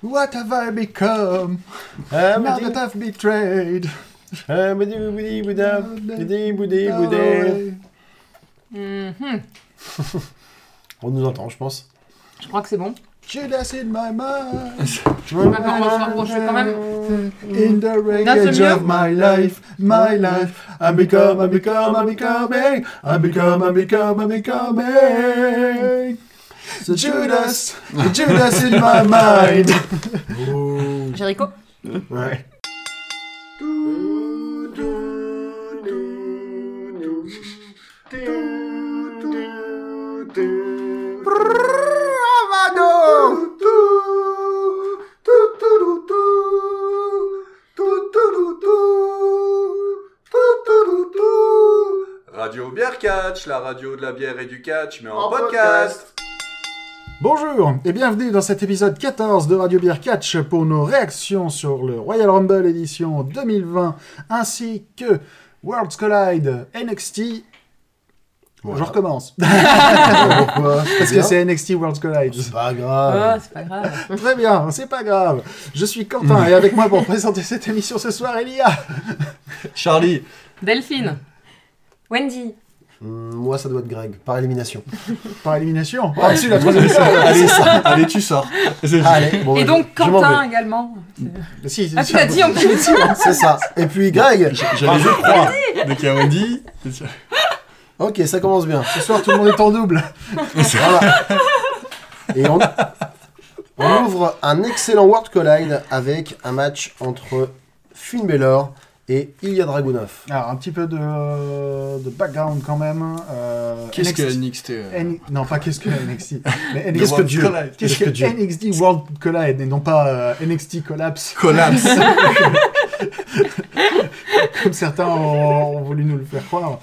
What have I become? Euh, Now that I've betrayed. Boudi, boudi, bouda. Boudi, boudi, boudé. Mhm. On nous entend, je pense. Je crois que c'est bon. Judas in my mind. Maintenant, on va se rapprocher quand même. In the wreckage mieux. of my life, my life. I become, I become, I becoming. I become, I become, I becoming. So Judas, Judas in my mind. Ouh. Jericho Ouais. Radio Bière Catch, la radio de la bière et du catch, mais en, podcast. Bonjour et bienvenue dans cet épisode 14 de Radio Beer Catch pour nos réactions sur le Royal Rumble édition 2020 ainsi que Worlds Collide NXT. Je recommence. Euh, Pourquoi Ah. Parce que c'est NXT Worlds Collide. C'est pas Oh, grave. c'est pas grave. Très bien, c'est pas grave. Je suis Quentin et avec moi pour présenter cette émission ce soir, il y a Ah. Charlie, Delphine Wendy, Hum, Moi, ça doit être Greg, par élimination. par élimination par-dessus la troisième allez, allez, tu sors. C'est- Allez, bon, Et je- donc je m'en Quentin vais. également. Si, si, Ah, si. tu l'as dit en plus C'est ça. Et puis Greg. J'avais juste trois. Donc il y a Wendy. Ok, ça commence bien. Ce soir, tout le monde est en double. Voilà. Et on, on ouvre un excellent World Collide avec un match entre Finn Balor et Ilya Dragunov. Alors, un petit peu euh, de, de background quand même. Euh, Qu'est-ce NXT que NXT euh, N- Non, pas qu'est-ce que NXT. Mais NXT Qu'est-ce que World Dieu Collide. Qu'est-ce que, Qu'est-ce que Dieu NXT World Collide et non pas euh, NXT Collapse Collapse. comme certains ont, ont voulu nous le faire croire.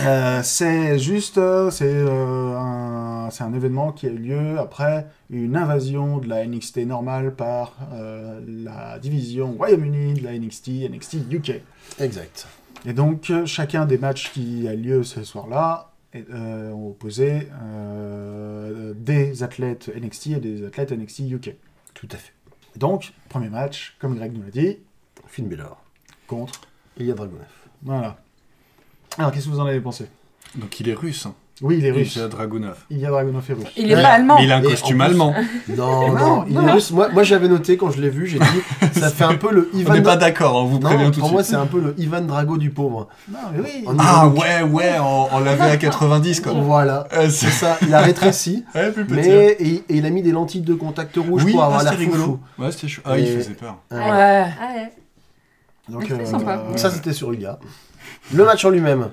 Euh, c'est juste, euh, c'est euh, un, c'est un événement qui a eu lieu après une invasion de la NXT normale par euh, la division Royaume-Uni de la NXT, NXT UK. Exact. Et donc, euh, chacun des matchs qui a lieu ce soir-là est- euh, ont opposé euh, des athlètes NXT et des athlètes NXT UK. Tout à fait. Donc, premier match, comme Greg nous l'a dit, Finn Balor, contre. Ilya Dragunov. Voilà. Alors, qu'est-ce que vous en avez pensé Donc il est russe. Hein. Oui, il est Il russe. est Dragunov. Il y a Dragunov et russe. Il est Ouais. pas allemand. Mais il a un Et en costume plus- allemand. Non, non, Non, il non. est russe. Moi, moi j'avais noté quand je l'ai vu, j'ai dit, ça fait un peu le On Ivan. n'est pas d'accord, on vous prévient non, tout de pour suite. moi, c'est un peu le Ivan Drago du pauvre. Non, mais oui. En- Ah ouais, ouais, on, on l'avait à 90 quoi. Voilà. Euh, C'est c'est ça, il a rétréci, ouais, plus petit. mais et, et il a mis des lentilles de contact rouge oui, pour ah, avoir c'était l'air foufou. rigolo. Ouais, c'était chou- Ah, il Et- faisait peur. Ouais. Ouais. ah ouais. Donc, euh, C'est sympa. Donc Ça, c'était sur Uga. Le match en lui-même,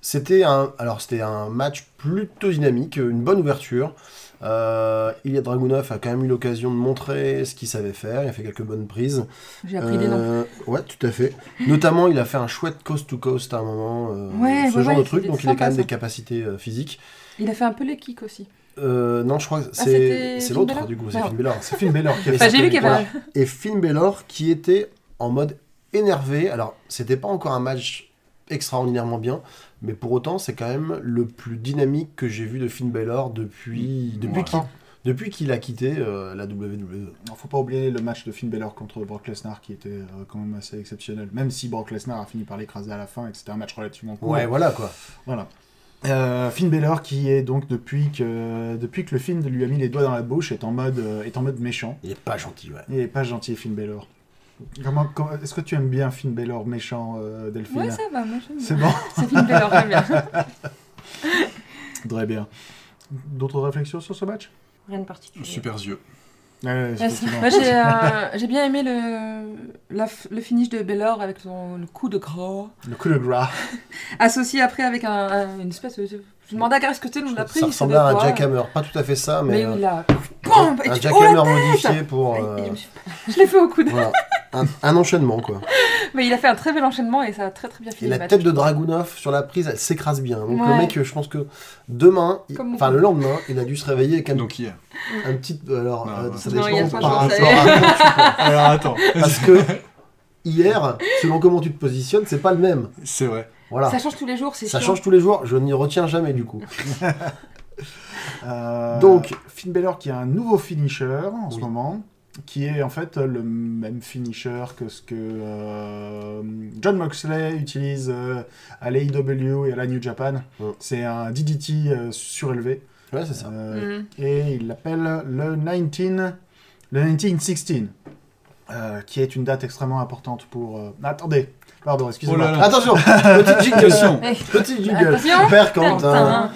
c'était un, alors c'était un match plutôt dynamique, une bonne ouverture. Euh, Ilya Dragunov a quand même eu l'occasion de montrer ce qu'il savait faire. Il a fait quelques bonnes prises. J'ai appris des noms. Euh, ouais, tout à fait. Notamment, il a fait un chouette coast to coast à un moment, euh, Ouais, ce ouais, genre ouais, de truc. c'était Donc, il a sympa, quand même ça. des capacités euh, physiques. Il a fait un peu les kicks aussi. Euh, non, je crois que c'est Ah, c'était c'est Finn l'autre Balor bah. du coup, c'est Merde. Finn Balor. C'est Finn Balor qui a Enfin, fait j'ai vu qu'il y avait. et Finn Balor qui était en mode énervé. Alors, c'était pas encore un match extraordinairement bien, mais pour autant, c'est quand même le plus dynamique que j'ai vu de Finn Balor depuis, depuis Ouais. qu'il depuis qu'il a quitté euh, la WWE. Non, faut pas oublier le match de Finn Balor contre Brock Lesnar qui était euh, quand même assez exceptionnel. Même si Brock Lesnar a fini par l'écraser à la fin et que c'était un match relativement court. Ouais, voilà quoi. Voilà. Euh, Finn Balor qui est donc depuis que depuis que le Finn lui a mis les doigts dans la bouche est en mode euh, est en mode méchant. Il est pas gentil, ouais. Il est pas gentil Finn Balor. Comment, comment- est-ce que tu aimes bien Finn Balor méchant euh, Delphine Ouais, ça va, moi j'aime bien. C'est bon. C'est Finn Balor, très bien. Très bien. D'autres réflexions sur ce match Rien de particulier. Super yeux. Ouais, Yes. effectivement. Moi j'ai euh, j'ai bien aimé le, la f- le finish de Bellor avec son le coup de gras. Le coup de gras. Associé après avec un, un- une espèce de. Je demandais à Greg ce que c'était le nom de la prise. Ça ressemblait à c'est un de- jackhammer, pas tout à fait ça, mais, Mais euh, où il a. Bam Et un tu- oh là jackhammer modifié pour Et- et euh, je me suis- Je l'ai fait au coude. voilà, un, un enchaînement quoi. Mais il a fait un très bel enchaînement et ça a très très bien Et fini. la le match. tête de Dragunov sur la prise, elle s'écrase bien. Donc le Bah, Ouais. mec, je pense que demain, il- Comme mon enfin coup. le lendemain, il a dû se réveiller avec un, Donc hier. un petit. Alors, Non, euh, ouais. ça Non, il y a Ah, dépend trois par jours, ça rapport y à. Alors attends, Parce que hier, selon comment tu te positionnes, c'est pas le même. c'est vrai. Voilà. Ça change tous les jours, c'est Ça sûr. change tous les jours, je n'y retiens jamais du coup. Euh, Donc- Euh, Finn Balor qui a un nouveau finisher en ce Oui. moment. qui est en fait le même finisher que ce que euh, John Moxley utilise euh, à l'AEW et à la New Japan. Ouais. Oh. C'est un DDT euh, surélevé. Ouais, c'est ça. Euh, Mhm. et il l'appelle le 19, le 1916, euh, qui est une date extrêmement importante pour. euh, Attendez, pardon, excusez-moi. Oh là là. Attention, petit jingle. Eh, petit jingle. Attention. Père Quentin, hein.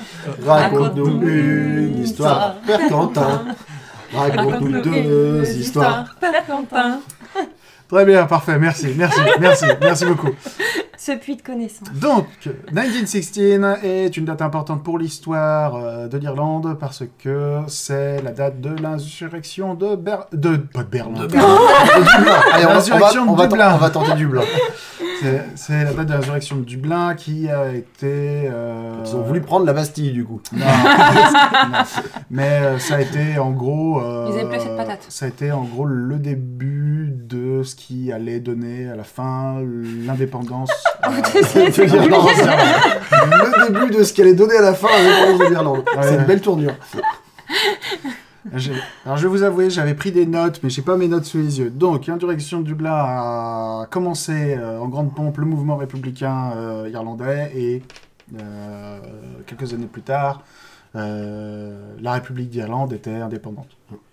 raconte-nous Raconte-nous une histoire. Père Quentin, raconte-nous deux histoires. Père Quentin. Très bien, parfait, merci, merci, merci, merci beaucoup. Ce puits de connaissance. Donc, 1916 est une date importante pour l'histoire euh, de l'Irlande parce que c'est la date de l'insurrection de Ber... de pas de Berlin. Allez, on va- on va- L'insurrection de on va Dublin. on va tenter Dublin. C'est- C'est la date de l'insurrection de Dublin qui a été. euh, Ils ont voulu prendre la Bastille du coup. Non, non. Mais euh, ça a été en gros. euh, Ils avaient plus assez de patates. Ça a été en gros le début de ce qui allait donner à la fin l'indépendance. euh, Ah, le début de ce qu'elle est donnée à la fin à l'indépendance de l'Irlande. C'est une belle tournure. J'ai- Alors je vais vous avouer, j'avais pris des notes, mais j'ai pas mes notes sous les yeux. Donc, l'insurrection de Dublin a commencé euh, en grande pompe le mouvement républicain euh, irlandais et euh, quelques années plus tard, euh, la République d'Irlande était indépendante.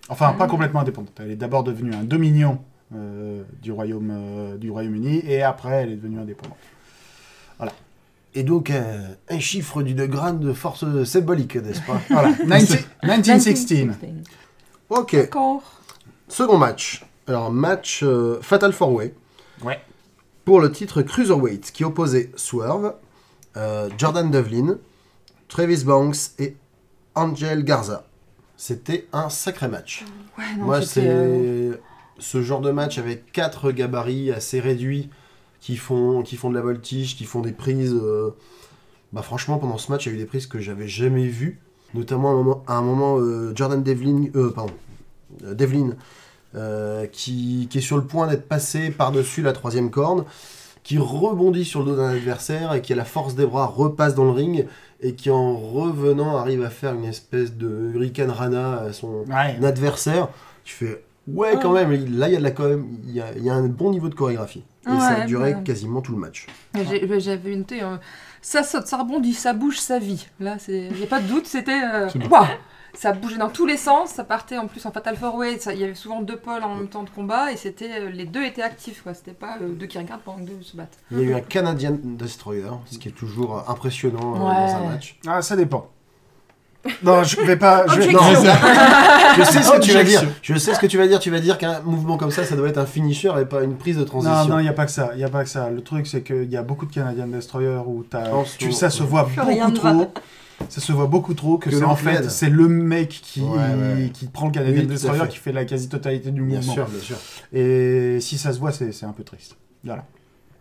Enfin, pas complètement indépendante. Elle est d'abord devenue un dominion euh, du Royaume euh, du Royaume-Uni et après, elle est devenue indépendante. Et donc, euh, un chiffre d'une grande force symbolique, n'est-ce pas Voilà. 19- 1916. Ok, Encore. second match. Alors, match euh, Fatal Four Way. Ouais. Pour le titre Cruiserweight, qui opposait Swerve, euh, Jordan Devlin, Travis Banks et Angel Garza. C'était un sacré match. Ouais, non, Moi, c'était, c'est euh, ce genre de match avec quatre gabarits assez réduits qui font, qui font de la voltige, qui font des prises. euh, Bah, franchement, pendant ce match, il y a eu des prises que j'avais jamais vues. Notamment à un moment, à un moment, euh, Jordan Devlin, euh, pardon, euh, Devlin euh, qui, qui est sur le point d'être passé par-dessus la troisième corde, qui rebondit sur le dos d'un adversaire et qui, à la force des bras, repasse dans le ring et qui, en revenant, arrive à faire une espèce de Hurricane Rana à son, Ouais. un adversaire, tu fais ouais quand même, il- là il y a de la quand même, il y a, il y a un bon niveau de chorégraphie. Et ça a Ouais, duré bah. quasiment tout le match. j'ai- bah, J'avais une thé. euh, Ça saute, ça rebondit, ça bouge, ça vit. Là, c'est- j'ai pas de doute, c'était. euh, C'est bon. waouh Ça bougeait dans tous les sens, ça partait en plus en Fatal Four Way. ça- Il y avait souvent deux pôles en même temps de combat et c'était euh, les deux étaient actifs. quoi. C'était pas euh, deux qui regardent pendant que deux se battent. Il y a eu un Canadian Destroyer, ce qui est toujours euh, impressionnant euh, dans un Ouais. match. Ah, ça dépend. Non, je vais pas. Je vais... Non, non, je sais ce que tu vas dire. Objection. Je sais ce que tu vas dire. Tu vas dire qu'un mouvement comme ça, ça doit être un finisher et pas une prise de Non, non, transition. il n'y a pas que ça. Il a pas que ça. Le truc, c'est qu'il y a beaucoup de Canadian Destroyer où t'as- En ce tu, moment, ça se voit Plus rien beaucoup ne va. trop. Ça se voit beaucoup trop que, Que c'est l'on en fait plaide. c'est le mec qui, Ouais, ouais. qui prend le Canadian Oui, tout à Destroyer fait. qui fait la quasi-totalité du Bien mouvement. sûr, bien sûr. Et si ça se voit, c'est c'est un peu triste. Voilà.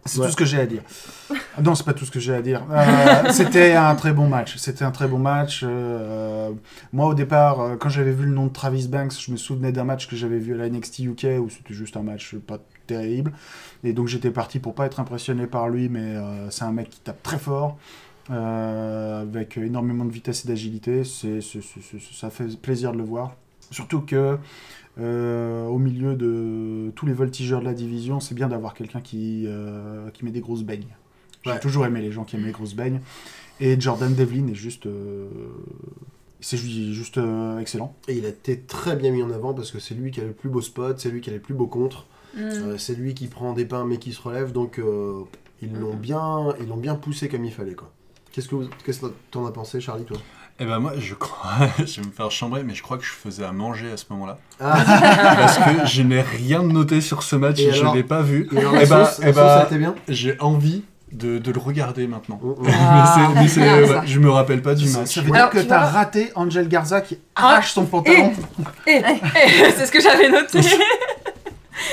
C'est Ouais. tout ce que j'ai à dire. Ah Non, c'est pas tout ce que j'ai à dire. Euh, C'était un très bon match. C'était un très bon match. Euh, moi, au départ, euh, quand j'avais vu le nom de Travis Banks, je me souvenais d'un match que j'avais vu à la NXT UK où c'était juste un match pas terrible. Et donc, j'étais parti pour pas être impressionné par lui, mais euh, c'est un mec qui tape très fort. euh, avec énormément de vitesse et d'agilité, C'est- c'est- c'est- c'est- ça fait plaisir de le voir. Surtout que euh, au milieu de tous les voltigeurs de la division, c'est bien d'avoir quelqu'un qui, euh, qui met des grosses beignes. J'ai Ouais. toujours aimé les gens qui aiment les grosses beignes. Et Jordan Devlin est juste. euh, c'est ju- juste euh, excellent. Et il a été très bien mis en avant parce que c'est lui qui a le plus beau spot, c'est lui qui a les plus beaux contres, euh, c'est lui qui prend des pains mais qui se relève. Donc euh, ils l'ont bien, ils l'ont bien poussé comme il fallait quoi. Qu'est-ce que vous- qu'est-ce que t'en as pensé, Charlie, toi Eh ben moi, je crois, je vais me faire chambrer, mais je crois que je faisais à manger à ce moment-là. Ah, Parce que je n'ai rien noté sur ce match, Et je alors l'ai pas vu. et alors la Eh ben, sauce, la eh sauce, ça a ben, été bien j'ai envie de, de le regarder maintenant. Oh, oh. Ah, mais c'est, mais bien, c'est- ça. ouais, je me rappelle pas du Ça, match. ça veut Alors, dire que tu t'as vois- Ah, raté Angel Garza qui arrache son pantalon. Eh, eh, c'est ce que j'avais noté.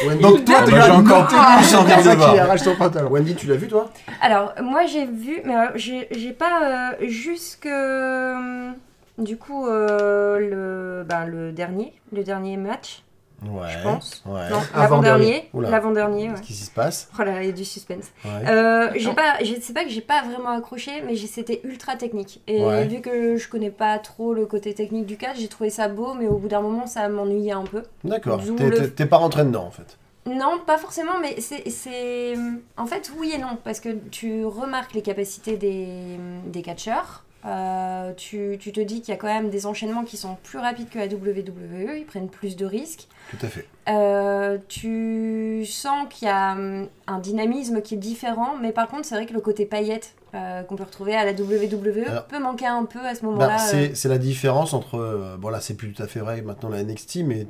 Wendy, Donc toi, Bah, t'es j'ai là, encore non, plus Angel envie de Garza le voir. qui arrache son pantalon. Wendy, tu l'as vu toi Alors, moi j'ai vu, mais alors, j'ai j'ai pas euh, jusque. euh, Du coup, euh, le, ben, le dernier, le dernier match. Ouais. je pense. Ouais. Non, Avant-dernier. l'avant-dernier. Oula. L'avant-dernier, ouais. Qu'est-ce qui se passe Oh là là, il y a du suspense. Ouais. Euh, j'ai pas, j'ai- c'est pas que j'ai pas vraiment accroché, mais j'ai- c'était ultra technique. Et Ouais. vu que je connais pas trop le côté technique du catch, j'ai trouvé ça beau, mais au bout d'un moment, ça m'ennuyait un peu. D'accord. d'où T'es- le- T'es t'es pas rentré dedans, en fait. Non, pas forcément, mais c'est, c'est- En fait, oui et non, parce que tu remarques les capacités des, des catcheurs. Euh, tu, tu te dis qu'il y a quand même des enchaînements qui sont plus rapides que la WWE, ils prennent plus de risques. Tout à fait. Euh, tu sens qu'il y a hum, un dynamisme qui est différent, mais par contre, c'est vrai que le côté paillette euh, qu'on peut retrouver à la WWE Alors- peut manquer un peu à ce Bah, moment-là. euh. c'est c'est la différence entre. euh, bon, là, c'est plus tout à fait vrai maintenant la NXT, mais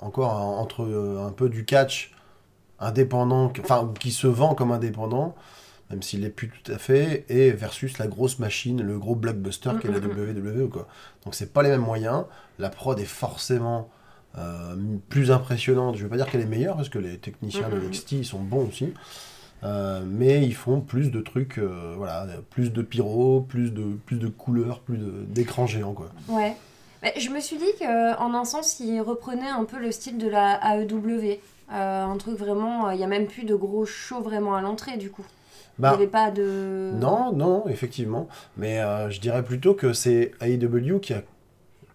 encore hein, entre euh, un peu du catch indépendant, que- enfin, ou qui se vend comme indépendant, même s'il l'est plus tout à fait, et versus la grosse machine, le gros blockbuster qu'est la Mm, mm, WWE, quoi. Donc, c'est pas les mêmes moyens. La prod est forcément. euh, plus impressionnante, je veux pas dire qu'elle est meilleure parce que les techniciens de Mm, mm. NXT ils sont bons aussi, Euh, mais ils font plus de trucs, euh, voilà, plus de pyro, plus de, plus de couleurs, plus de- d'écrans géants, quoi. Ouais. Mais je me suis dit qu'en un sens, il reprenait un peu le style de la AEW. Euh, un truc vraiment. euh, Il n'y a même plus de gros shows vraiment à l'entrée, du coup. Il Bah, n'y avait pas de. non, non, non, effectivement, mais euh, je dirais plutôt que c'est AEW qui a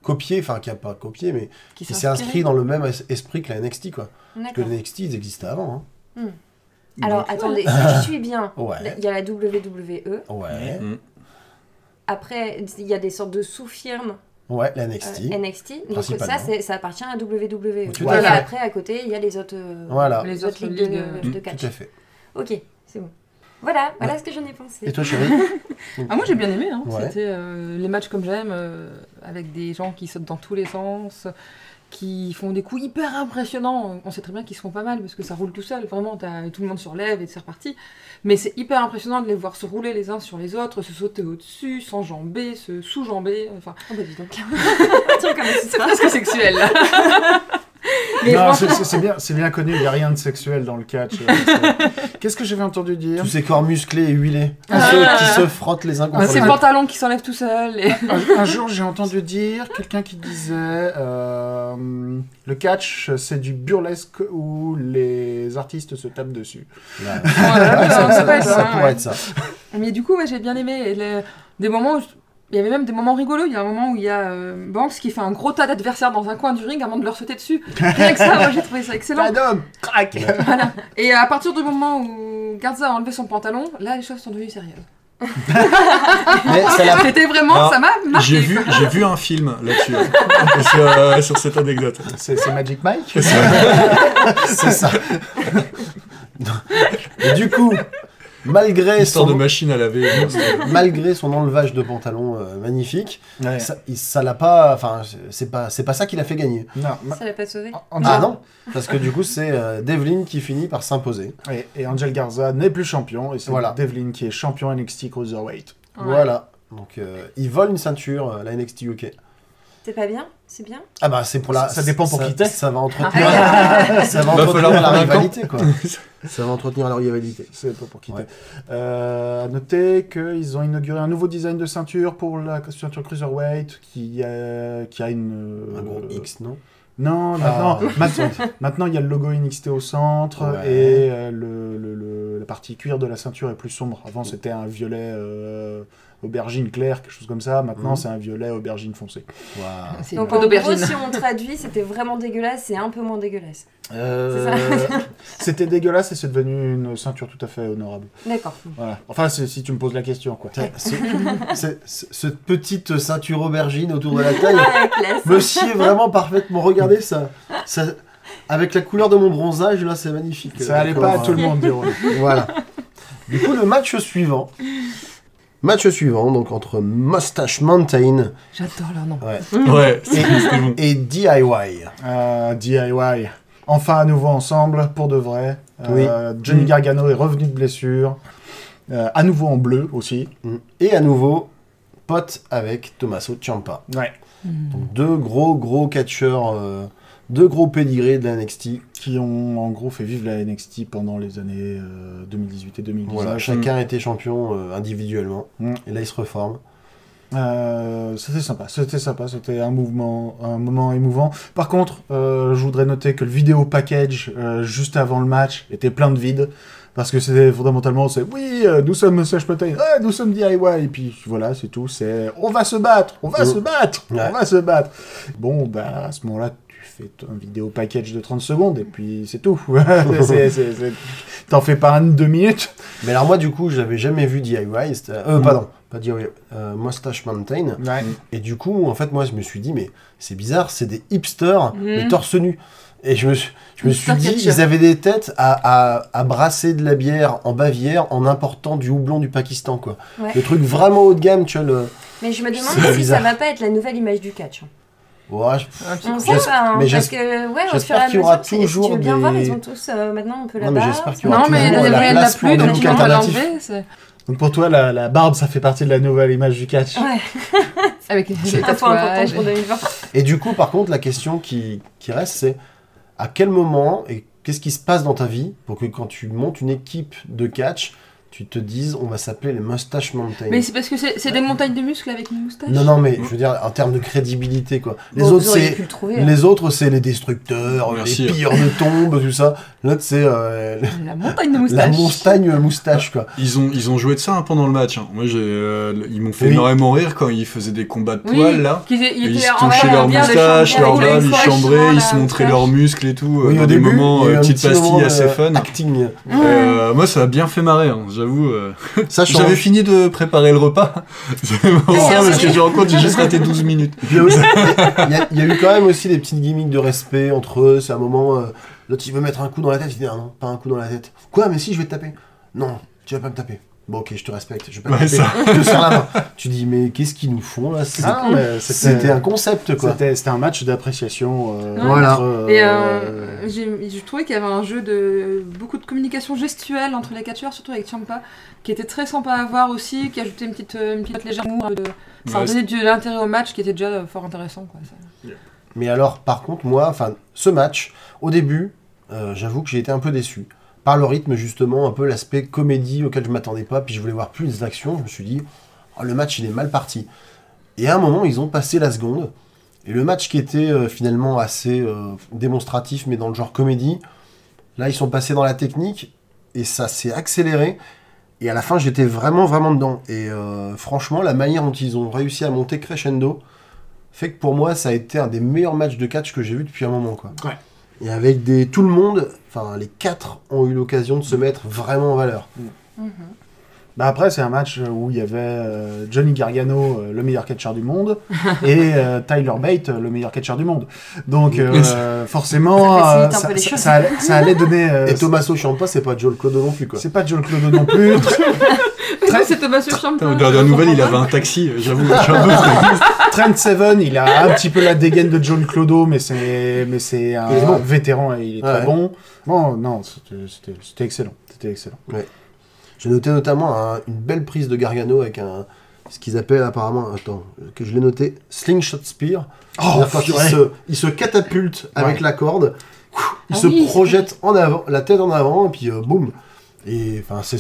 copié, enfin qui a pas copié, mais qui s'est inscrit dans le même es- esprit que la NXT, quoi. Parce que D'accord. la NXT, ils existaient avant, Alors, attendez, si je suis bien. hein. Ouais, Il y a la WWE. ouais, Mm. Après, il y a des sortes de sous-firmes ouais, la euh, NXT. NXT. Donc, Principalement. ça, c'est- ça appartient à WWE. Tout Et à fait. après, à côté, il y a les autres, euh, Voilà. Les autres ligues ligues, de, euh, de catch. Tout à fait. Ok, c'est bon. Voilà, voilà ce que j'en ai pensé. Et toi, chérie Ah, moi j'ai bien aimé, hein. Ouais. c'était euh, les matchs comme j'aime, euh, avec des gens qui sautent dans tous les sens, qui font des coups hyper impressionnants. On sait très bien qu'ils se font pas mal parce que ça roule tout seul, vraiment, t'as- tout le monde se relève et c'est reparti. Mais c'est hyper impressionnant de les voir se rouler les uns sur les autres, se sauter au-dessus, s'enjamber, se sous-jamber. Enfin, Oh, bah, dis donc. Tiens, comme c'est presque sexuel là. Non, c'est- c'est c'est bien, c'est bien connu, il n'y a rien de sexuel dans le catch. euh, c'est- Qu'est-ce que j'avais entendu dire Tous ces corps musclés et huilés Ah. ceux qui se frottent les uns contre Ah, les Ces c'est autres. pantalons qui s'enlèvent tout seuls. et- un, un jour, j'ai entendu dire quelqu'un qui disait euh, le catch, c'est du burlesque où les artistes se tapent dessus. Là, Voilà, Ouais, ça, ça- ça- ça- ça ça- pourrait être ça. Ah, Mais du coup, ouais, j'ai bien aimé. Et le- Des moments où je- Il y avait même des moments rigolos. Il y a un moment où il y a euh, Banks qui fait un gros tas d'adversaires dans un coin du ring avant de leur sauter dessus. Rien que ça, moi j'ai trouvé ça excellent. Adam Crac Et à partir du moment où Garza a enlevé son pantalon, là les choses sont devenues sérieuses. Mais ça l'a- Ah, C'était vraiment, Alors, ça m'a marqué. J'ai vu, j'ai vu un film là-dessus, euh, sur, euh, sur cette anecdote. C'est c'est Magic Mike c'est ça. Et du coup, malgré Histoire de son, machine à laver. euh, malgré son enlevage de pantalon euh, magnifique, Ouais. ça il- ça l'a pas. Enfin, c'est pas, c'est pas ça qui l'a fait gagner. Non, ma- Ça l'a pas sauvé. Angel- Ah non, parce que du coup, c'est euh, Devlin qui finit par s'imposer. Et, et Angel Garza n'est plus champion, et c'est Voilà. Devlin qui est champion NXT Cruiserweight. Ouais. Voilà. Donc, euh, il vole une ceinture, euh, la NXT UK. C'est pas bien C'est bien Ah bah, c'est pour la. Ça- ça dépend pour ça- qui t'es. Ça va entretenir, ça va Va entretenir falloir la prendre un camp. rivalité, quoi. Ça va entretenir la rivalité. C'est pas pour quitter. Ouais. Euh, à noter qu'ils ont inauguré un nouveau design de ceinture pour la ceinture Cruiserweight qui, euh, qui a une. euh, Un gros X, non Non, maintenant, maintenant, maintenant, il y a le logo NXT au centre Ah. Ouais. et euh, le, le- le- la partie cuir de la ceinture est plus sombre. Avant, c'était un violet euh, aubergine clair, quelque chose comme ça. Maintenant, Mhm. c'est un violet aubergine foncé. Waouh. C'est une Donc peau en gros, d'aubergine. si on traduit, c'était vraiment dégueulasse, c'est un peu moins dégueulasse. Euh, C'était dégueulasse et c'est devenu une ceinture tout à fait honorable. D'accord. Voilà. Enfin, c'est- si tu me poses la question, quoi. Tiens, ce- ce- ce- Cette petite ceinture aubergine autour de la taille Ah, la classe. me sied vraiment parfaitement. Regardez ça. ça avec la couleur de mon bronzage, là, c'est magnifique. Ça allait pas à tout le monde, dire. Voilà. Du coup, le match suivant. Match suivant, donc entre Mustache Mountain J'adore leur nom. ouais, Ouais, c'est c'est bon. et DIY. Euh, DIY. Enfin à nouveau ensemble, pour de vrai. Euh, Johnny Mm. Gargano est revenu de blessure. Euh, à nouveau en bleu aussi. Et à nouveau, pote avec Tommaso Ciampa. Ouais. Donc, deux gros, gros catcheurs, euh, deux gros pédigrés de la NXT. Qui ont en gros fait vivre la NXT pendant les années euh, 2018 et 2019. Voilà, chacun était champion euh, individuellement. Mm. Et là, ils se reforment. Euh, c'était sympa, c'était sympa, c'était un mouvement, un moment émouvant. Par contre, euh, je voudrais noter que le vidéo package euh, juste avant le match était plein de vide parce que c'était fondamentalement c'est oui, euh, nous sommes Sage Protein, ouais, nous sommes DIY et puis voilà, c'est tout, c'est on va se battre, on va Ouais. se battre, Ouais. on va se battre. Bon bah à ce moment-là, tu fais un vidéo package de 30 secondes et puis c'est tout. C'est- c'est- c'est- T'en fais pas un de deux minutes. Mais alors moi du coup j'avais jamais vu DIY, c'était- euh, Mm. pardon, pas DIY, euh, Mustache Mountain. Et du coup en fait moi je me suis dit mais c'est bizarre, c'est des hipsters Mm. mais torse nu. Et je me suis, je me suis Hipster dit catcher. ils avaient des têtes à, à, à brasser de la bière en Bavière en important du houblon du Pakistan quoi. Ouais. Le truc vraiment haut de gamme tu vois le. Mais je me demande C'est si bizarre. ça va pas être la nouvelle image du catch. hein. Ouais, je- Un petit On coup. sait J'es- pas, hein, mais parce j'es- que ouais, au fur j'espère et à qu'il y aura mesure, c'est- si tu toujours veux bien des- voir, ils ont tous euh, maintenant on peut la Non, mais j'espère qu'il y aura Non, mais toujours la la vraie, elle l'a place pour des plus, donc looks on va alternatifs. l'enlever. c'est- Donc pour toi, la, la barbe, ça fait partie de la nouvelle image du catch. Ouais, Avec les c'est un point important pour 2020. Et du coup, par contre, la question qui, qui reste, c'est à quel moment et qu'est-ce qui se passe dans ta vie pour que quand tu montes une équipe de catch, tu te dises on va s'appeler les Mustache Mountain. Mais c'est parce que c'est c'est des montagnes de muscles avec une moustache. Non, non, mais je veux dire en termes de crédibilité, quoi. Les Bon, autres, vous auriez c'est pu le trouver. hein. les autres, c'est les destructeurs, Merci. les pilleurs de tombes, tout ça. L'autre, c'est euh, La montagne de moustache. la montagne moustache, quoi. Ils ont, ils ont joué de ça hein, pendant le match. hein. Moi, j'ai, euh, ils m'ont fait Oui. énormément rire quand ils faisaient des combats de Oui, poils là. qu'ils aient- Et ils ils étaient se en touchaient train leurs de bien les moustaches, chambre, leurs avec babes, les ils moustaches, chambraient, ils la se montraient leurs Mm. moustache. muscles et tout. euh, Oui, dans au des début, il moments, y a eu euh, un petites petit moment pastilles de Ah. assez fun. Acting. Euh, moi, ça a bien fait marrer, hein, j'avoue. euh. Ça J'avais change. fini de préparer le repas. C'est vraiment ça, parce que je rencontre, j'ai juste raté 12 minutes. Il y, a aussi- il y a- il y a eu quand même aussi des petites gimmicks de respect entre eux. C'est un moment, euh, l'autre il veut mettre un coup dans la tête, il dit ah non, pas un coup dans la tête. Quoi, mais si, je vais te taper. Non, tu vas pas me taper. Bon, ok, je te respecte, je vais pas te Ouais, taper. ça. Je te serre la main. Tu dis, mais qu'est-ce qu'ils nous font là C'est- Ah, mais c'était- C'était un concept quoi. C'était c'était un match d'appréciation. euh, Ouais. Voilà. entre, euh, Et euh, j'ai- je trouvais qu'il y avait un jeu de beaucoup de communication gestuelle entre les catcheurs, surtout avec Champa, qui était très sympa à voir aussi, qui ajoutait une petite, euh, une petite légère humour, un peu de- Ça Ouais, donnait de l'intérêt au match qui était déjà euh, fort intéressant. Quoi, ça. Mais alors, par contre, moi, enfin, ce match, au début, euh, j'avoue que j'ai été un peu déçu. Par le rythme, justement, un peu l'aspect comédie auquel je m'attendais pas, puis je voulais voir plus d'action, je me suis dit, Oh, le match, il est mal parti. Et à un moment, ils ont passé la seconde, et le match qui était euh, finalement assez euh, démonstratif, mais dans le genre comédie, là, ils sont passés dans la technique, et ça s'est accéléré. Et à la fin, j'étais vraiment, vraiment dedans. Et euh, franchement, la manière dont ils ont réussi à monter crescendo, fait que pour moi, ça a été un des meilleurs matchs de catch que j'ai vu depuis un moment. Quoi. Ouais. Et avec des, tout le monde, enfin les quatre ont eu l'occasion de se mettre vraiment en valeur. bah après, c'est un match où il y avait euh, Johnny Gargano, euh, le meilleur catcheur du monde, et euh, Tyler Bate, euh, le meilleur catcheur du monde. Donc, euh, Yes. euh, forcément, Ça euh, facilite un ça, peu les ça- choses. ça allait, ça allait donner. euh, Et Tommaso Ciampa, c'est pas Joel Clodo non plus. Quoi. c'est pas John Clodo non plus. Très- C'est Thomas Champa. Putain, aux dernières nouvelles, il avait un taxi, euh, j'avoue. je suis un peu- Trent Seven, il a un petit peu la dégaine de John Clodo, mais c'est mais c'est un Il est bon. vétéran et il est Ouais. très bon. Bon, non, c'était- c'était c'était excellent, c'était excellent. J'ai noté notamment un- une belle prise de Gargano avec un, ce qu'ils appellent apparemment, attends, que je l'ai noté, slingshot spear. C'est-à-dire quand il purée. se, il se catapulte avec Ouais. la corde, il Ah se oui, projette en avant, la tête en avant, et puis euh, boum. Et enfin, c'est.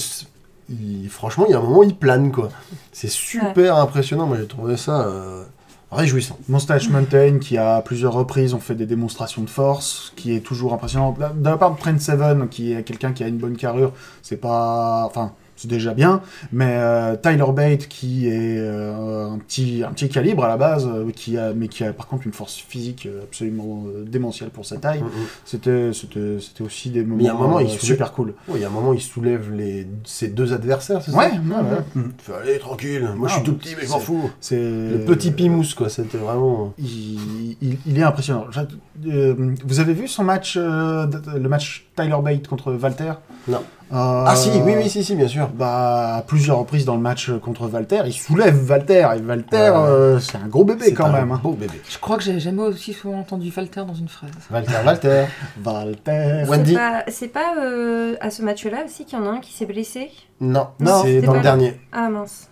il- franchement, il y a un moment, il plane, quoi. C'est super impressionnant. Moi, j'ai trouvé ça euh, réjouissant. Mustache Mountain qui à plusieurs reprises ont fait des démonstrations de force, qui est toujours impressionnant. De la- De la part de Trent Seven, qui est quelqu'un qui a une bonne carrure, c'est pas, enfin, c'est déjà bien. Mais euh, Tyler Bate qui est euh, un petit un petit calibre à la base, euh, qui a mais qui a par contre une force physique euh, absolument euh, démentielle pour sa taille. Mm, mm. C'était c'était c'était aussi des il y a un moments moment, euh, il se super cool. Ouais, Oh, il y a un moment, il soulève les, ses deux adversaires, c'est Ouais, ça ouais, ouais. Il fait, allez, tranquille, moi je suis Ah, tout petit, mais je m'en c'est- fous. c'est Le petit Pimousse, quoi, c'était vraiment. euh, Il, il- il est impressionnant. J'a- euh, vous avez vu son match, euh, d- le match Tyler Bate contre Walter Non. Euh, Ah, si, oui, oui, si, si, bien sûr. Bah, à plusieurs reprises dans le match euh, contre Walter, il soulève Walter et Walter, Ouais, ouais. euh, c'est un gros bébé quand un même. hein. Beau bébé. Je crois que j'ai jamais aussi souvent entendu Falter dans une phrase. Walter, Walter. Walter. hein. C'est Wendy. pas- C'est pas euh, à ce match-là aussi qu'il y en a un qui s'est blessé Non, Non, c'est c'était dans le pas- dernier. Ah mince.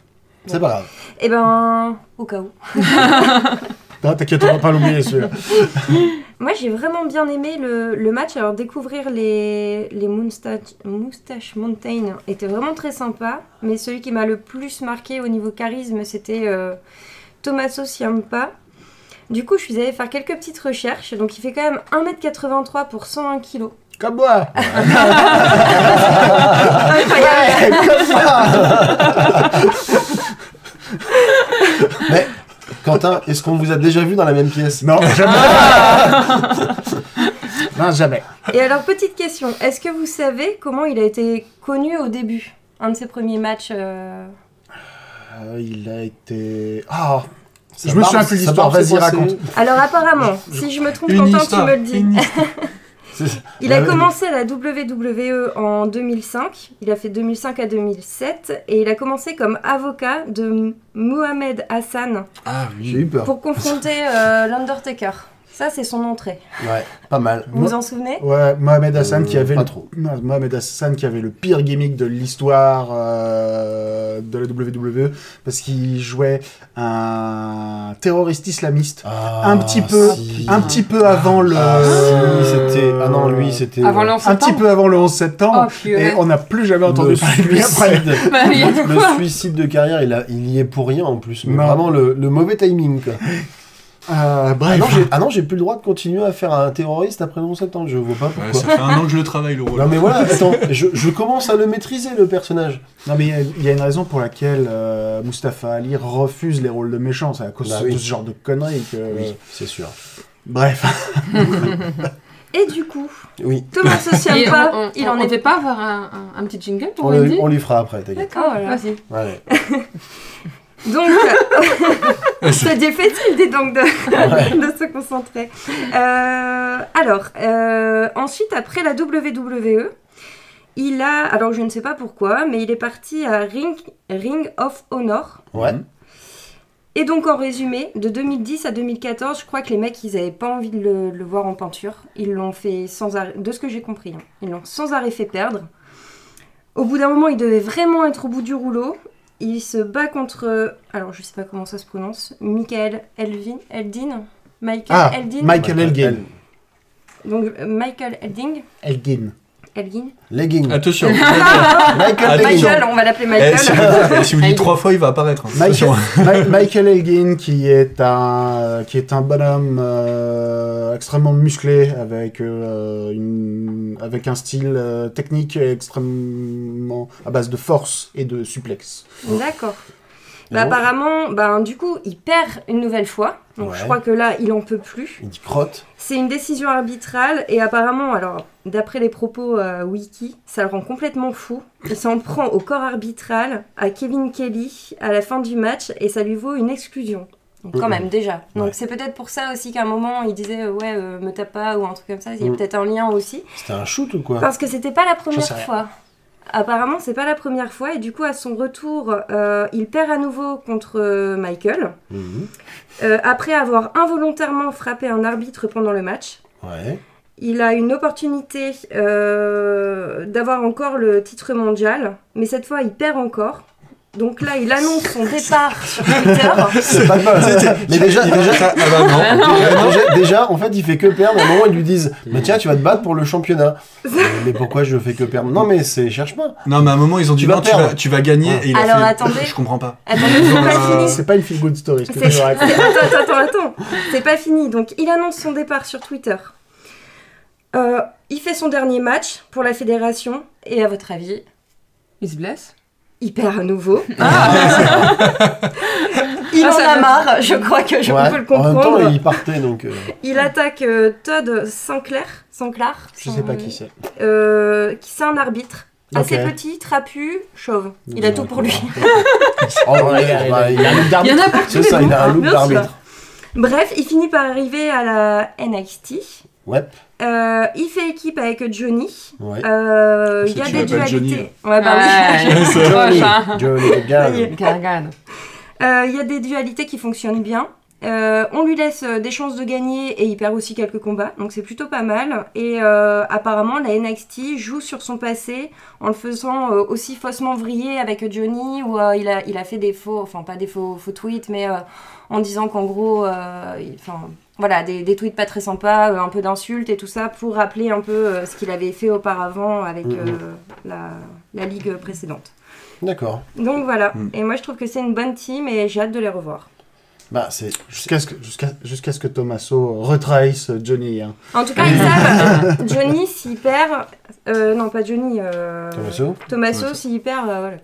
C'est pas grave. Eh ben, au cas où. Ah, T'inquiète, on va pas l'oublier celui-là. Moi, j'ai vraiment bien aimé le, le match. Alors, découvrir les, les Moustache, Moustache Mountain était vraiment très sympa. Mais celui qui m'a le plus marqué au niveau charisme, c'était euh, Tommaso Siampa. Du coup, je suis allée faire quelques petites recherches. Donc, il fait quand même 1m83 pour 101 kg. Comme moi Incroyable Mais, Quentin, est-ce qu'on vous a déjà vu dans la même pièce Non, jamais. non, jamais. Et alors, petite question. Est-ce que vous savez comment il a été connu au début Un de ses premiers matchs euh, Euh, il a été. Ah Ça Je me part- souviens plus de ça l'histoire, part, vas-y, c'est passé. raconte. Alors apparemment, si je me trompe, Quentin, tu me le dis. C'est- Il a Ouais, commencé à la WWE en 2005. Il a fait 2005 à 2007 et il a commencé comme avocat de Mohamed Hassan Ah J'ai oui. eu peur. pour confronter euh, l'Undertaker. Ça, c'est son entrée. Ouais, pas mal. Vous Moi- vous en souvenez Ouais, Mohamed Hassan Euh, qui avait pas le... trop. non, Mohamed Hassan qui avait le pire gimmick de l'histoire euh, de la WWE parce qu'il jouait un terroriste islamiste Ah, un petit peu si. un petit peu avant le Ah, si, c'était. Ah non, lui, c'était. Avant ouais. le 11 un petit septembre peu avant le 11 septembre Ah. Oh, purée. et on n'a plus jamais entendu Le parler de lui après. suicide. Bah, il y a de Le quoi. suicide de carrière, il, a, il y est pour rien en plus. Mais Non. vraiment le, le mauvais timing. Quoi. Euh, Ah bref, non, j'ai- ah non, j'ai plus le droit de continuer à faire un terroriste après le 11 septembre. Je vois pas Ouais, pourquoi. ça fait un an que je le travaille, le rôle. non mais voilà, attends, je, je commence à le maîtriser le personnage. Non, mais il y a- il y, a une raison pour laquelle euh, Mustafa Ali refuse les rôles de méchants. C'est à cause Bah de oui. ce genre de conneries que. c'est sûr. Bref. Et du coup, Oui, Thomas Et Sociamba, on- on- il on en est. devait pas avoir un, un- un petit jingle pour on, le- Wendy on lui fera après, t'inquiète. D'accord, voilà. Vas-y. Allez. Donc, c'est difficile, dis donc, de, de se concentrer. Euh, alors, euh, ensuite, après la WWE, il a, alors je ne sais pas pourquoi, mais il est parti à Ring, Ring of Honor. Ouais. Et donc, en résumé, de 2010 à 2014, je crois que les mecs, ils n'avaient pas envie de le, le voir en peinture. Ils l'ont fait sans arrêt, de ce que j'ai compris, hein. ils l'ont sans arrêt fait perdre. Au bout d'un moment, il devait vraiment être au bout du rouleau. Il se bat contre, alors je sais pas comment ça se prononce, Michael Elvin, Eldin Michael Ah, Eldin Michael Elgin. Donc, euh, Michael Elding Elgin. Elgin Legging. Attention. ah, Michael Attention. Legging. Michael, on va l'appeler Eh, si, Michael. vous, eh, si vous le dites trois fois, il va apparaître. hein. Michael, Attention. Mi- Michael Elgin, qui est un, euh, qui est un bonhomme euh, extrêmement musclé, avec, euh, une, avec un style euh, technique extrêmement à base de force et de suplexe. D'accord. Bah, apparemment, bah, du coup, il perd une nouvelle fois. Donc je Ouais. crois que là, il en peut plus. Il dit crotte. C'est une décision arbitrale et apparemment, alors d'après les propos euh, wiki, ça le rend complètement fou. Il s'en prend au corps arbitral, à Kevin Kelly, à la fin du match et ça lui vaut une exclusion. Donc, quand Mhm. même déjà. Donc Ouais. c'est peut-être pour ça aussi qu'à un moment il disait euh, ouais euh, me tape pas ou un truc comme ça. Il y a Mhm. peut-être un lien aussi. C'était un shoot ou Ah. quoi Parce que c'était pas la première sais rien. fois. Apparemment c'est pas la première fois et du coup à son retour euh, il perd à nouveau contre euh, Michael Mhm. euh, après avoir involontairement frappé un arbitre pendant le match. Ouais. Il a une opportunité euh, d'avoir encore le titre mondial, mais cette fois il perd encore. Donc là, il annonce son départ sur Twitter. C'est pas mal. Mais déjà, déjà, Ah bah non. déjà, déjà- déjà, en fait, il fait que perdre. À un moment, ils lui disent Mais tiens, tu vas te battre pour le championnat. Euh, mais pourquoi je fais que perdre Non, mais c'est cherche pas. Non, mais à un moment, ils ont dit Tu vas non, tu perdre. vas, tu vas gagner. Et il Alors, a fait, attendez. Je comprends pas. Attendez, c'est pas fini. Euh, C'est pas une feel good story. ce que C'est- je raconte. c'est- Attends, attends, attends, attends. C'est pas fini. Donc, il annonce son départ sur Twitter. Euh, il fait son dernier match pour la fédération. Et à votre avis, Il se blesse. il perd à nouveau. il Ah, en ça a va. marre. Je crois que je Ouais. peux le en même comprendre. temps, il partait donc. euh, Il attaque euh, Todd Sinclair, Sinclair Je sais pas qui c'est. euh, qui c'est un arbitre. Assez Ok. petit, trapu, chauve. Il a tout pour lui. oh, ouais, bah, il a- Il y en a pour tous C'est les ça, goûts, il a un hein, look bien sûr. d'arbitre. Bref, il finit par arriver à la NXT. Ouais. Euh, il fait équipe avec Johnny. Ouais. Euh, Je sais Il y a que des tu l'appelles Johnny, dualités. hein. Ah Ouais, bah oui. Ouais, c'est proche, hein. Johnny Gargano. Gargane. Euh, Il y a des dualités qui fonctionnent bien. Euh, on lui laisse euh, des chances de gagner et il perd aussi quelques combats, donc c'est plutôt pas mal. Et euh, apparemment, la NXT joue sur son passé en le faisant euh, aussi faussement vriller avec Johnny, où euh, il, a, il a fait des faux, enfin pas des faux, faux tweets, mais euh, en disant qu'en gros, euh, il- enfin, voilà, des, des tweets pas très sympas, euh, un peu d'insultes et tout ça, pour rappeler un peu euh, ce qu'il avait fait auparavant avec Mhm. euh, la, la ligue précédente. euh, D'accord. Donc voilà, Mm. Mhm. et moi je trouve que c'est une bonne team et j'ai hâte de les revoir. Bah, c'est. Jusqu'à ce, que- jusqu'à jusqu'à ce que Tommaso retrahisse Johnny. hein. En tout cas, ils savent, Johnny s'il perd, euh, non pas Johnny, euh, Tommaso Tommaso Tommaso. s'il perd, euh, voilà.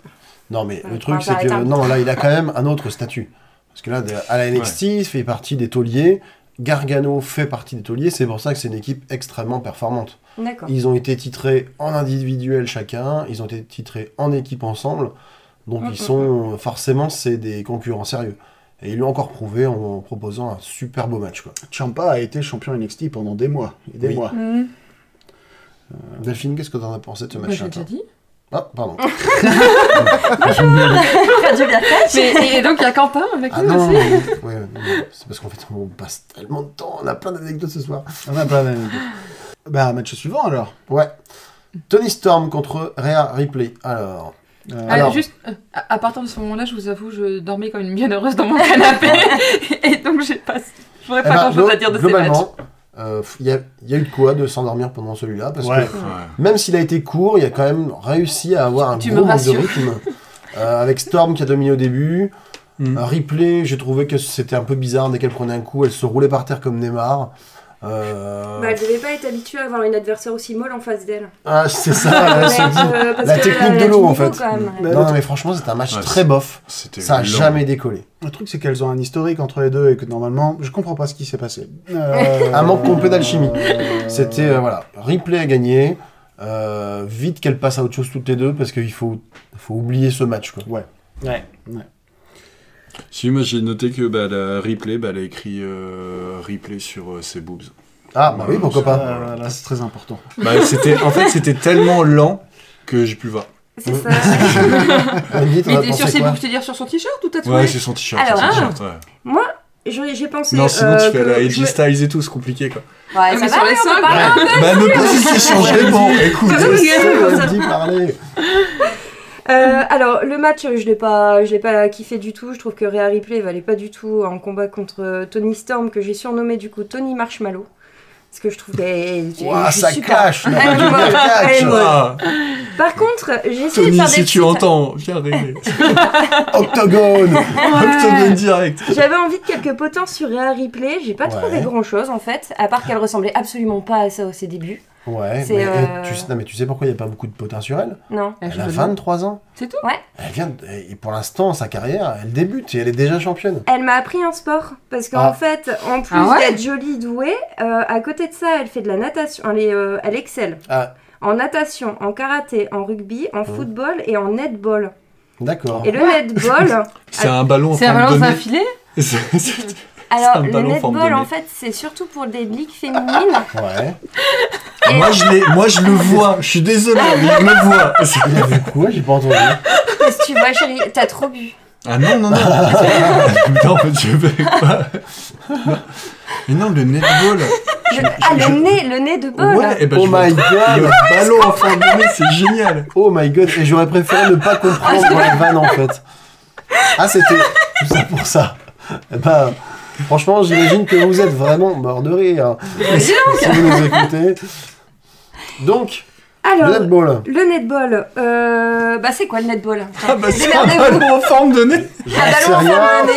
Non, mais le Ouais, truc, enfin, c'est ça que. arrête un Non, là, il a quand même un autre statut. Parce que là, de- à la NXT, il fait partie des tauliers. Gargano fait partie des tauliers. C'est pour ça que c'est une équipe extrêmement performante. D'accord. Ils ont été titrés en individuel chacun, ils ont été titrés en équipe ensemble, donc Mm, mm, ils sont forcément c'est des concurrents sérieux. Et ils l'ont encore prouvé en proposant un super beau match. Quoi. Ciampa a été champion NXT pendant des mois. Et des Oui. mois. Delphine, qu'est-ce que t'en as pensé de ce Bah, match j'ai déjà dit. Ah, pardon. Radio Biarcage. Mais, et donc il y a Quentin avec Ah nous non, aussi. oui, oui, oui, c'est parce qu'en fait on passe tellement de temps, on a plein d'anecdotes ce soir. On a plein d'anecdotes. Bah, match suivant alors. Ouais. Tony Storm contre Rhea Ripley. Alors, Euh, Ah, Alors- juste, euh, à, à partir de ce moment-là, je vous avoue, je dormais comme une bienheureuse dans mon canapé. et donc, j'ai pas. J'aurais eh pas ben, grand-chose à dire de ces matchs. globalement, euh, il y, a- il y a eu de quoi de s'endormir pendant celui-là parce que ouais. Même s'il a été court, il a quand même réussi à avoir un Tu gros me manque de rassures. rythme. Euh, avec Storm qui a dominé au début. Mm. Euh, Ripley, j'ai trouvé que c'était un peu bizarre. Dès qu'elle prenait un coup, elle se roulait par terre comme Neymar. Euh, Bah, elle devait pas être habituée à avoir une adversaire aussi molle en face d'elle. Ah, c'est ça, elle se Ouais, dit. euh, parce la que technique elle a de du l'eau, en niveau, fait. Mm. quand même. Mais- Non, non, mais franchement, c'était un match Ouais, très c'est- bof. C'était Ça a long. jamais décollé. Le truc, c'est qu'elles ont un historique entre les deux et que normalement, je comprends pas ce qui s'est passé. Euh, Un manque complet d'alchimie. euh, C'était, euh, voilà, Ripley a gagné. Euh, vite qu'elle passe à autre chose toutes les deux parce qu'il faut, faut oublier ce match. Quoi. Ouais. Si, moi j'ai noté que bah, la replay, bah, elle a écrit euh, replay sur euh, ses boobs. Ah, bah oui, pourquoi pas. Euh, voilà, c'est très important. Bah, c'était, en fait, c'était tellement lent que j'ai pu le voir. C'est ça. Andy, t'en as Mais t'es pensé sur ses quoi bouches, te dire sur son t-shirt ou t'as trouvé Ouais, c'est son t-shirt. Alors, c'est son ah. t-shirt, ouais. J'ai j'ai pensé. Non, sinon euh, tu fais que la je Edgy me- Ah, Styles et tout, c'est compliqué quoi. Ouais, Ah, ça mais va, sur les mais on peut sols, parler. Bah, me pose une question, je réponds. Écoute, euh, Ça va, les gars Andy, parlez. Euh, alors le match, je l'ai pas, je l'ai pas kiffé du tout. Je trouve que Rhea Ripley valait pas du tout en combat contre Tony Storm que j'ai surnommé du coup Tony Marshmallow parce que je trouve qu'elle elle- Ouah, elle joue ça super. cache, là. Elle est molle, Ça elle est molle. ah, Par contre, j'ai essayé Tony, de faire des si tu petites- entends, viens rêver. Octogone Ah, Octogone direct. J'avais envie de quelques potences sur Rhea Ripley. J'ai pas trouvé Ouais. grand chose en fait, à part qu'elle ressemblait absolument pas à ça au ses débuts. Ouais, C'est, mais, eh, euh, Ah, tu sais, non, mais tu sais pourquoi il n'y a pas beaucoup de potins sur elle Non. Elle Elle a change de 23 ans. C'est tout Ouais. Elle vient, de- eh, et pour l'instant, sa carrière, elle débute et elle est déjà championne. Elle m'a appris un sport parce qu'en Ah. fait, en plus Ah ouais d'être jolie, douée, euh, à côté de ça, elle fait de la natation. Elle, est, euh, elle excelle. Ah. Mmh. En natation, en karaté, en rugby, en football et en netball. D'accord. Et le netball, C'est Ah, un ballon en C'est un train ballon de dans un donner. filet C'est- c'est- alors un le ballon en forme de netball en nez. fait, c'est surtout pour des ligues féminines. Ouais. moi, je l'ai- moi, je le vois, je suis désolé, mais je le vois. Il a vu quoi J'ai pas entendu. Parce que tu vois, chérie, t'as trop bu. Ah non, non, non. Putain, en fait, je fais quoi Mais non, le netball. Le- ah, le nez, le nez de bol. Ouais, et ben, oh je vois my Ah, god le ballon en forme de nez, c'est génial. Oh my god Et j'aurais préféré ne pas comprendre la vanne en fait. Ah, c'était tout ça pour ça. Eh ben, franchement, j'imagine que vous êtes vraiment mort de rire. dis si vous nous écoutez. Donc, le Alors, netball. le netball, euh, bah c'est quoi le netball Ah bah, c'est un Démerdez-vous. ballon en forme de nez. J'en Un sais ballon rien. dans un nez,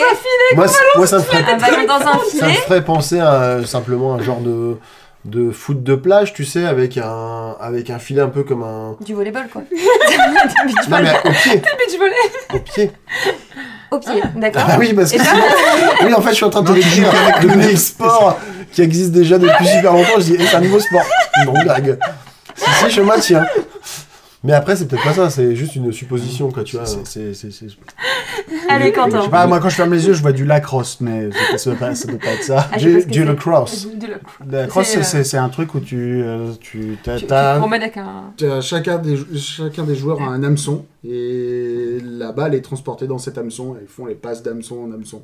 Moi, c- moi, ça me ferait, un ballon dans un ça me filet. ferait penser à euh, simplement un genre de, de foot de plage, tu sais, avec un, avec un filet un peu comme un. Du volleyball quoi. Non, mais au pied, Pitch volley au pied. Au pied, d'accord. Ah oui, parce que Et sinon- oui, en fait, je suis en train de te Non, tu décrire joues qu'avec le le nez. même sport qui existe déjà depuis super longtemps. Je dis, eh, c'est un nouveau sport. Non, Greg. Si, si, je maintiens. Mais après, c'est peut-être pas ça, c'est juste une supposition, quoi, tu vois. C'est- c'est- c'est- c'est- Allez, Je Quentin. sais pas, moi quand je ferme les yeux, je vois du lacrosse, mais c'est- ça doit pas, ça doit pas être ça. Ah, je sais pas Du, ce que du c'est. lacrosse. La lacrosse, C'est, euh, c'est- c'est c'est un truc où tu, euh, tu t'as- Tu tu t'as te un- promènes avec un. t'as- chacun des jou- chacun des joueurs a un hameçon et la balle est transportée dans cet hameçon et ils font les passes d'hameçon en hameçon.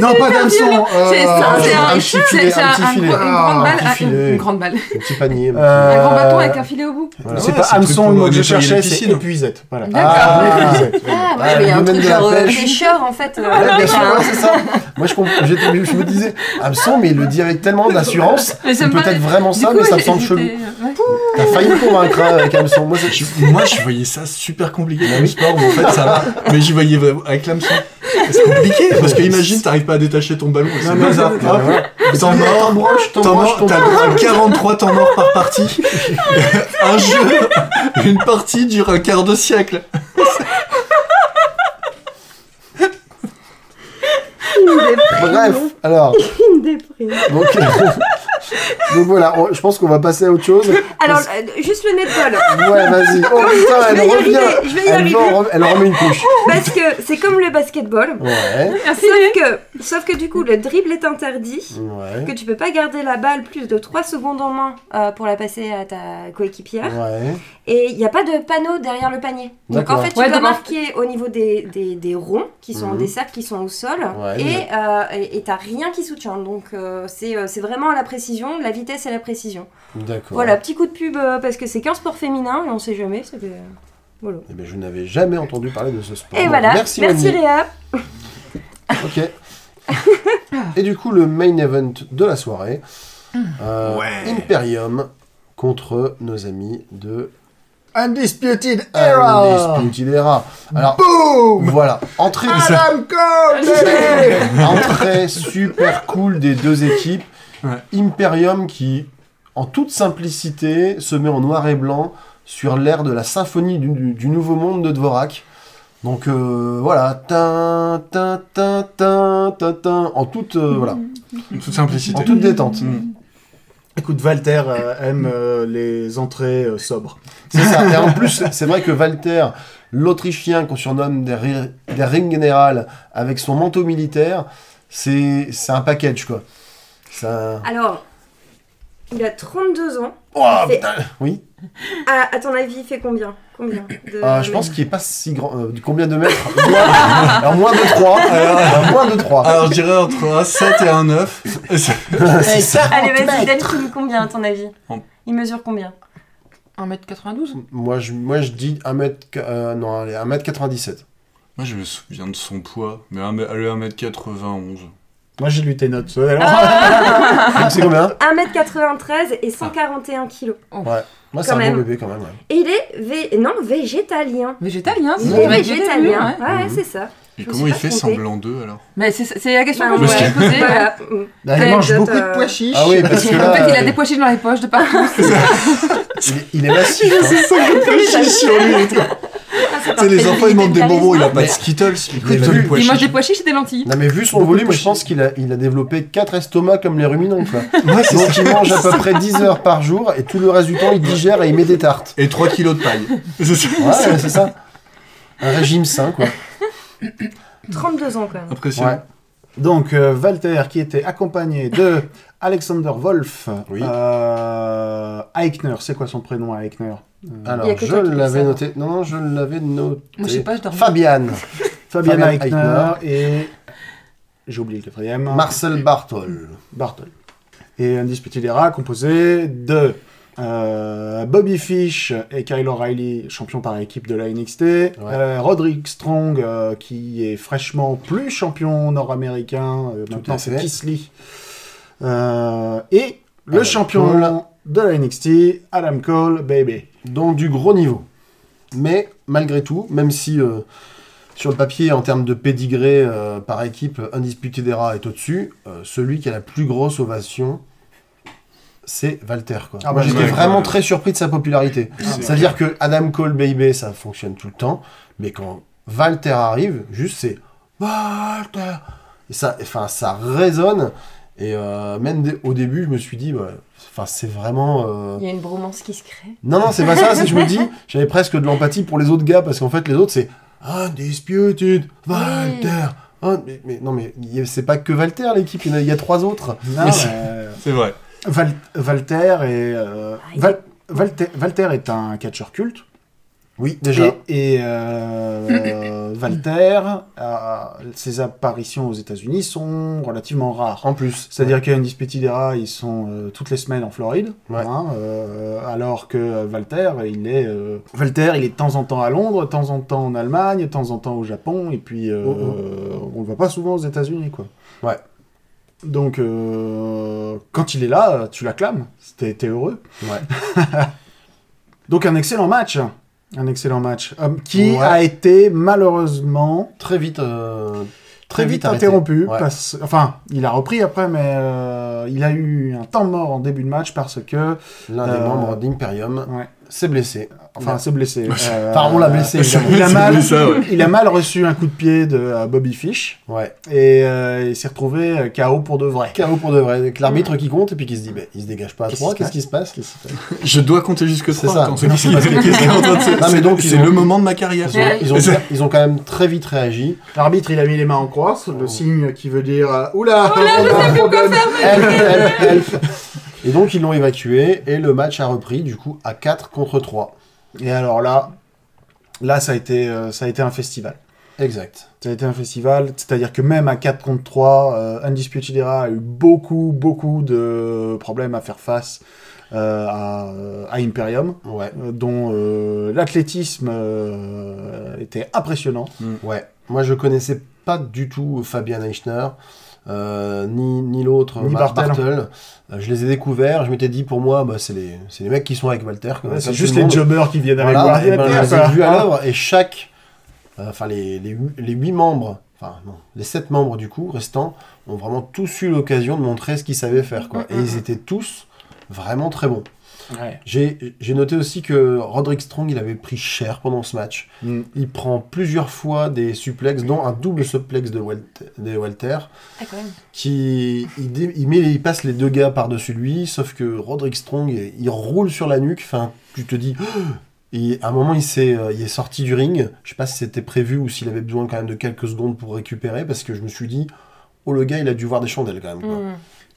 Non, pas d'hameçon euh, C'est ça, c'est un, Oh, un petit c'est- filet, c'est un un- petit un- filet. une grande Ah, un balle, petit ah, une- filet. une grande balle, Un petit panier. un grand bâton Euh, avec un filet au bout. Voilà. C'est Ouais, pas c'est le truc hameçon, pour le mot que je nettoyer les cherchais, c'est piscines. épuisette. Voilà. Ah, Épuisette. Ah ouais, Ah, mais il y le a un domaine truc de la genre euh, pêche. pêcheur en fait. euh, Ouais, bien avec sûr, un- ouais, c'est ça. Moi, je, comprends- j'étais- je me disais, hameçon, mais il le dit avec tellement d'assurance. Mais C'est me paraît- peut-être vraiment du ça, coup, mais ça me j'ai- semble j'étais- chelou. ouais. T'as failli me convaincre hein, avec hameçon. Moi, je- Moi, je voyais ça super compliqué comme sport, mais en fait, ça va. Mais j'y voyais vraiment- avec l'hameçon. C'est compliqué, parce que imagine, t'arrives pas à détacher ton ballon, c'est Non, le mais- bazar. Ah, Hop, Hop, T'en mords, t'embroches, t'en t'embroches, mords, t'as le droit à 43 temps morts par partie. Un jeu, une partie dure un quart de siècle. Bref, alors. Donc, donc voilà, on- je pense qu'on va passer à autre chose. Alors, euh, juste le nez de Paul. Ouais, vas-y. Oh putain, Je elle vais y revient. arriver, je vais y elle, arriver. va en rem- elle remet une couche. Parce que c'est comme le basketball. Ouais, Sauf que, sauf que du coup, le dribble est interdit. ouais, Que tu peux pas garder la balle plus de 3 secondes en main euh, pour la passer à ta coéquipière. ouais. Et il n'y a pas de panneau derrière le panier. Donc D'accord. en fait, tu Ouais, dois donc en- marquer au niveau des, des, des ronds, qui sont Mhm. des cercles qui sont au sol, Ouais, et mais- euh, et- et t'as rien qui soutient. Donc euh, c'est euh, c'est vraiment à la précision, la vitesse et la précision. D'accord. Voilà, petit coup de pub, euh, parce que c'est qu'un sport féminin, et on sait jamais. c'est que- Voilà. Eh ben, je n'avais jamais entendu parler de ce sport. Et Bon, voilà, Merci, merci Annie. Léa. Ok. Et du coup, le main event de la soirée euh, Ouais. Imperium contre nos amis de Undisputed Ah, Ah, Era Undisputed Era. Alors, Boom voilà, entrée, Adam Cole baby entrée super cool des deux équipes. Ouais. Imperium qui, en toute simplicité, se met en noir et blanc sur l'air de la symphonie du, du- du Nouveau Monde de Dvorak. Donc euh, voilà, tin, tin, tin, tin, tin, tin, en toute, euh, voilà, En toute en simplicité. toute détente. Écoute, Walter euh, aime euh, les entrées euh, sobres. C'est ça. Et en plus, c'est vrai que Walter, l'Autrichien qu'on surnomme des, ri- des Ring General, avec son manteau militaire, c'est c'est un package, quoi. C'est un... Alors, il a 32 ans. Ouah, Ah, C'est- Ah, Ah, putain Oui. À, à ton avis, il fait combien Combien de- Euh, je pense qu'il est pas si grand. euh, combien de mètres Moins- Alors, moins de 3. moins de 3. Alors, je dirais entre un 7 et un 9. Allez, vas-y, Delphine, combien à ton avis En- Il mesure combien 1m92 Moi je, moi, je dis 1m... euh, non, allez, 1m97. Moi, je me souviens de son poids, mais un mè- elle est 1m91. Moi, j'ai lu tes Ah, notes. euh, alors. Donc, c'est combien 1m93 Ah. et 141 kg. Moi, c'est un Quand bon même. bébé, quand même. ouais. Et il est vé- non, végétalien. Végétalien, Il Ah, c'est est ce que j'ai dit au début, végétalien. ouais. Ouais, ouais, Mhm. c'est ça. Et Je me comment suis il pas fait trompée. semblant d'eux alors Mais c'est c'est la question Bah, que je me ouais. suis posée. ouais. Voilà. Mm. Bah, il Anecdote, mange beaucoup de euh, pois chiches. Ah oui, parce que En là, fait, il a euh, des pois chiches dans les poches de partout. il, est, il est massif. hein. Ah, c'est Tu sais, parfait, les enfants, ils il demandent des était bonbons, il a pas Mais- de Skittles, il Mais coûte vu- du pois Il mange chiche. des pois chiches et des lentilles. Non mais vu son Beaucoup de volume, je chi- pense qu'il a, il a développé 4 estomacs comme les ruminants quoi. Ouais, c'est Donc ça. il mange à peu près 10 heures par jour et tout le reste du temps il digère et il met des tartes. Et 3 kilos de paille. C'est ça. Ouais, ouais, c'est ça. Un régime sain quoi. 32 ans quand même. Ouais. Impressionnant. Donc, euh, Walter, qui était accompagné de Alexander Wolf. Oui. Euh, Eichner, c'est quoi son prénom, Eichner Euh, Il y a Alors que je toi qui le l'avais sais. noté. Non non je l'avais noté. Moi, je sais pas, je dors. Fabian, Fabian, Fabian Eichner, et... J'ai oublié le quatrième. Marcel Bartol, Bartol. Et Undisputed Era, composé de euh, Bobby Fish et Kyle O'Reilly, champion par équipe de la NXT. euh, Roderick Strong, euh, qui est fraîchement plus champion nord-américain. euh, à maintenant, c'est fait. Ah Keith Lee. Euh, et le Adam champion Cole. de la NXT, Adam Cole, baby. donc du gros niveau. Mais malgré tout, même si euh, sur le papier en termes de pédigré euh, par équipe, Undisputed Era est au-dessus, euh, celui qui a la plus grosse ovation. C'est Walter quoi. Ah, Moi bah, j'étais ouais, vraiment ouais. très surpris de sa popularité. C'est-à-dire que Adam Cole Baby, ça fonctionne tout le temps, mais quand Walter arrive, juste c'est Walter. Et ça, enfin, ça résonne. Et euh, même dès- au début, je me suis dit, bah, enfin, c'est vraiment. euh, Il y a une bromance qui se crée. Non, non, c'est pas ça. C'est que je me dis, j'avais presque de l'empathie pour les autres gars parce qu'en fait, les autres, c'est Undisputed Walter. Un- mais, mais- non, mais il y a- c'est pas que Walter l'équipe. Il y en a- il y, a trois autres. Non, Mais c'est- euh, C'est vrai. Val- Walter est, euh, il- Val- Walter, Walter est un catcheur culte. Oui, déjà. Et, et, euh, Walter, euh, ses apparitions aux États-Unis sont relativement rares. En plus. C'est-à-dire qu'Andy Petitera, ils sont euh, toutes les semaines en Floride, Ouais. hein, euh, alors que Walter, il est euh, Walter, il est de temps en temps à Londres, de temps en temps en Allemagne, de temps en temps au Japon, et puis euh, Oh, oh. euh, on le voit pas souvent aux États-Unis, quoi. Ouais. Donc euh, quand il est là, tu l'acclames, t'es t'es heureux. Ouais. Donc un excellent match, un excellent match euh, qui Ouais. a été malheureusement Très vite. euh, très vite arrêté. interrompu. Ouais. parce- enfin, il a repris après, mais euh, il a eu un temps mort en début de match parce que, L'un des Euh, membres d'Imperium ouais. s'est blessé. enfin, Il a- c'est blessé. Euh, Enfin, on l'a blessé, évidemment. Il a C'est mal, ça, ouais. il a mal reçu un coup de pied de euh, Bobby Fish Ouais. et euh, il s'est retrouvé euh, KO pour de vrai. KO pour de vrai. Avec l'arbitre qui compte et puis qui se dit, mais il se dégage pas à Qu'est-ce 3, qui se qu'est-ce qui se passe Je dois compter jusque C'est 3 ça. quand c'est Non, qu'est-ce qui- parce que- qu'est-ce qui est en train de se- Non, mais donc, c'est- ils C'est ont- le moment de ma carrière. Ils ont- ils, ont, C'est- ils ont quand même très vite réagi. L'arbitre, il a mis les mains en croix, le Oh. signe qui veut dire euh, Oh oula, on a un problème. Help, help, help. Et donc ils l'ont évacué et le match a repris du coup à 4 contre 3. Et alors là, là, ça a été, euh, ça a été un festival. Exact. Ça a été un festival, c'est-à-dire que même à 4 contre 3, euh, Undisputed Era a eu beaucoup, beaucoup de problèmes à faire face euh, à, à Imperium, Ouais, euh, dont euh, l'athlétisme euh, était impressionnant. ouais. Moi je connaissais pas du tout Fabian Eichner. euh, ni ni l'autre Ni Mark Bartel. Bartel. Euh, je les ai découverts, je m'étais dit pour moi bah, c'est les, c'est les mecs qui sont avec Walter. comme- c'est comme juste tout le les monde. jobbers qui viennent avec Voilà, voir et ben, je les ai vus à Ah, l'œuvre et chaque, euh, enfin les, les, hu- les 8 membres, enfin non, les 7 membres du coup restants ont vraiment tous eu l'occasion de montrer ce qu'ils savaient faire quoi. Et ils étaient tous vraiment très bons. ouais. J'ai j'ai noté aussi que Roderick Strong il avait pris cher pendant ce match. Mm. Il prend plusieurs fois des suplex, dont un double suplex de, Walt- de Walter Ah, quand même. qui il, dé- il met, il passe les deux gars par-dessus lui, sauf que Roderick Strong, il- il roule sur la nuque. Enfin, tu te dis. Oh Et à un moment, il, s'est, euh, il est sorti du ring. Je sais pas si c'était prévu ou s'il avait besoin quand même de quelques secondes pour récupérer, parce que je me suis dit, oh le gars, il a dû voir des chandelles quand même. quoi. Mm.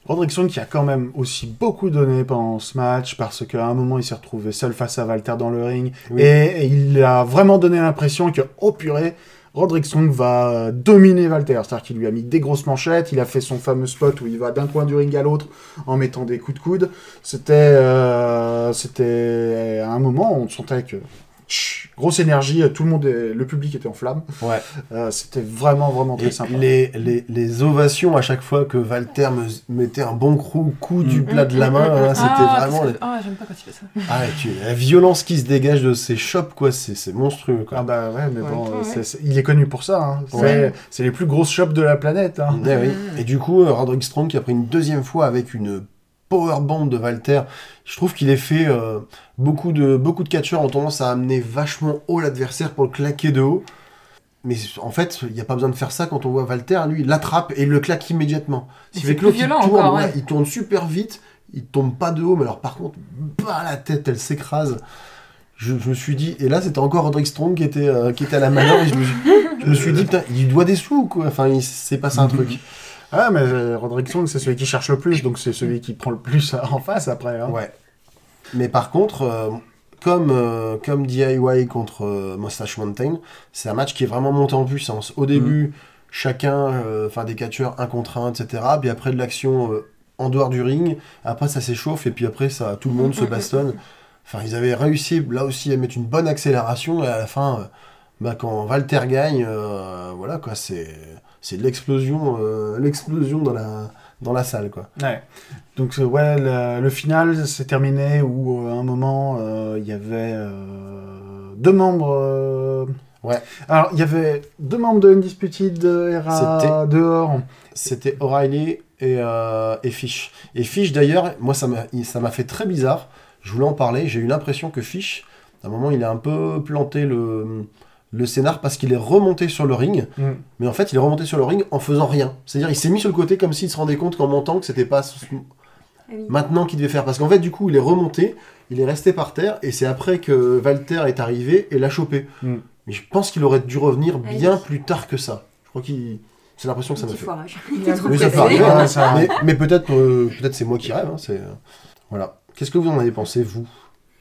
Rodrickson qui a quand même aussi beaucoup donné pendant ce match parce qu'à un moment il s'est retrouvé seul face à Walter dans le ring Oui. et et il a vraiment donné l'impression que oh purée Rodrickson va euh, dominer Walter, c'est-à-dire qu'il lui a mis des grosses manchettes, il a fait son fameux spot où il va d'un coin du ring à l'autre en mettant des coups de coude. C'était euh, c'était à un moment on sentait que chut, grosse énergie, euh, tout le monde est- le public était en flammes. Ouais. Euh, c'était vraiment vraiment très Et sympa. les, les, les ovations à chaque fois que Walter me mettait un bon coup, coup du Mm. plat de la main, hein, c'était Ah, vraiment. qu'est-ce les- que- Ah, j'aime pas quand il fait ça. Ah, ouais, tu- la violence qui se dégage de ces chopes, quoi, c'est c'est monstrueux. Quoi. Ah bah ouais, mais Ouais. bon, Ouais. c'est- c'est- il est connu pour ça. hein. C'est- Ouais. C'est les plus grosses shops de la planète. hein. Eh oui. Mm. Et du coup, euh, Roderick Strong qui a pris une deuxième fois avec une powerbomb de Walter. Je trouve qu'il est fait euh, beaucoup de beaucoup de catcheurs ont tendance à amener vachement haut l'adversaire pour le claquer de haut. Mais en fait, il n'y a pas besoin de faire ça quand on voit Walter, lui, il l'attrape et il le claque immédiatement. Si Mais c'est fait plus l'autre, il violent tourne, encore, ouais, ouais. il tourne super vite, il tombe pas de haut, mais alors par contre, bah la tête, elle s'écrase. Je, je me suis dit, et là c'était encore Roderick Strong qui était, euh, qui était à la manœuvre, et je me, suis- je me suis dit, putain, il doit des sous, quoi. Enfin, il s'est passé un truc. Ah, mais euh, Roderick Strong, c'est celui qui cherche le plus, donc c'est celui qui prend le plus en face après. hein. Ouais. Mais par contre, euh, comme, euh, comme DIY contre euh, Mustache Mountain, c'est un match qui est vraiment monté en puissance. Au début, chacun, euh, enfin des catcheurs un contre un, etc. Puis après de l'action euh, en dehors du ring. Après ça s'échauffe et puis après ça, tout le monde se bastonne. Enfin, ils avaient réussi là aussi à mettre une bonne accélération et à la fin, euh, bah, quand Walter gagne, euh, voilà quoi, c'est c'est de l'explosion, euh, l'explosion dans la dans la salle quoi. Ouais. Donc, euh, ouais, le, le final s'est terminé où, euh, à un moment, euh, il y avait euh, deux membres. euh, Ouais. Alors, il y avait deux membres de Undisputed euh, Era C'était- dehors. C'était O'Reilly et, euh, et Fish. Et Fish, d'ailleurs, moi, ça m'a il- ça m'a fait très bizarre. Je voulais en parler. J'ai eu l'impression que Fish, à un moment, il a un peu planté le, le scénar parce qu'il est remonté sur le ring. Mm. Mais en fait, il est remonté sur le ring en faisant rien. C'est-à-dire, il s'est mis sur le côté comme s'il se rendait compte qu'en montant, que c'était pas ce- Ah Oui. maintenant qu'il devait faire. Parce qu'en fait, du coup, il est remonté, il est resté par terre, et c'est après que Walter est arrivé et l'a chopé. Mm. Mais je pense qu'il aurait dû revenir Ah oui. bien plus tard que ça. Je crois qu'il. C'est l'impression que ça m'a Petit fait. foirage. Il a trop Oui, ça peut pressé. arriver, Ouais, hein. ça- Mais, mais peut-être peut c'est moi qui rêve. hein, c'est- Voilà. Qu'est-ce que vous en avez pensé, vous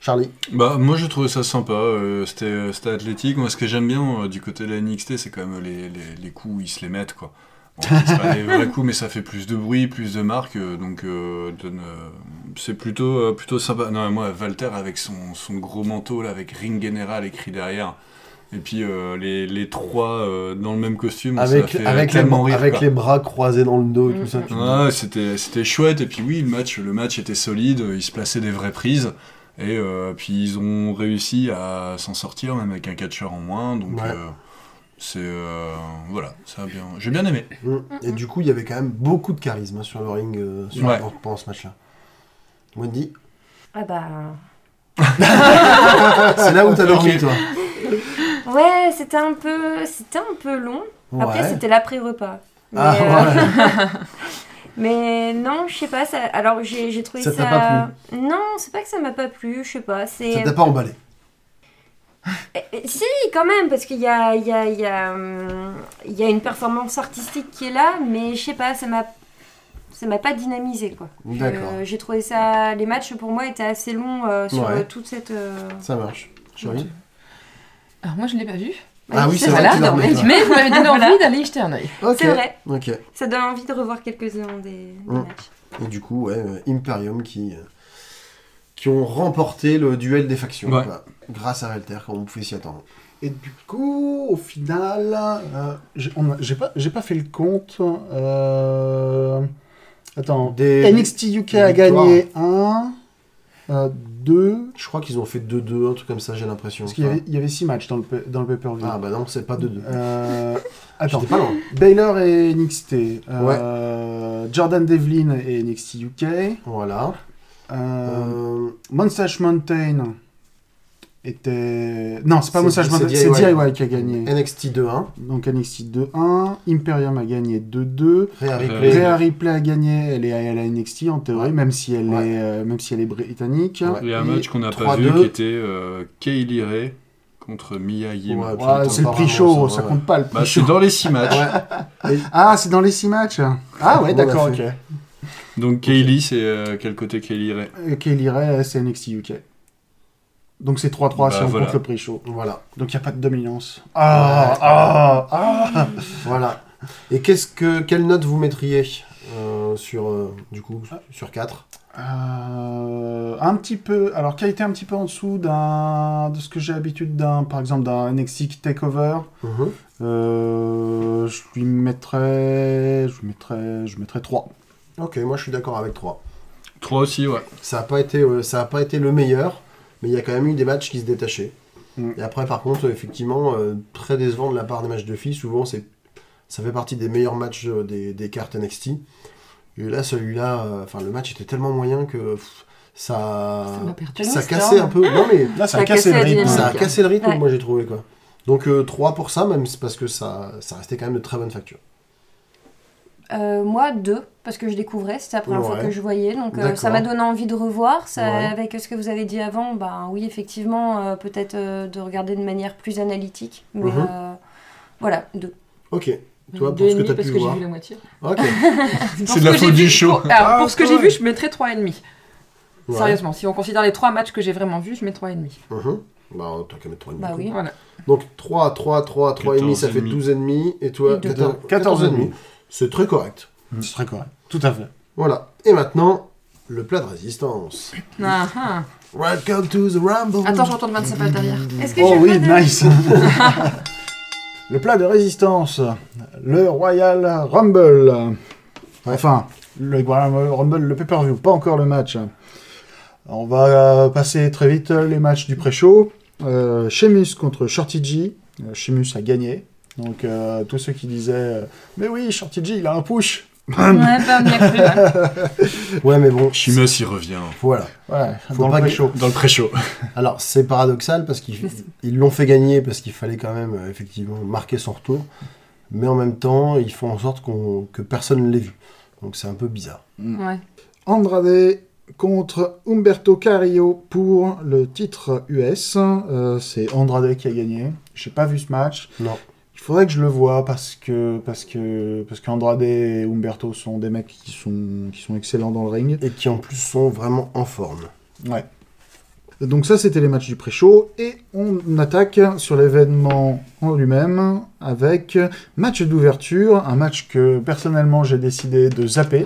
Charlie. Bah moi j'ai trouvé ça sympa, euh, c'était euh, c'était athlétique. Moi ce que j'aime bien euh, du côté de la NXT c'est quand même les, les, les coups où ils se les mettent quoi. Bon, c'est pas les vrais coups mais ça fait plus de bruit, plus de marques euh, donc euh, donne, euh, c'est plutôt, euh, plutôt sympa. Non mais moi Walter avec son, son gros manteau là avec Ring General écrit derrière et puis euh, les, les trois euh, dans le même costume ça Avec, fait euh, avec, les, tellement rire, avec quoi. les bras croisés dans le dos et tout ça. tu- Ouais, c'était c'était chouette et puis oui le match le match était solide ils se plaçaient des vraies prises et euh, puis ils ont réussi à s'en sortir même avec un catcheur en moins donc Ouais. euh, c'est euh, voilà ça a bien j'ai bien aimé Mm. Et du coup, il y avait quand même beaucoup de charisme hein, sur le ring euh, sur- Ouais. pendant, pendant ce match-là. Wendy, Ah bah. c'est là où t'as dormi, toi. Ouais, c'était un peu, c'était un peu long. Après, Ouais. c'était l'après-repas. Mais, Ah, euh, ouais. mais non, je sais pas. Ça... Alors, j'ai j'ai trouvé Ça ça. t'a pas Non, c'est pas que ça m'a pas plu. Je sais pas. Ça C'est. t'a pas emballé. Eh, eh, Si, quand même, parce qu'il y a, il y, a, il y, a, hum, il y a une performance artistique qui est là, mais je sais pas, ça m'a. Ça m'a pas dynamisé quoi. Je- D'accord. J'ai trouvé ça. Les matchs pour moi étaient assez longs euh, sur Ouais. euh, toute cette. euh, Ça marche. Chérie. Alors moi je l'ai pas vu. Ah oui, C'est c'est vrai. malade, que tu dormais, toi. mais vous m'avez donné Voilà. envie d'aller y jeter un œil. Ok. C'est vrai. Ok. Ça donne envie de revoir quelques-uns des, des Mm. matchs. Et du coup, ouais, euh, Imperium qui, euh, qui ont remporté le duel des factions. Ouais. quoi. grâce à Walter, comme on pouvait s'y attendre. Et du coup, au final, euh, j'ai on a- j'ai pas, j'ai pas fait le compte. euh, Attends. Des- NXT UK des a victoires. gagné euh, 1, 2. Je crois qu'ils ont fait 2-2, un truc comme ça, j'ai l'impression. Parce qu'il y avait- il y avait 6 matchs dans le, pa- dans le pay-per-view. Ah bah non, c'est pas 2-2. Euh, attends. J'étais pas loin. Baylor et NXT. euh, Jordan Devlin et NXT UK. euh, Voilà. Euh, Mustache Mountain était. Non, c'est pas C'est- Mustache c'est Mountain, c'est DIY. DIY qui a gagné. NXT 2-1. Donc NXT 2-1, Imperium a gagné 2-2, Euh, Rhea Ripley. Et- Rhea Ripley a gagné, elle est à la NXT en théorie, Ouais. même si elle Ouais. est euh, même si elle est britannique. Ouais. il y a un Et match qu'on n'a pas vu 3-2. qui était euh, Kaylee Ray contre Mia Yim Ouais, Ouais, Putain, c'est le apparemment, prix chaud, ça, ça ouais. compte pas le bah prix c'est chaud. dans les six matchs Ah, c'est dans les 6 matchs. Ah ouais, On d'accord, a ok. fait. donc Kaylee c'est euh, quel côté Kaylee Ray Euh, Kaylee Ray, c'est NXT UK. Donc c'est 3-3 si Bah, on voilà. compte le prix chaud. Voilà. Donc il n'y a pas de dominance. Ah, ah, ah Voilà. Et qu'est-ce que quelle note vous mettriez euh, sur euh, du coup Ah. sur 4 Euh, un petit peu, alors qui a été un petit peu en dessous d'un, de ce que j'ai l'habitude d'un, par exemple d'un NXT Takeover. Mhm. Euh, je lui mettrais, je lui mettrais, je lui mettrais 3. OK, moi je suis d'accord avec 3. 3 aussi ouais Ça a pas été euh, ça a pas été le meilleur, mais il y a quand même eu des matchs qui se détachaient. Mm. Et après par contre effectivement euh, très décevant de la part des matchs de filles, souvent c'est ça fait partie des meilleurs matchs euh, des, des cartes NXT. Et là celui-là euh, enfin le match était tellement moyen que pff, ça Ça m'a perdu. Ah, Ah ça cassait un peu. Non mais Là, ça, Ça a cassé le cassait la rythme. dynamique. Ça a Ouais. cassé le rythme, Ouais. moi j'ai trouvé quoi. Donc 3 pour ça, même c'est parce que ça, ça restait quand même de très bonne facture. Euh, moi, deux, parce que je découvrais, c'était la première Ouais. fois que je voyais, donc euh, D'accord. ça m'a donné envie de revoir. Ça, Ouais. Avec euh, ce que vous avez dit avant, ben oui, effectivement, euh, peut-être euh, de regarder de manière plus analytique, mais Mhm. euh, voilà, deux. Ok. Toi, Deux pour et ce que demi t'as parce pu que j'ai voir. vu la moitié. Ok. Pour de ce la que j'ai faute du vu- show. pour- alors, Ah, pour ce que quand j'ai même. vu, je mettrais 3,5. Ouais. Sérieusement, si on considère les trois matchs que j'ai vraiment vus, je mets 3,5. Mhm. Bah, t'as qu'à mettre 3 Bah oui. Voilà. Donc 3, 3, 3, 3 et demi, ça fait 14,5. 12 et demi. Et toi, Et deux. 14, 14 et 14,5. demi. C'est très correct. C'est très correct. Tout à fait. Voilà. Et maintenant, le plat de résistance. Ah, ah. Welcome to the Rumble. Attends, j'entends 25 balles derrière. Est-ce que Oh j'ai oui, pas de- nice Le plat de résistance, le Royal Rumble. Enfin, le Royal Rumble, le pay-per-view, pas encore le match. On va euh, passer très vite euh, les matchs du pré-show. Euh, Sheamus contre Shorty G. Euh, Sheamus a gagné. Donc euh, tous ceux qui disaient euh, Mais oui, Shorty G, il a un push Ouais, bah, on y a cru, hein. Ouais, mais bon. Chimus il revient Voilà. Ouais, Faut dans pas le pré-show. dans le pré-show Alors, c'est paradoxal parce qu'ils ils l'ont fait gagner parce qu'il fallait quand même euh, effectivement marquer son retour, mais en même temps, ils font en sorte qu'on que personne ne l'ait vu. Donc c'est un peu bizarre. Ouais. Andrade contre Humberto Carrillo pour le titre US. Euh, c'est Andrade qui a gagné. J'ai pas vu ce match. Non. Il faudrait que je le voie parce que parce que parce qu'Andrade et Humberto sont des mecs qui sont qui sont excellents dans le ring. Et qui en plus sont vraiment en forme. Ouais. Donc ça, c'était les matchs du pré-show. Et on attaque sur l'événement en lui-même avec match d'ouverture, un match que personnellement j'ai décidé de zapper.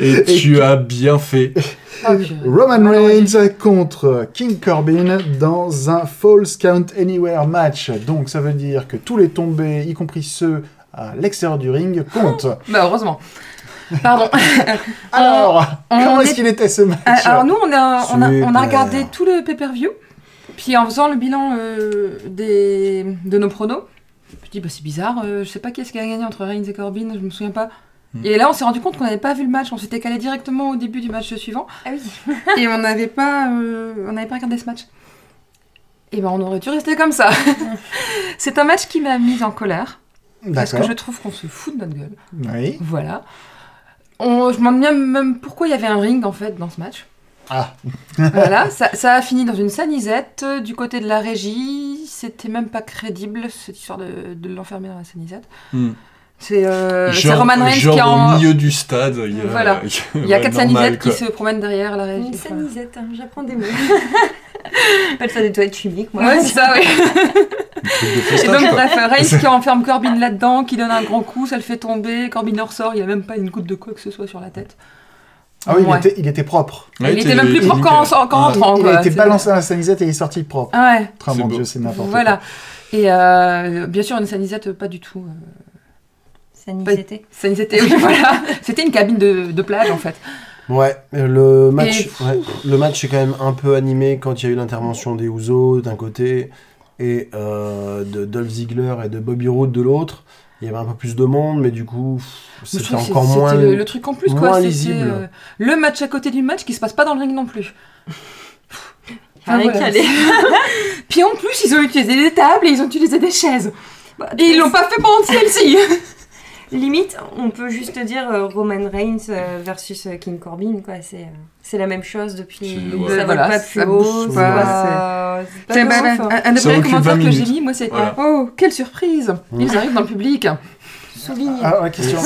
Et tu as bien fait. Ah, purée. Roman Reigns contre King Corbin dans un False Count Anywhere match. Donc ça veut dire que tous les tombés, y compris ceux à l'extérieur du ring, comptent. Bah, heureusement. Pardon. Alors, Euh, on comment est-ce est- qu'il était ce match Euh, Alors nous, on a, on a, on Super. a regardé tout le pay-per-view, puis en faisant le bilan euh, des, de nos pronos, je me suis dit, bah, c'est bizarre, euh, je sais pas qui est-ce qui a gagné entre Reigns et Corbin, je me souviens pas. Mm. Et là, on s'est rendu compte qu'on n'avait pas vu le match, on s'était calé directement au début du match suivant, Ah oui. et on n'avait pas, euh, on n'avait pas regardé ce match. Et ben, on aurait dû rester comme ça. c'est un match qui m'a mise en colère, parce que D'accord. je trouve qu'on se fout de notre gueule. Oui. Voilà. On, je me demande bien même pourquoi il y avait un ring en fait dans ce match. Ah. voilà, ça, ça a fini dans une sanisette euh, du côté de la régie. C'était même pas crédible cette histoire de, de l'enfermer dans la sanisette. Hmm. C'est euh, c'est Genre- Roman Reigns genre qui est au en. milieu euh, du stade. Il y a, Voilà. Il y a quatre sanisettes qui se promènent derrière la régie. Une Enfin, sanisette, hein, j'apprends des mots. J'appelle ça des toilettes publiques, moi. Ouais, c'est ça, oui. Et donc, quoi. bref, Reigns qui enferme Corbin là-dedans, qui donne un grand coup, ça le fait tomber. Corbin en ressort, il a même pas une goutte de quoi que ce soit sur la tête. Ah oui, Ouais. il, était, il était propre. Ouais, il était t'es- même plus t'es propre nickel. qu'en qu'en Ah, Il, rentrant. il quoi. a été C'est- balancé à la sanisette et il est sorti propre. Ah ouais. Ah, mon C'est beau. Dieu, c'est n'importe Voilà. quoi. Et euh, bien sûr, une sanisette, euh, pas du tout. euh, Saniseté. Sanisette, oui, voilà. C'était une cabine de, de plage, en fait. Ouais, euh, le match, pfff. ouais, le match est quand même un peu animé quand il y a eu l'intervention des Ouzo d'un côté et euh, de Dolph Ziggler et de Bobby Roode de l'autre. Il y avait un peu plus de monde, mais du coup, pff, Je c'était trouve que encore c'est- moins. c'était le, le truc en plus, quoi. moins C'était, lisible. euh, le match à côté du match qui se passe pas dans le ring non plus. Enfin, Avec voilà. les- Puis en plus, ils ont utilisé des tables et ils ont utilisé des chaises. Bah, Et ils l'ont pas fait pendant celle-ci. Limite, on peut juste dire euh, Roman Reigns euh, versus euh, King Corbin, quoi. C'est euh, c'est la même chose depuis. C'est- Ça ouais. vole Voilà, pas plus ça bouge haut. pas, pas- c'est pas C'est bah, grand, bah, enfin. un, un des Ça premiers occupe commentaires 20 que j'ai minutes. mis, moi, c'est Voilà. Oh, quelle surprise Ils arrivent dans le public. Ah. Souligne. Alors, Ah, la question,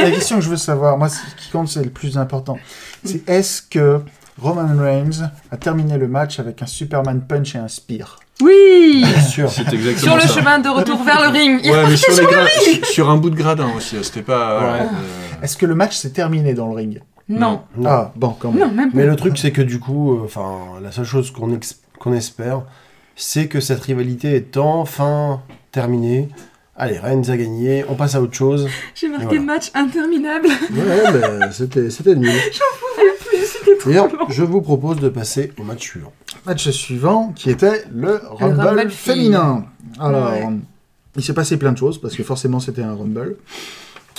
la question que je veux savoir, moi, ce qui compte, c'est le plus important. C'est est-ce que Roman Reigns a terminé le match avec un Superman punch et un spear Oui Bien sûr. C'est exactement Sur le ça. chemin de retour vers le ring. Ils Ouais, mais sur, les gra- sur- sur un bout de gradin aussi, c'était pas. Ouais. euh, Est-ce que le match s'est terminé dans le ring Non. Non. Ah, bon, quand même. Non, même pas. Mais le truc, c'est que du coup, euh, enfin, la seule chose qu'on ex- qu'on espère, c'est que cette rivalité est enfin terminée. Allez, Reigns a gagné, on passe à autre chose. J'ai marqué Voilà. match interminable. Ouais, bah, c'était c'était nul. C'était trop D'ailleurs, long. je vous propose de passer au match suivant. Match suivant qui était le Rumble, Rumble féminin. Alors, Ouais. il s'est passé plein de choses parce que forcément c'était un Rumble.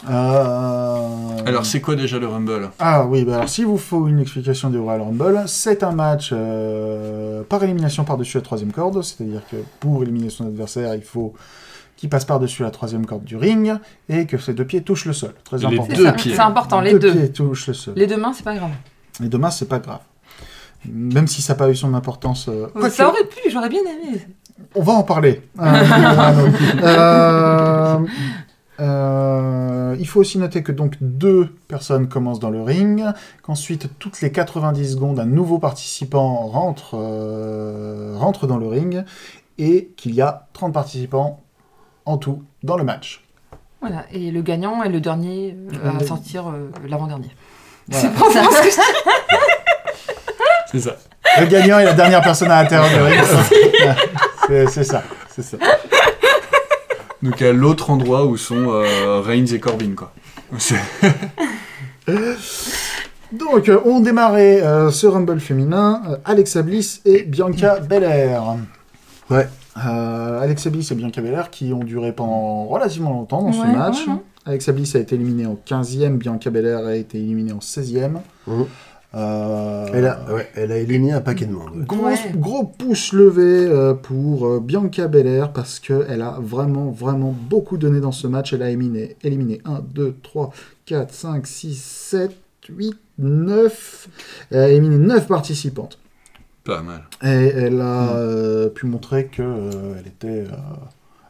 Euh, Alors, c'est quoi déjà le Rumble Ah oui, bah alors s'il vous faut une explication du Royal Rumble, c'est un match euh, par élimination par-dessus la troisième corde, c'est-à-dire que pour éliminer son adversaire, il faut qu'il passe par-dessus la troisième corde du ring et que ses deux pieds touchent le sol. Très Les important. C'est Deux ça, pieds. C'est important, les deux. pieds touchent le sol. Les deux mains, c'est pas grave. Et demain, c'est pas grave. Même si ça n'a pas eu son importance. euh, quoique- Ça aurait pu, j'aurais bien aimé. on va en parler. Euh, ah non. Euh, euh, il faut aussi noter que donc deux personnes commencent dans le ring, qu'ensuite toutes les 90 secondes un nouveau participant rentre, euh, rentre dans le ring et qu'il y a 30 participants en tout dans le match. Voilà, et le gagnant est le dernier euh, à Euh, sortir euh, l'avant-dernier. Voilà. C'est pas ça. C'est ça. Le gagnant est la dernière personne à l'intérieur du ring. C'est- C'est ça, c'est ça. Donc, à l'autre endroit où sont euh, Reigns et Corbin, quoi. C'est- Donc, euh, on démarrait euh, ce Rumble féminin, euh, Alexa Bliss et Bianca Belair. Ouais. Euh, Alexa Bliss et Bianca Belair qui ont duré pendant relativement longtemps dans Ouais, ce match. quand même, hein. Alexa Bliss a été éliminée en 15e, Bianca Belair a été éliminée en 16e. Mhm. Euh, Elle a, ouais, elle a éliminé un paquet de monde. ouais. Gros, Ouais. gros pouce levé euh, pour euh, Bianca Belair parce qu'elle a vraiment, vraiment beaucoup donné dans ce match. Elle a éliminé, éliminé 1, 2, 3, 4, 5, 6, 7, 8, 9. Elle a euh, éliminé 9 participantes. Pas mal. Hmm. Et euh, elle a euh, pu montrer qu'elle était, euh,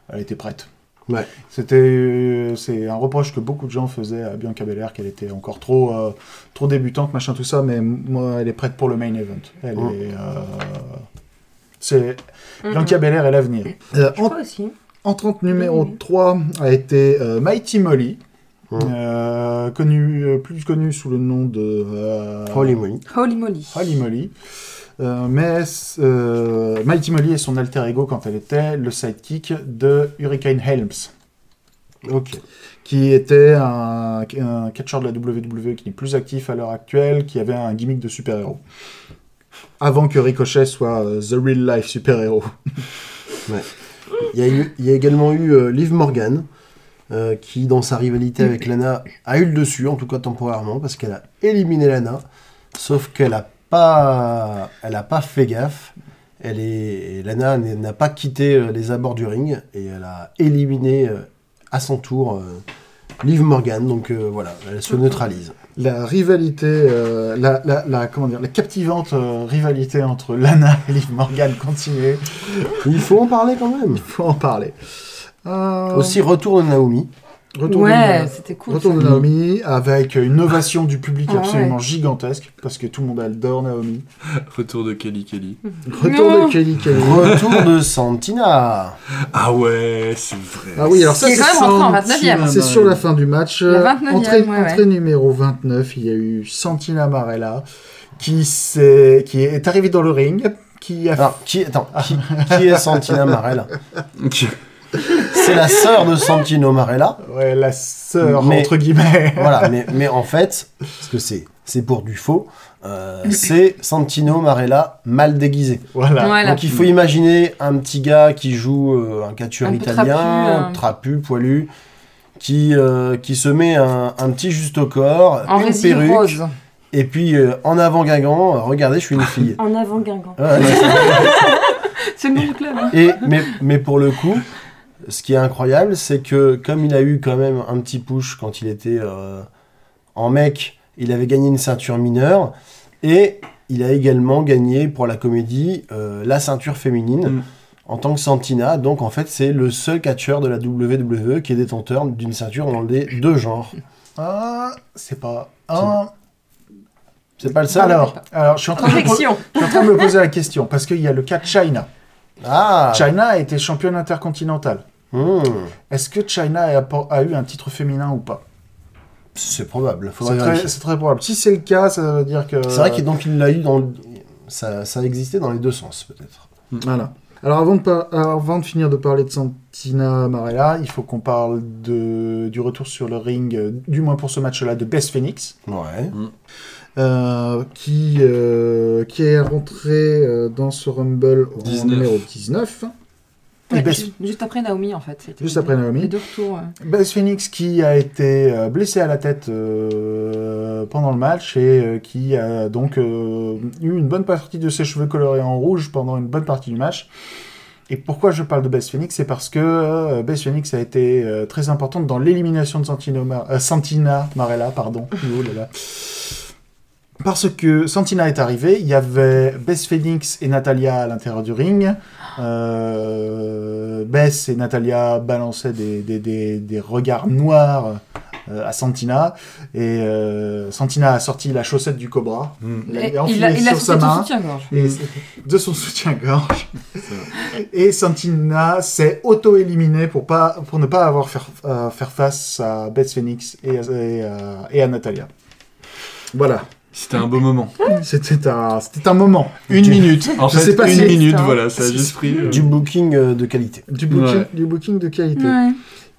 elle était prête. Ouais. C'était, euh, c'est un reproche que beaucoup de gens faisaient à Bianca Belair, qu'elle était encore trop, euh, trop débutante, machin, tout ça, mais m- moi, elle est prête pour le main event. Elle Mm. est, euh, c'est, Mm, Bianca Belair est l'avenir. Hmm. Euh, Je crois aussi. Entrante numéro Mhm. 3 a été euh, Mighty Molly, Mhm. euh, connu, euh, plus connu sous le nom de euh, Holy moly. Holy moly. Holy Molly. Euh, mais euh, Mighty Molly est son alter ego quand elle était le sidekick de Hurricane Helms, Ok. qui était un, un catcheur de la WWE qui n'est plus actif à l'heure actuelle, qui avait un gimmick de super-héros. Avant que Ricochet soit euh, The Real Life super-héros. Il y, a eu- il y a également eu euh, Liv Morgan, euh, qui, dans sa rivalité avec Lana, a eu le dessus, en tout cas temporairement, parce qu'elle a éliminé Lana. Sauf qu'elle a pas, elle a pas fait gaffe. Elle est, et Lana n'est- n'a pas quitté euh, les abords du ring et elle a éliminé euh, à son tour euh, Liv Morgan. Donc euh, voilà, elle se neutralise. la rivalité, euh, la, la, la- comment dire, la captivante euh, rivalité entre Lana et Liv Morgan continue. Il faut en parler quand même. Il faut en parler. Euh, Aussi, retour de Naomi. retour Ouais, de- c'était cool. Retour de ça. Naomi avec une ovation du public Ah ouais. absolument gigantesque parce que tout le monde adore Naomi. Retour de Kelly Kelly. Retour Non. de Kelly Kelly. Retour de Santina. Ah ouais, c'est vrai. Ah oui, alors ça Qui est c'est quand même rentré en 29e. C'est sur la fin du match. La 29e, entrée, ouais, ouais. entrée numéro 29, il y a eu Santina Marella qui, s'est- qui est arrivée dans le ring, qui a Alors, qui, attends, qui, qui est Santina Marella Ok. C'est la sœur de Santino Marella. Ouais, la sœur, Mais- entre guillemets. Voilà, mais, mais en fait, ce que c'est, c'est pour du faux. euh, c'est Santino Marella mal déguisé. Voilà. Voilà. Donc il faut imaginer un petit gars qui joue euh, un catcheur Un peu italien, trapu, trapu, euh. poilu, qui, euh, qui se met un, un petit juste au corps, En une résine perruque, rose. et puis euh, en avant guingamp, euh, regardez, je suis une fille. En avant Guingamp. Ouais, ouais. C'est le nom du club. hein. Et, mais, mais pour le coup, ce qui est incroyable, c'est que comme il a eu quand même un petit push quand il était euh, en mec, il avait gagné une ceinture mineure et il a également gagné pour la comédie euh, la ceinture féminine Mm. en tant que Santina. Donc en fait, c'est le seul catcheur de la WWE qui est détenteur d'une ceinture dans les deux genres. Ah, c'est pas. un. C'est pas le Ah, seul alors, alors, je suis en train de me, Correction. je suis en train de me poser la question parce qu'il y a le cas de China. Ah China a été championne intercontinentale. Hmm. Est-ce que China a, appor- a eu un titre féminin ou pas C'est probable. faudrait C'est très, euh, vérifier. c'est très probable. Si c'est le cas, ça veut dire que. C'est vrai qu'il donc, il l'a eu dans... le- Ça, ça existait dans les deux sens peut-être. Voilà. Alors avant de, par- avant de finir de parler de Santina Marella, il faut qu'on parle de... du retour sur le ring, euh, du moins pour ce match-là, de Bess Phoenix. Ouais. euh, qui, euh, qui est rentré euh, dans ce Rumble en 19. numéro 19. Et Ouais, Beth- ju- juste après Naomi, en fait. c'était Juste les- après Naomi. Les deux retours. euh. Bess Phoenix qui a été euh, blessée à la tête euh, pendant le match et euh, qui a donc euh, eu une bonne partie de ses cheveux colorés en rouge pendant une bonne partie du match. Et pourquoi je parle de Bess Phoenix C'est parce que euh, Bess Phoenix a été euh, très importante dans l'élimination de Santino Mar- euh, Santina Marella. Pardon. Oh là là. Parce que Santina est arrivée, il y avait Bess Phoenix et Natalia à l'intérieur du ring. Euh, Bess et Natalia balançaient des, des- des- des regards noirs euh, à Santina. Et euh, Santina a sorti la chaussette du cobra. Mm. Il l'a Et- enfilé il a- il a sur sa sauté main. son soutien-gorge. Mm. Et c'est- de son soutien-gorge. Et Santina s'est auto-éliminée pour, pas, pour ne pas avoir faire, euh, faire face à Beth Phoenix et, à- et, euh, et à Natalia. Voilà, C'était un beau moment. c'était un, c'était un moment, une Du- minute. En Je fait, sais pas une si- minute, ça. voilà, ça a juste pris. euh, Du booking euh, de qualité. Du booking, Ouais. du booking de qualité. Ouais.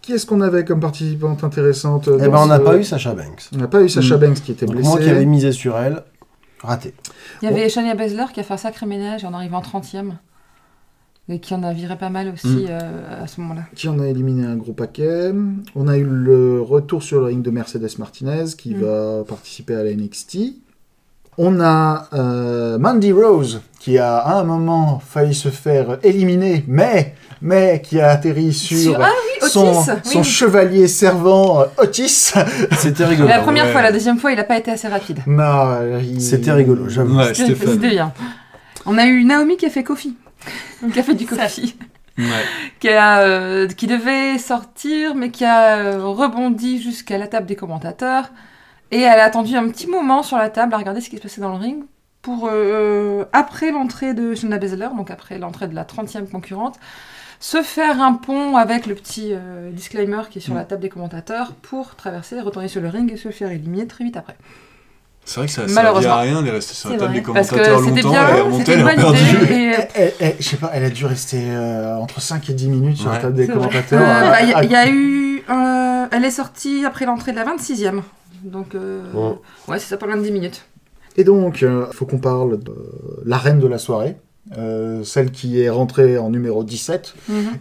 Qui est-ce qu'on avait comme participante intéressante Eh ben, on n'a pas eu Sacha Banks. On n'a pas eu Sacha Banks qui était Donc, blessée. moi qui avais misé sur elle, raté. Il y Oh. avait Shania Baszler qui a fait un sacré ménage en arrivant 30e. Et qui en a viré pas mal aussi Mm. euh, à ce moment-là. qui en a éliminé un gros paquet. On a eu le retour sur le ring de Mercedes Martinez qui Mm. va participer à la NXT. On a euh, Mandy Rose qui a à un moment failli se faire éliminer, mais, mais qui a atterri sur, Sur- ah oui, Otis son, oui. son chevalier servant euh, Otis. C'était Mais rigolo. La première ouais. fois, la deuxième fois, il n'a pas été assez rapide. Non, il- C'était rigolo, j'avoue. Ouais, C'était Stéphane. bien. On a eu Naomi qui a fait Kofi. qui a fait du Kofi. Ouais. qui, a, euh, qui devait sortir, mais qui a euh, rebondi jusqu'à la table des commentateurs. Et elle a attendu un petit moment sur la table à regarder ce qui se passait dans le ring pour, euh, après l'entrée de Shayna Baszler, donc après l'entrée de la 30e concurrente, se faire un pont avec le petit euh, disclaimer qui est sur la table des commentateurs pour traverser, retourner sur le ring et se faire éliminer très vite après. C'est vrai que ça servait Malheureusement. à rien d'aller rester sur la C'est table vrai. des Parce que commentateurs c'était longtemps, bien, elle est remontée, c'était elle une a Eh, bonne perdu. idée. Et, euh, Elle- elle- eh, je sais pas, elle a dû rester euh, entre 5 et 10 minutes sur la Ouais. table des C'est vrai. commentateurs. Euh, à- bah, Il y, a- à- il y a eu. euh, elle est sortie après l'entrée de la 26e. Donc, euh, Bon. ouais, c'est ça pendant 10 minutes. Et donc, euh, faut qu'on parle de euh, la reine de la soirée, euh, celle qui est rentrée en numéro 17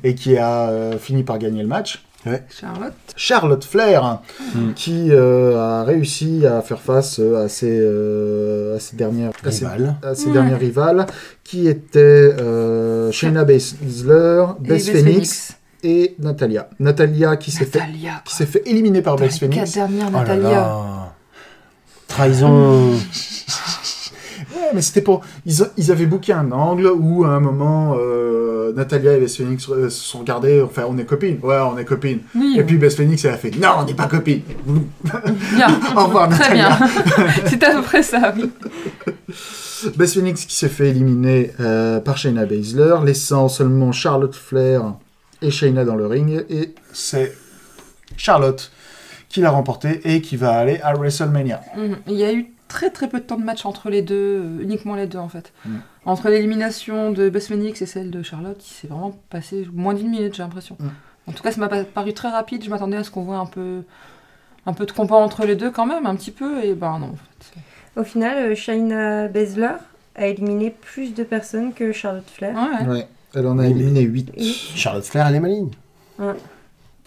et qui a euh, fini par gagner le match. Charlotte. Charlotte Flair, hein, Mm. qui euh, a réussi à faire face euh, à ses, euh, à ses dernières à ses- Rival. à ses Ouais. dernières rivales, qui étaient euh, Shayna Baszler, Beth et Beth Phoenix et Natalia. Natalia qui s'est fait Natalia. qui s'est fait éliminer par Beth La Phoenix. dernière Oh là Natalia. là. Trahison. Ouais, mais c'était pour. Ils, a- ils avaient booké un angle où, à un moment, euh, Natalia et Beth Phoenix euh, se sont regardées. Enfin, on est copines. Ouais, on est copines. Oui, Et puis Beth Phoenix, elle a fait Non, on n'est pas copines. bien. Au revoir, Très Natalia. bien. c'est à peu près ça, oui. Beth Phoenix qui s'est fait éliminer euh, par Shayna Baszler, laissant seulement Charlotte Flair et Shayna dans le ring. Et c'est Charlotte qui l'a remporté et qui va aller à WrestleMania. Mhm. Il y a eu très très peu de temps de match entre les deux, euh, uniquement les deux en fait. Mhm. Entre l'élimination de Bess Phoenix et celle de Charlotte, il s'est vraiment passé moins d'une minute, j'ai l'impression. Mhm. En tout cas, ça m'a pas- paru très rapide. Je m'attendais à ce qu'on voit un peu, un peu de combat entre les deux quand même, un petit peu, et ben non. en fait. Au final, euh, Shayna Baszler a éliminé plus de personnes que Charlotte Flair. Ouais, ouais. Ouais. Elle en a Oui, mais- éliminé 8. Charlotte Flair, elle est maligne.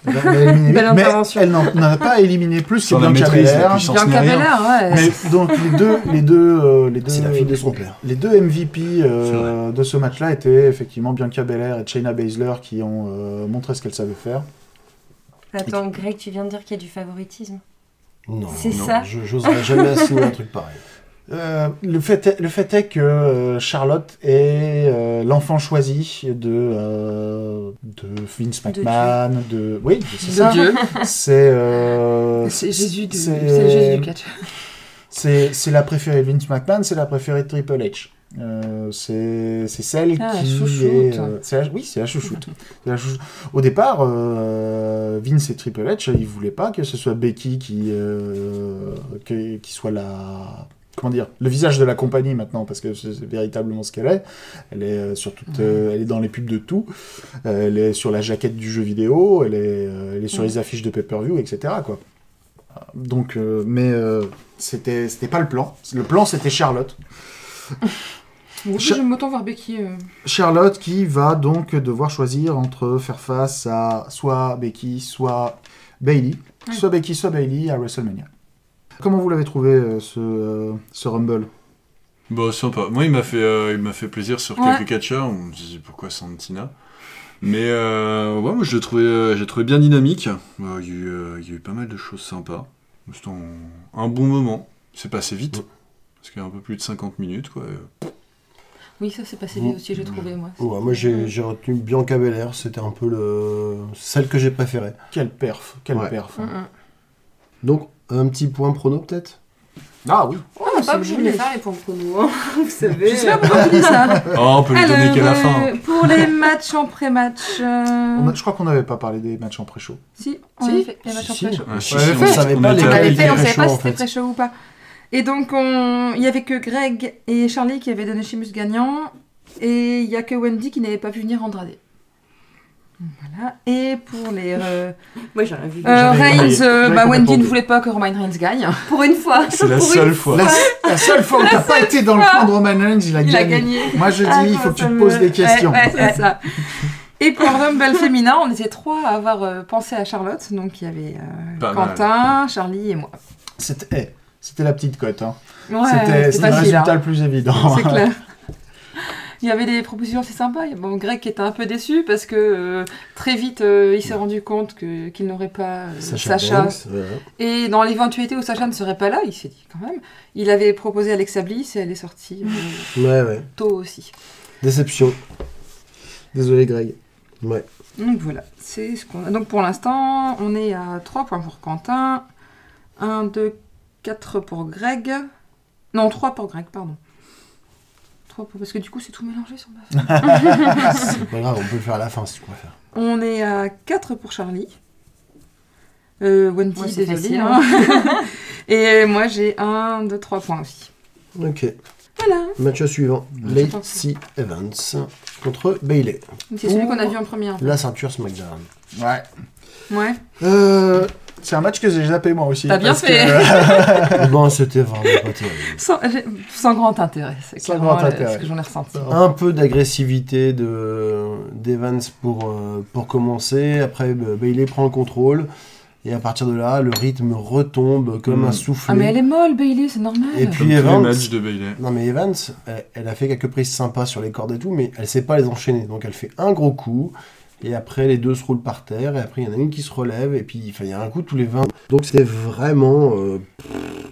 Elle en a éliminé huit, Belle mais intervention. elle n'en n'en a pas éliminé plus que Sur la Bianca maîtrise, la Belair. puissance. J'en sais Bianca rien. Belair, ouais. Mais donc les deux, les deux, euh, les deux, C'est la fille de son père. les deux MVP euh, C'est de ce match-là étaient effectivement Bianca Belair et Shayna Baszler qui ont euh, montré ce qu'elles savaient faire. Attends, Greg, tu viens de dire qu'il y a du favoritisme. Non. C'est non, ça. je- J'oserais jamais assumer un truc pareil. Euh, le, fait est, le fait est que euh, Charlotte est euh, l'enfant choisi de, euh, de Vince De McMahon, de, oui, c'est De ça. Dieu. C'est euh, C'est Jésus du, c'est- c'est Jésus du catch. C'est c'est la préférée de Vince McMahon, c'est la préférée de Triple H. Euh, c'est c'est celle Ah, la qui chouchoute. est, euh, c'est la- oui, c'est la chouchoute. C'est la chouchoute. Au départ, euh, Vince et Triple H, ils voulaient pas que ce soit Becky qui, euh, que- qui soit la comment dire le visage de la compagnie maintenant parce que c'est c'est véritablement ce qu'elle est. Elle est euh, sur toute, euh, elle est dans les pubs de tout. Euh, elle est sur la jaquette du jeu vidéo. Elle est, euh, elle est sur les affiches de pay-per-view, etc. Quoi. Donc, euh, mais euh, c'était, c'était pas le plan. Le plan, c'était Charlotte. Oui, Cha- j'aime autant voir Becky. euh. Charlotte qui va donc devoir choisir entre faire face à soit Becky, soit Bailey, Ouais. soit Becky, soit Bailey à WrestleMania. Comment vous l'avez trouvé euh, ce, euh, ce Rumble Bon, sympa. Moi, il m'a fait, euh, il m'a fait plaisir sur Ouais. quelques catchers. On me disait pourquoi Santina. Mais euh, ouais, moi, je l'ai trouvé, euh, j'ai trouvé bien dynamique. Euh, Il y, a eu, euh, il y a eu pas mal de choses sympas. C'était un, un bon moment. C'est passé vite. Parce qu'il y a un peu plus de 50 minutes, quoi. Et, Oui, ça s'est passé vite aussi, j'ai trouvé moi. Ouais, moi, j'ai j'ai retenu Bianca Belair. C'était un peu le... celle que j'ai préférée. Quelle perf, quelle Ouais. perf. Mhm. Donc, un petit point prono, peut-être Ah oui, Oh, on c'est pas obligé de les joli. faire les points pronos, hein. vous savez. Je sais pas pourquoi tu dis ça. euh, Oh, on peut les donner qu'à la Alors, fin. euh, pour les matchs en pré-match. euh, On a- je crois qu'on n'avait pas parlé des matchs en pré-show. Si, on Si. avait fait les matchs Si, en si. Euh, pré-show. Ah, si, Ouais, si, on savait pas était les- On avait avec fait, ben, on les- pré-show, savait pas en si c'était fait. pré-show ou pas. Et donc, on... il y avait que Greg et Charlie qui avaient donné Chimus gagnant. Et il y a que Wendy qui n'avait pas pu venir Andrade. Voilà. Et pour les. euh, Moi, j'ai rien vu. euh, J'avais oublié. Reigns, euh, J'avais bah, Wendy complètement ne voulait pas que Roman Reigns gagne. Pour une fois. C'est la Pour une- seule fois. La, la seule fois où t'as pas été dans le fois. plan de Roman Reigns, il a Il a gagné. gagné. Moi je dis, Ah, il comment faut que tu ça te me- poses des questions. Ouais, ouais, c'est ça. Et pour le Rumble féminin, on était trois à avoir euh, pensé à Charlotte. Donc il y avait euh, Pas mal. Quentin, Charlie et moi. C'était eh, c'était la petite cote. hein. Ouais, c'était c'était le facile, résultat hein. le plus évident. C'est clair. Il y avait des propositions assez sympas. Bon, Greg qui était un peu déçu parce que euh, très vite euh, il s'est rendu compte que- qu'il n'aurait pas euh, Sacha. Banks, ouais. Et dans l'éventualité où Sacha ne serait pas là, il s'est dit quand même. Il avait proposé Alexa Bliss et elle est sortie euh, ouais, ouais. tôt aussi. Déception. Désolé Greg. Ouais. Donc voilà, c'est ce qu'on a. Donc pour l'instant, on est à 3 points pour Quentin, 1, 2, 4 pour Greg. Non, 3 pour Greg, pardon. 3 pour... Parce que du coup, c'est tout mélangé sur ma feuille. Ah, C'est pas grave, on peut le faire à la fin si tu préfères. On est à 4 pour Charlie. Euh, Wendy, Ouais, c'est désolée. facile, hein. Et moi, j'ai 1, 2, 3 points aussi. Ok. Voilà. Match suivant. pense. Lacey Evans contre Bailey. Donc, C'est celui Ouh. qu'on a vu en première. La ceinture SmackDown. Ouais. Ouais. Euh, c'est un match que j'ai zappé moi aussi. T'as bien parce fait. que- bon, c'était vraiment pas terrible. Sans, j'ai- sans grand intérêt. C'est Sans clairement grand le- intérêt. ce que j'en ai ressenti. Un peu d'agressivité de d'Evans pour, euh, pour commencer. Après, euh, Bailey prend le contrôle. Et à partir de là, le rythme retombe comme un Ah, Mm. mais elle soufflet. est molle, Bailey, c'est normal. Et puis Comme tous les Evans. matchs de Bailey. Non mais Evans, elle, elle a fait quelques prises sympas sur les cordes et tout, mais elle sait pas les enchaîner. Donc elle fait un gros coup, et après les deux se roulent par terre, et après il y en a une qui se relève, et puis enfin, il y a un coup tous les 20. Donc c'était vraiment... euh, pff,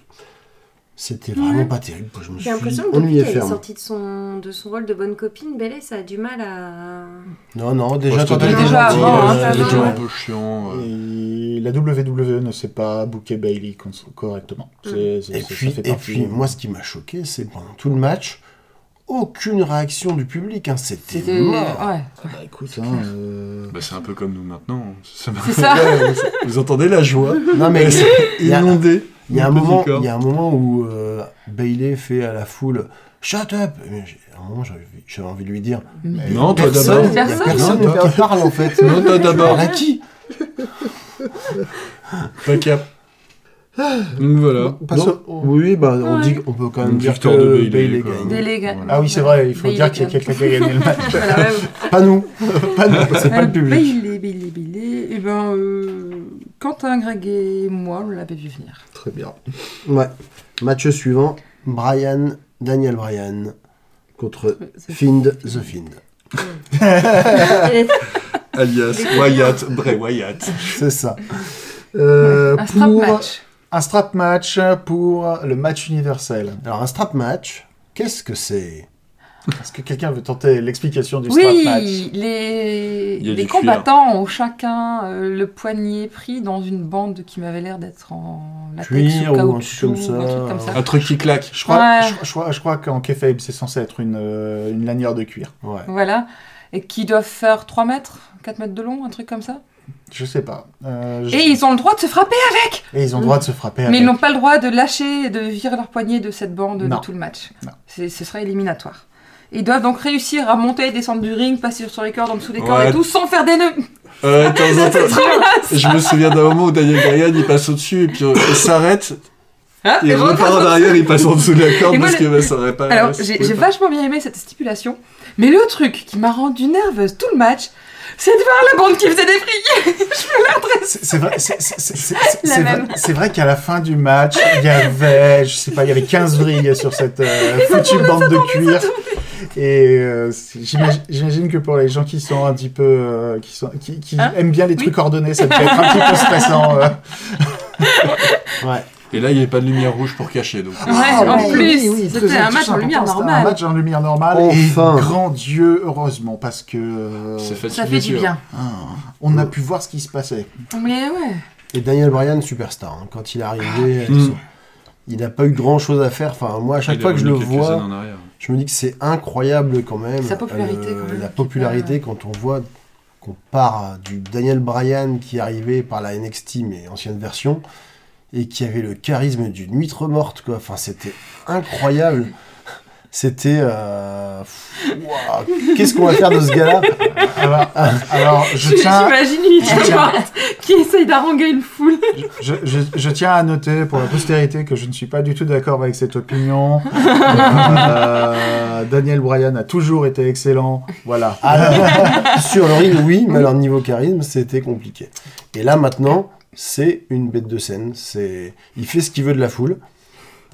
c'était vraiment Ouais. pas terrible. quoi. Je me J'ai suis l'impression que depuis ennuyé qu'elle est ferme. sortie de son, de son rôle de bonne copine, Belle, ça a du mal à. Non, non, déjà, Ouais, toi, c'était t'as déjà été gentil, avant, hein, euh, ça c'était va. toujours un ouais. peu chiant. ouais. Et euh, la WWE ne sait pas booker Bailey correctement. Mm. C'est- c'est- Et ça puis, fait et partie- puis, moi, ce qui m'a choqué, c'est pendant tout le match, aucune réaction du public. hein. C'était C'était. mort. Ouais. Bah, écoute, hein, euh, Bah, c'est un peu comme nous maintenant. Ça m'a- C'est ça. Vous entendez la joie Non, mais il y a- Inondée. Il y, a un Mon petit moment, corps. il y a un moment où euh, Bailey fait à la foule Shut up Mais j'ai- À un moment, j'avais j'avais envie de lui dire mais- Non, toi Personne, d'abord. il y a Personne. personne Non, toi. qui parle en fait. Non, toi d'abord. Elle a qui Pas cap. Donc Euh, voilà. Passe Donc, au- Oui, bah, on, Ouais. dit, on peut quand même Une dire victoire que de Bayley, Bailey quoi. gagne. Des légumes. Voilà. Ah oui, c'est vrai, il faut Bailey dire qu'il y a gagne. quelqu'un qui a gagné le match. Voilà, ouais. Pas nous C'est pas le public. Bailé, bailé, bailé. Et ben, euh, Quentin, Greg et moi, on l'avait vu venir. Très bien. Ouais. Match suivant Brian, Daniel Bryan contre C'est- Find the Find. Alias Wyatt, Bray Wyatt. C'est ça. Euh, Un strap pour- match. Un strap match pour le match universel. Alors, un strap match, qu'est-ce que c'est Est-ce que quelqu'un veut tenter l'explication du strap match Oui, les, Il y a les du combattants ont chacun euh, le poignet pris dans une bande qui m'avait l'air d'être en latex Cuir ou ou un truc caoutchouc, comme ça. ou un truc comme ça. Ah. Un truc qui claque. Je crois, Ouais. je, je crois- je crois qu'en kayfabe, c'est censé être une, euh, une lanière de cuir. Ouais. Voilà. Et qui doivent faire 3 mètres, 4 mètres de long, un truc comme ça. Je sais pas. Euh, je- Et ils ont le droit de se frapper, et ils ont le droit de se frapper. mais avec. ils n'ont pas le droit de lâcher et de virer leur poignet de cette bande Non. de tout le match. Non. C'est- Ce serait éliminatoire. Ils doivent donc réussir à monter et descendre du ring, passer sur les cordes, en dessous des cordes Ouais. et tout, sans faire des nœuds. Euh, attends, C'est attends. trop bien. Je me souviens d'un moment où Daniel Bryan il passe au-dessus et puis euh, il s'arrête. Hein, Il et repart en reprend- arrière, il passe en dessous de la corde Et moi, parce que le- bah, ça aurait pas. Alors, ça j'ai pouvait j'ai pas. vachement bien aimé cette stipulation, mais le truc qui m'a rendue nerveuse tout le match, c'est de voir la bande qui faisait des prières. C'est c'est vrai, c'est- c'est- c'est- c'est- La c'est vrai, même. c'est vrai qu'à la fin du match, il y avait, je sais pas, il y avait 15 vrilles sur cette euh, foutue bande de cuir. Et euh, c'est- j'imagine- j'imagine que pour les gens qui sont un petit peu, euh, qui, sont, qui, qui Hein aiment bien les trucs ordonnés, ça peut être un petit peu stressant. euh. Ouais. Et là, il n'y avait pas de lumière rouge pour cacher. Donc, euh, Ouais, Ah, en oui, oui, plus, oui, c'était très un match en important, lumière c'était Un normale. match en lumière normale. Enfin. Et grand Dieu, heureusement, parce que euh, ah, c'est facile. Ça fait du bien. on a pu voir ce qui se passait. Mais ouais. Et Daniel Bryan, superstar. hein. Quand il est arrivé, Mm. son- il n'a pas eu grand chose à faire. Enfin, moi, à chaque fois que je le vois, je me dis que c'est incroyable quand même. euh, Sa popularité, quand même. La popularité, quand on voit qu'on part du Daniel Bryan qui est arrivé par la NXT, mais ancienne version, et qui avait le charisme d'une huître morte, quoi. Enfin, c'était incroyable. C'était. euh, pff, waouh, Qu'est-ce qu'on va faire de ce gars-là Alors, alors, je tiens. J'imagine une étudiante qui essaye d'arranger une foule. Je, je- je tiens à noter pour la postérité que je ne suis pas du tout d'accord avec cette opinion. Euh, Daniel Bryan a toujours été excellent. Voilà. Alors, sur le ring, oui, mais alors niveau charisme, c'était compliqué. Et là, maintenant, c'est une bête de scène. C'est, il fait ce qu'il veut de la foule.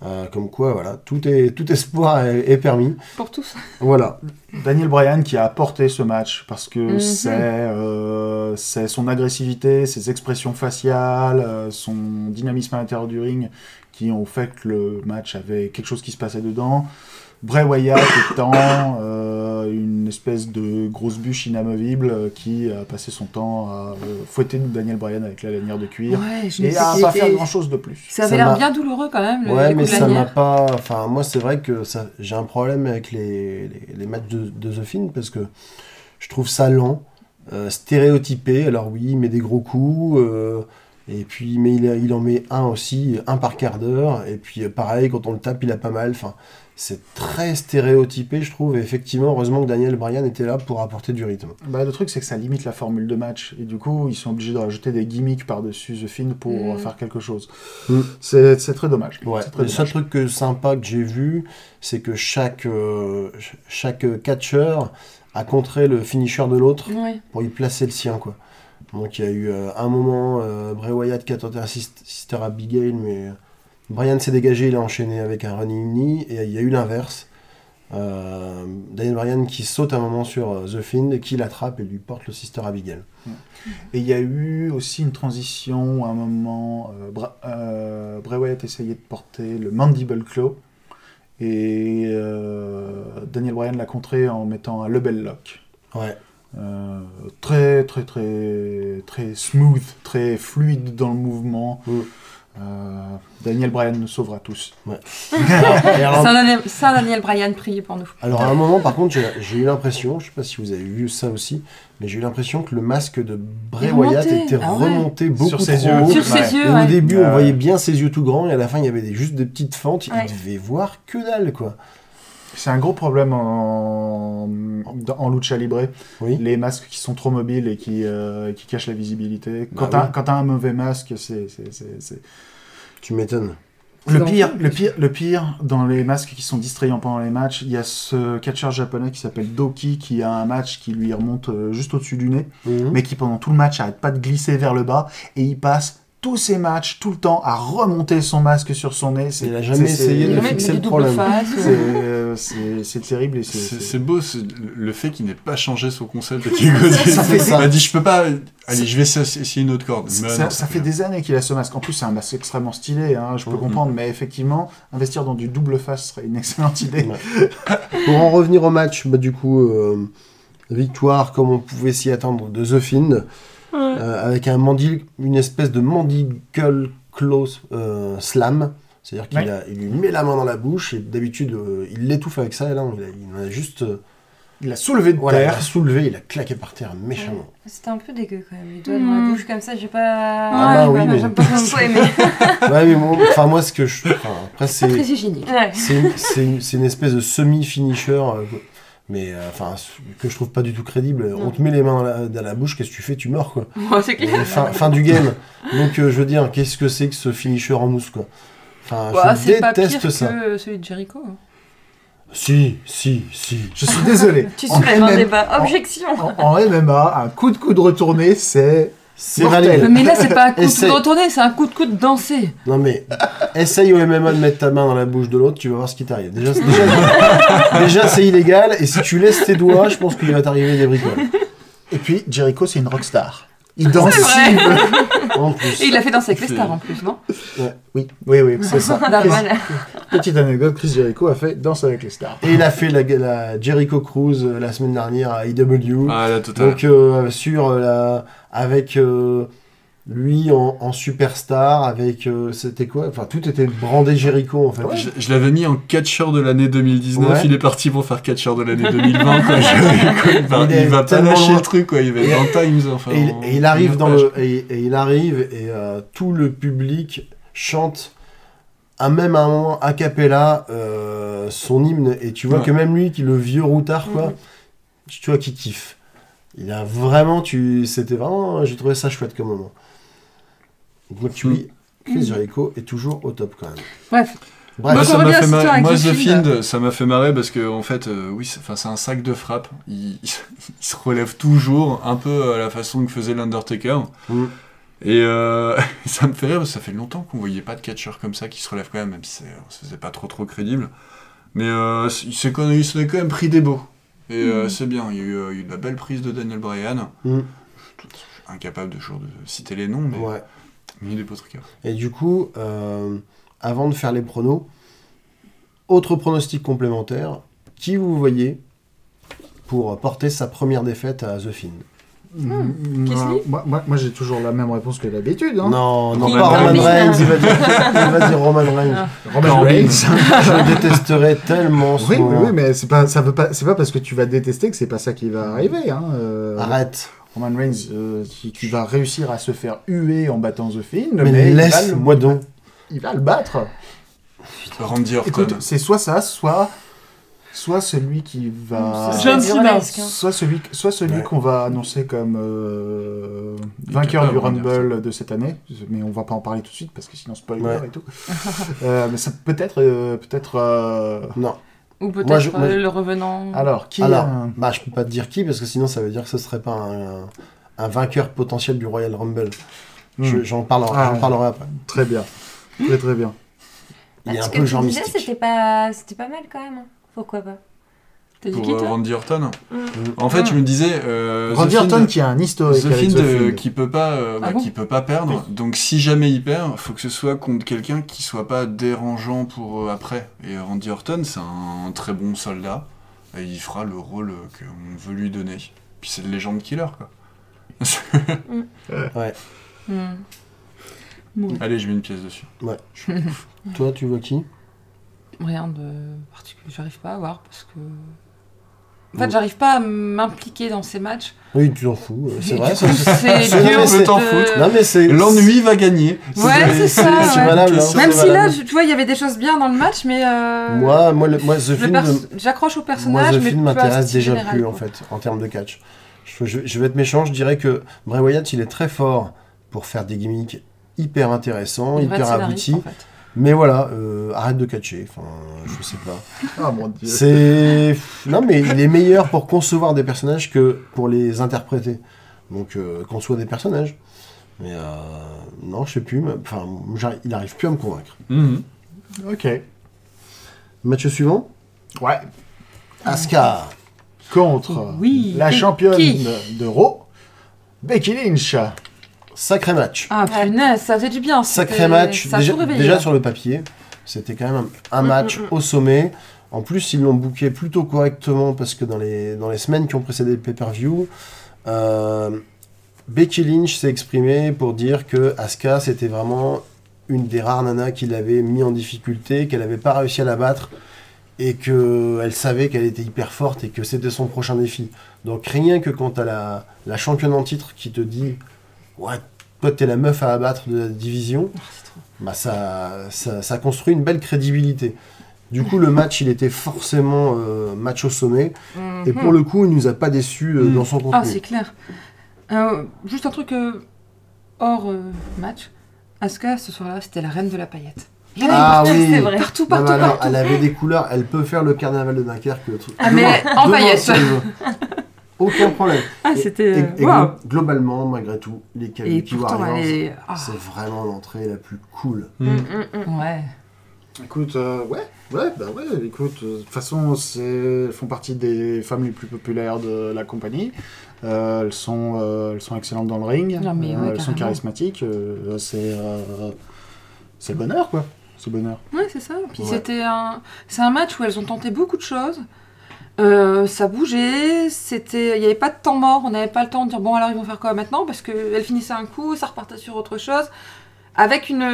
Euh, comme quoi, voilà, tout est, tout espoir est, est permis. Pour tous. Voilà. Daniel Bryan qui a apporté ce match parce que Mhm. c'est euh, c'est son agressivité, ses expressions faciales, euh, son dynamisme à l'intérieur du ring qui ont fait que le match avait quelque chose qui se passait dedans. Bray Wyatt étant euh, euh, une espèce de grosse bûche inamovible euh, qui a passé son temps à euh, fouetter Daniel Bryan avec la lanière de cuir Ouais, je me et suis à dit, pas c'était- faire grand chose de plus. Ça avait Ça l'air m'a- bien douloureux quand même, le Ouais, les mais coups de ça m'a lanière. pas. Enfin, moi, c'est vrai que ça... j'ai un problème avec les, les... les matchs de... de The Fiend parce que je trouve ça lent, euh, stéréotypé. Alors, oui, il met des gros coups, euh, et puis, mais il, a- il en met un aussi, un par quart d'heure. Et puis, euh, pareil, quand on le tape, il a pas mal. Enfin, c'est très stéréotypé, je trouve. Et effectivement, heureusement que Daniel Bryan était là pour apporter du rythme. Bah, le truc, c'est que ça limite la formule de match. Et du coup, ils sont obligés de rajouter des gimmicks par-dessus The Fiend pour Mm. euh, faire quelque chose. Mm. C'est c'est très dommage. Ouais, C'est très le seul dommage. truc que- sympa que j'ai vu, c'est que chaque, euh, ch- chaque euh, catcheur a contré le finisher de l'autre Ouais. pour y placer le sien. Quoi. Donc il y a eu euh, un moment, euh, Bray Wyatt qui a tenté un sis- sister Abigail, mais euh, Bryan s'est dégagé, il a enchaîné avec un running knee, et il y a eu l'inverse. Euh, Daniel Bryan qui saute un moment sur euh, The Fiend, et qui l'attrape et lui porte le sister Abigail. Et il y a eu aussi une transition à un moment. Euh, Bra- euh, Bray Wyatt essayait de porter le Mandible Claw. Et euh, Daniel Bryan l'a contré en mettant un Lebel Lock. Ouais, Euh, très, très, très, très smooth, très fluide dans le mouvement. Mm. Euh, Daniel Bryan nous sauvera tous. Et alors, Saint Daniel, Saint Daniel Bryan, priez pour nous. Alors à un moment, par contre, j'ai- j'ai eu l'impression, je sais pas si vous avez vu ça aussi, mais j'ai eu l'impression que le masque de Bray Il est remonté. Wyatt était Ah ouais. remonté beaucoup Sur trop ses yeux. haut. Sur Ouais. ses Et yeux, au ouais. début, Ouais. on voyait bien ses yeux tout grands, et à la fin, il y avait des- juste des petites fentes. Ouais. Il devait voir que dalle, quoi. C'est un gros problème en, dans- en lucha libre, Oui. les masques qui sont trop mobiles et qui, euh, qui cachent la visibilité. Quand Bah t'as oui. quand t'as un mauvais masque, c'est... c'est- c'est- c'est- Tu m'étonnes. Le C'est pire, dangereux. le, pire, le pire, dans les masques qui sont distrayants pendant les matchs, il y a ce catcheur japonais qui s'appelle Doki, qui a un match qui lui remonte euh, juste au-dessus du nez. Mhm. mais qui pendant tout le match arrête pas de glisser vers le bas et il passe tous ses matchs tout le temps à remonter son masque sur son nez. C'est- Il a jamais c'est- essayé c'est- de Il met- fixer met le des doubles problème. faces, c'est- ouais. euh, C'est c'est terrible et c'est- C'est c'est. c'est beau c'est le fait qu'il n'ait pas changé son concept. et qu'il continue. Ça fait Il ça. a dit je peux pas. Allez, je vais essayer une autre corde. Ça, Mais ça non, c'est fait bien. des années qu'il a ce masque. En plus, c'est un masque extrêmement stylé, hein, je peux Mhm. comprendre, mais effectivement, investir dans du double face serait une excellente idée. Ouais. Pour en revenir au match, bah, du coup, euh, victoire comme on pouvait s'y attendre de The Fiend, euh, avec un mandil, une espèce de mandicle close euh, slam. C'est-à-dire qu'il Ouais. a- il lui met la main dans la bouche et d'habitude euh, il l'étouffe avec ça et là on- il a, il en a juste euh, Il l'a soulevé de voilà, il terre. a soulevé, il a claqué par terre méchamment. C'était un peu dégueu quand même. Les doigts dans la Hmm. bouche comme ça, j'ai pas. Ah bah Ouais, oui, ouais, mais- j'aime pas quand J'ai pas aimé. Ouais, mais bon, enfin moi ce que je, enfin, après c'est c'est très hygiénique. Ouais. c'est une- c'est une, c'est une espèce de semi-finisher, euh, mais euh, enfin que je trouve pas du tout crédible. On te met les mains dans la, dans la bouche, qu'est-ce que tu fais Tu meurs quoi. Ouais, c'est Et clair. fin, fin du game. Donc euh, je veux dire, qu'est-ce que c'est que ce finisher en mousse quoi Enfin, Ouais, je c'est pas pire déteste ça. que celui de Jericho. hein. Si, si, si. Je suis désolé. Tu en, soulèves un MMA débat. Objection en- en MMA, un coup de coude retourné, c'est. C'est Mortel. valide. Mais là, c'est pas un coup Essaye. de retourner, c'est un coup de coude dansé. Non mais, essaye au MMA de mettre ta main dans la bouche de l'autre, tu vas voir ce qui t'arrive. Déjà, c'est- déjà, déjà, c'est illégal, et si tu laisses tes doigts, je pense qu'il va t'arriver des bricoles. Et puis, Jericho, c'est une rockstar. Il danse vrai. s'il veut. En plus. Et il l'a fait danser avec les C'est- stars en plus, non Oui, oui, oui, c'est ça. Darman. Petite anecdote, Chris Jericho a fait Danse avec les stars. Et il a fait la, la Jericho Cruise euh, la semaine dernière à IW. Ah la totale. Donc euh, sur euh, la avec euh, lui en, en superstar avec euh, c'était quoi enfin tout était brandé Jericho en fait. Je, je l'avais mis en catcheur de l'année 2019. Ouais. Il est parti pour faire catcheur de l'année 2020. quoi. Je- quoi, il, va, Il est il va pas tellement lâcher loin. le truc. Quoi. Il va Et- être dans Times. Enfin, Et il, en- et il arrive en dans page. le et, et il arrive et euh, tout le public chante à même un moment a cappella euh, son hymne et tu vois Ouais. Mhm. que même lui qui est le vieux routard quoi tu tu vois qui kiffe. Il a vraiment tu c'était vraiment j'ai trouvé ça chouette comme moment. Donc tu Mm. dis Chris Jericho est toujours au top quand même. Bref. Bref. Moi, Donc, ça on m'a revient à fait cette marrer. histoire Moi, avec The The Fiend. Find, ça m'a fait marrer parce que, en fait, euh, oui, c'est enfin, c'est un sac de frappe. Il, il se- il se relève toujours, un peu à la façon que faisait l'Undertaker. Mm. Et euh, ça me fait rire parce que ça fait longtemps qu'on voyait pas de catcheur comme ça qui se relève quand même, même si c'est- on faisait pas trop trop crédible. Mais euh, il s'est quand il s'en est quand même pris des beaux. Et euh, c'est bien, il y, a eu, euh, il y a eu de la belle prise de Daniel Bryan. Mm. Je suis incapable de, toujours de citer les noms, mais, Ouais. mais il est beau truc. Et du coup, euh, avant de faire les pronos, autre pronostic complémentaire, qui vous voyez pour porter sa première défaite à The Finn Hmm. Mm, Kiss euh, me. moi, moi- moi, j'ai toujours la même réponse que d'habitude. hein. Non, non, Roman pas Roman Reigns. Reigns, il va dire, il va dire Roman Reigns. Roman Reigns. Je détesterais tellement ce Oui, oui, moment. oui, mais c'est pas, ça veut pas, c'est pas parce que tu vas détester que c'est pas ça qui va arriver. Hein. euh, Arrête. Roman Reigns, euh, qui, qui va réussir à se faire huer en battant The Finn, mais, Mais, il, va le, laisse-moi donc. il va le battre. Randy Orton. Écoute, c'est soit ça, soit, soit celui qui Ah. va, John Cena. burlesque, hein. soit celui, soit celui Ouais. qu'on va annoncer comme euh, vainqueur capable du de dire Rumble de cette année. Mais on va pas en parler tout de suite parce que sinon spoiler Ouais. et tout. Euh, mais ça peut-être, euh, peut-être. euh, Non. Ou peut-être Moi, je- moi, euh, je- le revenant. Alors, qui Alors, a- bah, je peux pas te dire qui, parce que sinon ça veut dire que ce serait pas un, un vainqueur potentiel du Royal Rumble. Je- Hmm. J'en parlerai, Ah, j'en ouais. parlerai après. Très bien, très très bien. Il est Parce un que peu tu genre disais, mystique. C'était pas, c'était pas mal quand même. hein. Pourquoi pas T'as dit Pour qui, euh, toi Randy Orton. Mm. En fait, Mm. je me disais. euh, The Randy Fiend- Orton qui a un historique The avec Fiend The euh, Fiend. qui peut pas, euh, Ah ouais, bon qui peut pas perdre. Donc si jamais il perd, faut que ce soit contre quelqu'un qui soit pas dérangeant pour euh, après. Et Randy Orton, c'est un très bon soldat. Et il fera le rôle euh, qu'on veut lui donner. Puis c'est le légende killer quoi. Hmm. Allez, je mets une pièce dessus. Toi, tu vois qui Rien de particulier, j'arrive pas à voir parce que. En Oui. fait, j'arrive pas à m'impliquer dans ces matchs. Oui, tu t'en fous, euh, c'est Et vrai. du ça- coup, C'est c'est- dur mais c'est- de- t'en foutre. Non, mais c'est. L'ennui va gagner. Ouais, c'est ça, c'est hein. ouais. valable, Même c'est Même si là, valable. tu tu vois, il y avait des choses bien dans le match, mais. euh, Moi, moi, le- moi, The le Fiend perso- me- J'accroche au Moi, personnage, The mais Fiend pas à ce m'intéresse style déjà général, plus, quoi. en fait, en termes de catch. Je, je- je vais être méchant, je dirais que Bray Wyatt, il est très fort pour faire des gimmicks hyper intéressants, Il hyper devrait être scénariste, hein. aboutis. en fait. Mais voilà, euh, arrête de catcher, enfin, je sais pas. Ah mon dieu. C'est... Non, mais il est meilleur pour concevoir des personnages que pour les interpréter. Donc, euh, conçoit des personnages. Mais euh, non, je sais plus, mais- enfin, j'arrive- il arrive plus à me convaincre. Mhm. Ok. Match suivant Ouais. Ah. Asuka Contre Oui. la Et championne qui de, de Raw, Becky Lynch. Sacré match Ah, Ouais. punaise, ça faisait du bien. Sacré c'était- match, Ça a déjà, tout réveillé. hein. Mm, déjà sur le papier, c'était quand même un, un match au sommet. En plus, ils l'ont booké plutôt correctement parce que dans les, dans les semaines qui ont précédé le pay-per-view, euh, Becky Lynch s'est exprimée pour dire que Asuka, c'était vraiment une des rares nanas qui l'avait mis en difficulté, qu'elle n'avait pas réussi à la battre et qu'elle savait qu'elle était hyper forte et que c'était son prochain défi. Donc rien que quand t'as la, la championne en titre qui te dit « Ouais, toi t'es la meuf à abattre de la division », Ah, c'est trop- bah ça, ça, ça construit une belle crédibilité. Du coup, le match, il était forcément euh, match au sommet. Et pour le coup, il nous a pas déçus euh, Mhm. dans son Mhm. Ah, contenu. c'est clair. Euh, juste un truc euh, hors euh, match. Asuka, ce soir-là, c'était la reine de la paillette. Il y en avait Ah partout, oui. c'est vrai. Ah, Partout, Non, mais partout, alors, partout. elle avait des couleurs, elle peut faire le carnaval de Dunkerque. Le truc. Ah, mais Demain, en demain, paillettes. si elle veut. Aucun problème. Ah, Et- c'était. Et, euh, et waouh. glo- globalement, malgré tout, les Et Kabuki pourtant, Warriors, elle est. ah, c'est vraiment l'entrée la plus cool. mmh. Mm, mm, mm. Ouais. Écoute, euh, ouais, ouais, bah ouais, écoute, euh, de toute façon, c'est- elles font partie des femmes les plus populaires de la compagnie. Euh, elles, sont, euh, elles sont excellentes dans le ring, Non, mais Euh, ouais, elles sont carrément. charismatiques, euh, c'est euh, c'est le bonheur, quoi. C'est le bonheur. Ouais, c'est ça. Puis Ouais. c'était un, c'est un match où elles ont tenté beaucoup de choses. Euh, ça bougeait, c'était, il n'y avait pas de temps mort. On n'avait pas le temps de dire bon alors ils vont faire quoi maintenant parce qu'elles finissaient un coup, ça repartait sur autre chose, avec une,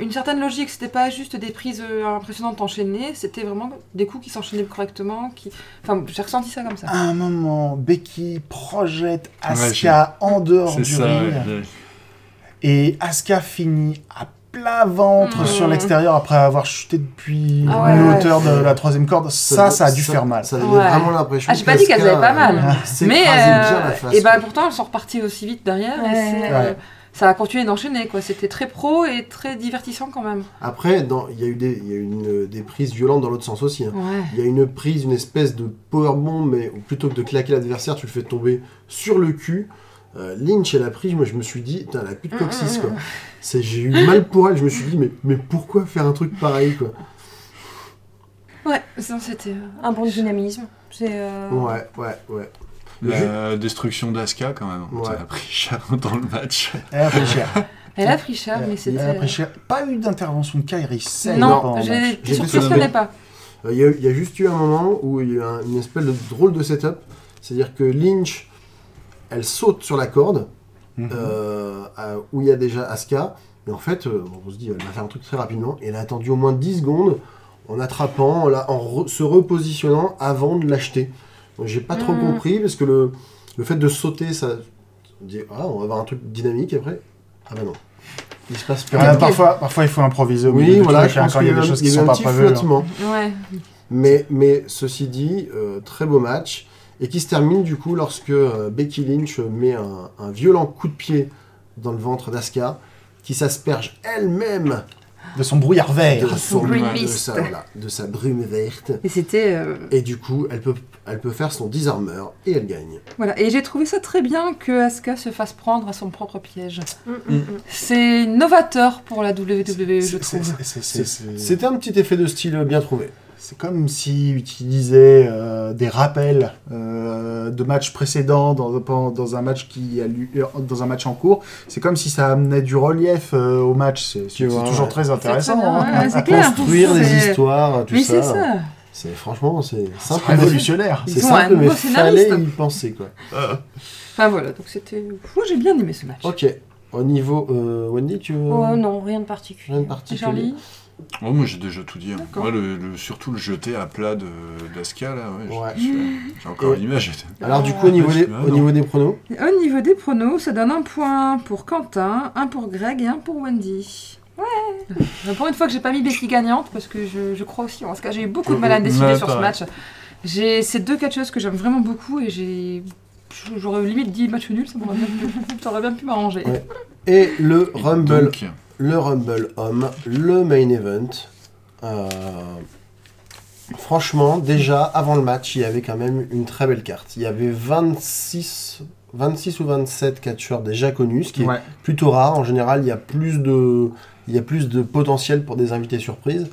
une certaine logique. C'était pas juste des prises euh, impressionnantes enchaînées, c'était vraiment des coups qui s'enchaînaient correctement. Qui, enfin, j'ai ressenti ça comme ça. À un moment, Becky projette Ouais, j'ai- Asuka en dehors C'est du ça. ring. ouais. Et Asuka finit à plat ventre Mmh. sur l'extérieur après avoir chuté depuis Ah ouais, une ouais. hauteur de la troisième corde. Ça, ça a dû faire mal. Ça donnait Ouais. vraiment l'impression. Ah, j'ai pas dit qu'elles qu'Asuka, avaient pas mal. euh, s'écrasait Mais bien la face, et ben quoi. pourtant elles sont reparties aussi vite derrière. et Ouais. c'est, euh, ça a continué d'enchaîner quoi. C'était très pro et très divertissant quand même. Après, dans- il y a eu, des, il y a eu une- des prises violentes dans l'autre sens aussi. hein. Ouais. Il y a une prise, une espèce de powerbomb, mais où plutôt que de claquer l'adversaire, tu le fais tomber sur le cul. Euh, Lynch, elle a pris, moi je me suis dit, putain, elle a plus Mm, de coccyx quoi. C'est- J'ai eu mal pour elle, je me suis dit, mais, mais pourquoi faire un truc pareil quoi Ouais, sinon c'était. euh, Un bon dynamisme. C'est. euh, Mm. Ouais, ouais, ouais. La destruction d'Asuka, quand même. Ouais. Ça a pris cher dans le match. Elle a pris cher. Elle a pris cher, mais Elle a c'était. euh, pris cher. Pas eu d'intervention de Kairi Sane pendant Non, le match. j'ai- J'ai j'étais fait surprise ça qu'elle avec- n'ait pas. Euh, Il y, a- il y a juste eu un moment où il y a eu un- une espèce de drôle de setup C'est-à-dire que Lynch, elle saute sur la corde Mhm. euh, à- où il y a déjà Asuka. Mais en fait, euh, on se dit, elle va faire un truc très rapidement. Et elle a attendu au moins 10 secondes en attrapant, en, la- en re- se repositionnant avant de l'acheter. Donc j'ai pas trop Mhm. compris parce que le, le fait de sauter, ça. On dit, ah, on va avoir un truc dynamique après. Ah bah non. Il se passe plus Ah, rien. parfois, parfois, il faut improviser au milieu Oui, du voilà, truc, je hein, pense quand qu'il il y y a a eu des un- choses il qui y a sont eu un pas petit prévues. hein. flottement. Ouais. Mais, mais ceci dit, euh, très beau match. Et qui se termine du coup lorsque euh, Becky Lynch met un, un violent coup de pied dans le ventre d'Asuka, qui s'asperge elle-même De son brouillard de, vert. son- Green de Mist. sa, voilà, de sa brume verte. Et c'était. euh, Et du coup, elle peut, elle peut faire son disarmer et elle gagne. voilà. Et j'ai trouvé ça très bien que Asuka se fasse prendre à son propre piège. Mm, mm, mm. C'est novateur pour la WWE, je C'est- c'est- trouve. c'est- c'est- c'est- c'est- C'était un petit effet de style bien trouvé. C'est comme s'il utilisait euh, des rappels euh, de matchs précédents dans, dans- dans un match qui a lieu- euh, dans un match en cours. C'est comme si ça amenait du relief euh, au match. C'est c'est- Tu vois, c'est toujours ouais. très intéressant. très bien, hein. ouais, c'est clair. Construire des C'est- histoires, tout Mais ça. c'est ça. C'est franchement, c'est C'est simple. mais- révolutionnaire. Ils C'est ont un simple, mais nouveau scénariste. fallait y penser quoi. Enfin voilà, donc c'était. Moi j'ai bien aimé ce match. Ok. Au niveau euh, Wendy, tu veux Oh non, rien de particulier. rien de Et particulier Charlie Oh, moi j'ai déjà tout dit. hein. D'accord. Moi, le, le- surtout le jeter à plat de d'Aska, là, ouais, je- Ouais. je- j'ai encore Et- l'image. Alors du coup, au niveau, je des, suis là, au non. niveau des pronos, Et Au niveau des pronos, ça donne un point pour Quentin, un pour Greg et un pour Wendy. Ouais Pour une fois que j'ai pas mis Becky gagnante, parce que je, je crois aussi, en ce cas j'ai eu beaucoup de mal à me décider Ouais, sur ce pareil. match. J'ai ces deux catcheuses que j'aime vraiment beaucoup et j'ai. J'aurais limite dit match nul, ça m'aurait bien, pu- ça aurait bien pu m'arranger. Ouais. et le Et Rumble, donc, le Rumble homme, le main event. Euh, franchement, déjà avant le match, il y avait quand même une très belle carte. Il y avait 26, 26 ou 27 catcheurs déjà connus, ce qui Ouais. est plutôt rare. En général, il y a plus de, il y a plus de potentiel pour des invités surprises.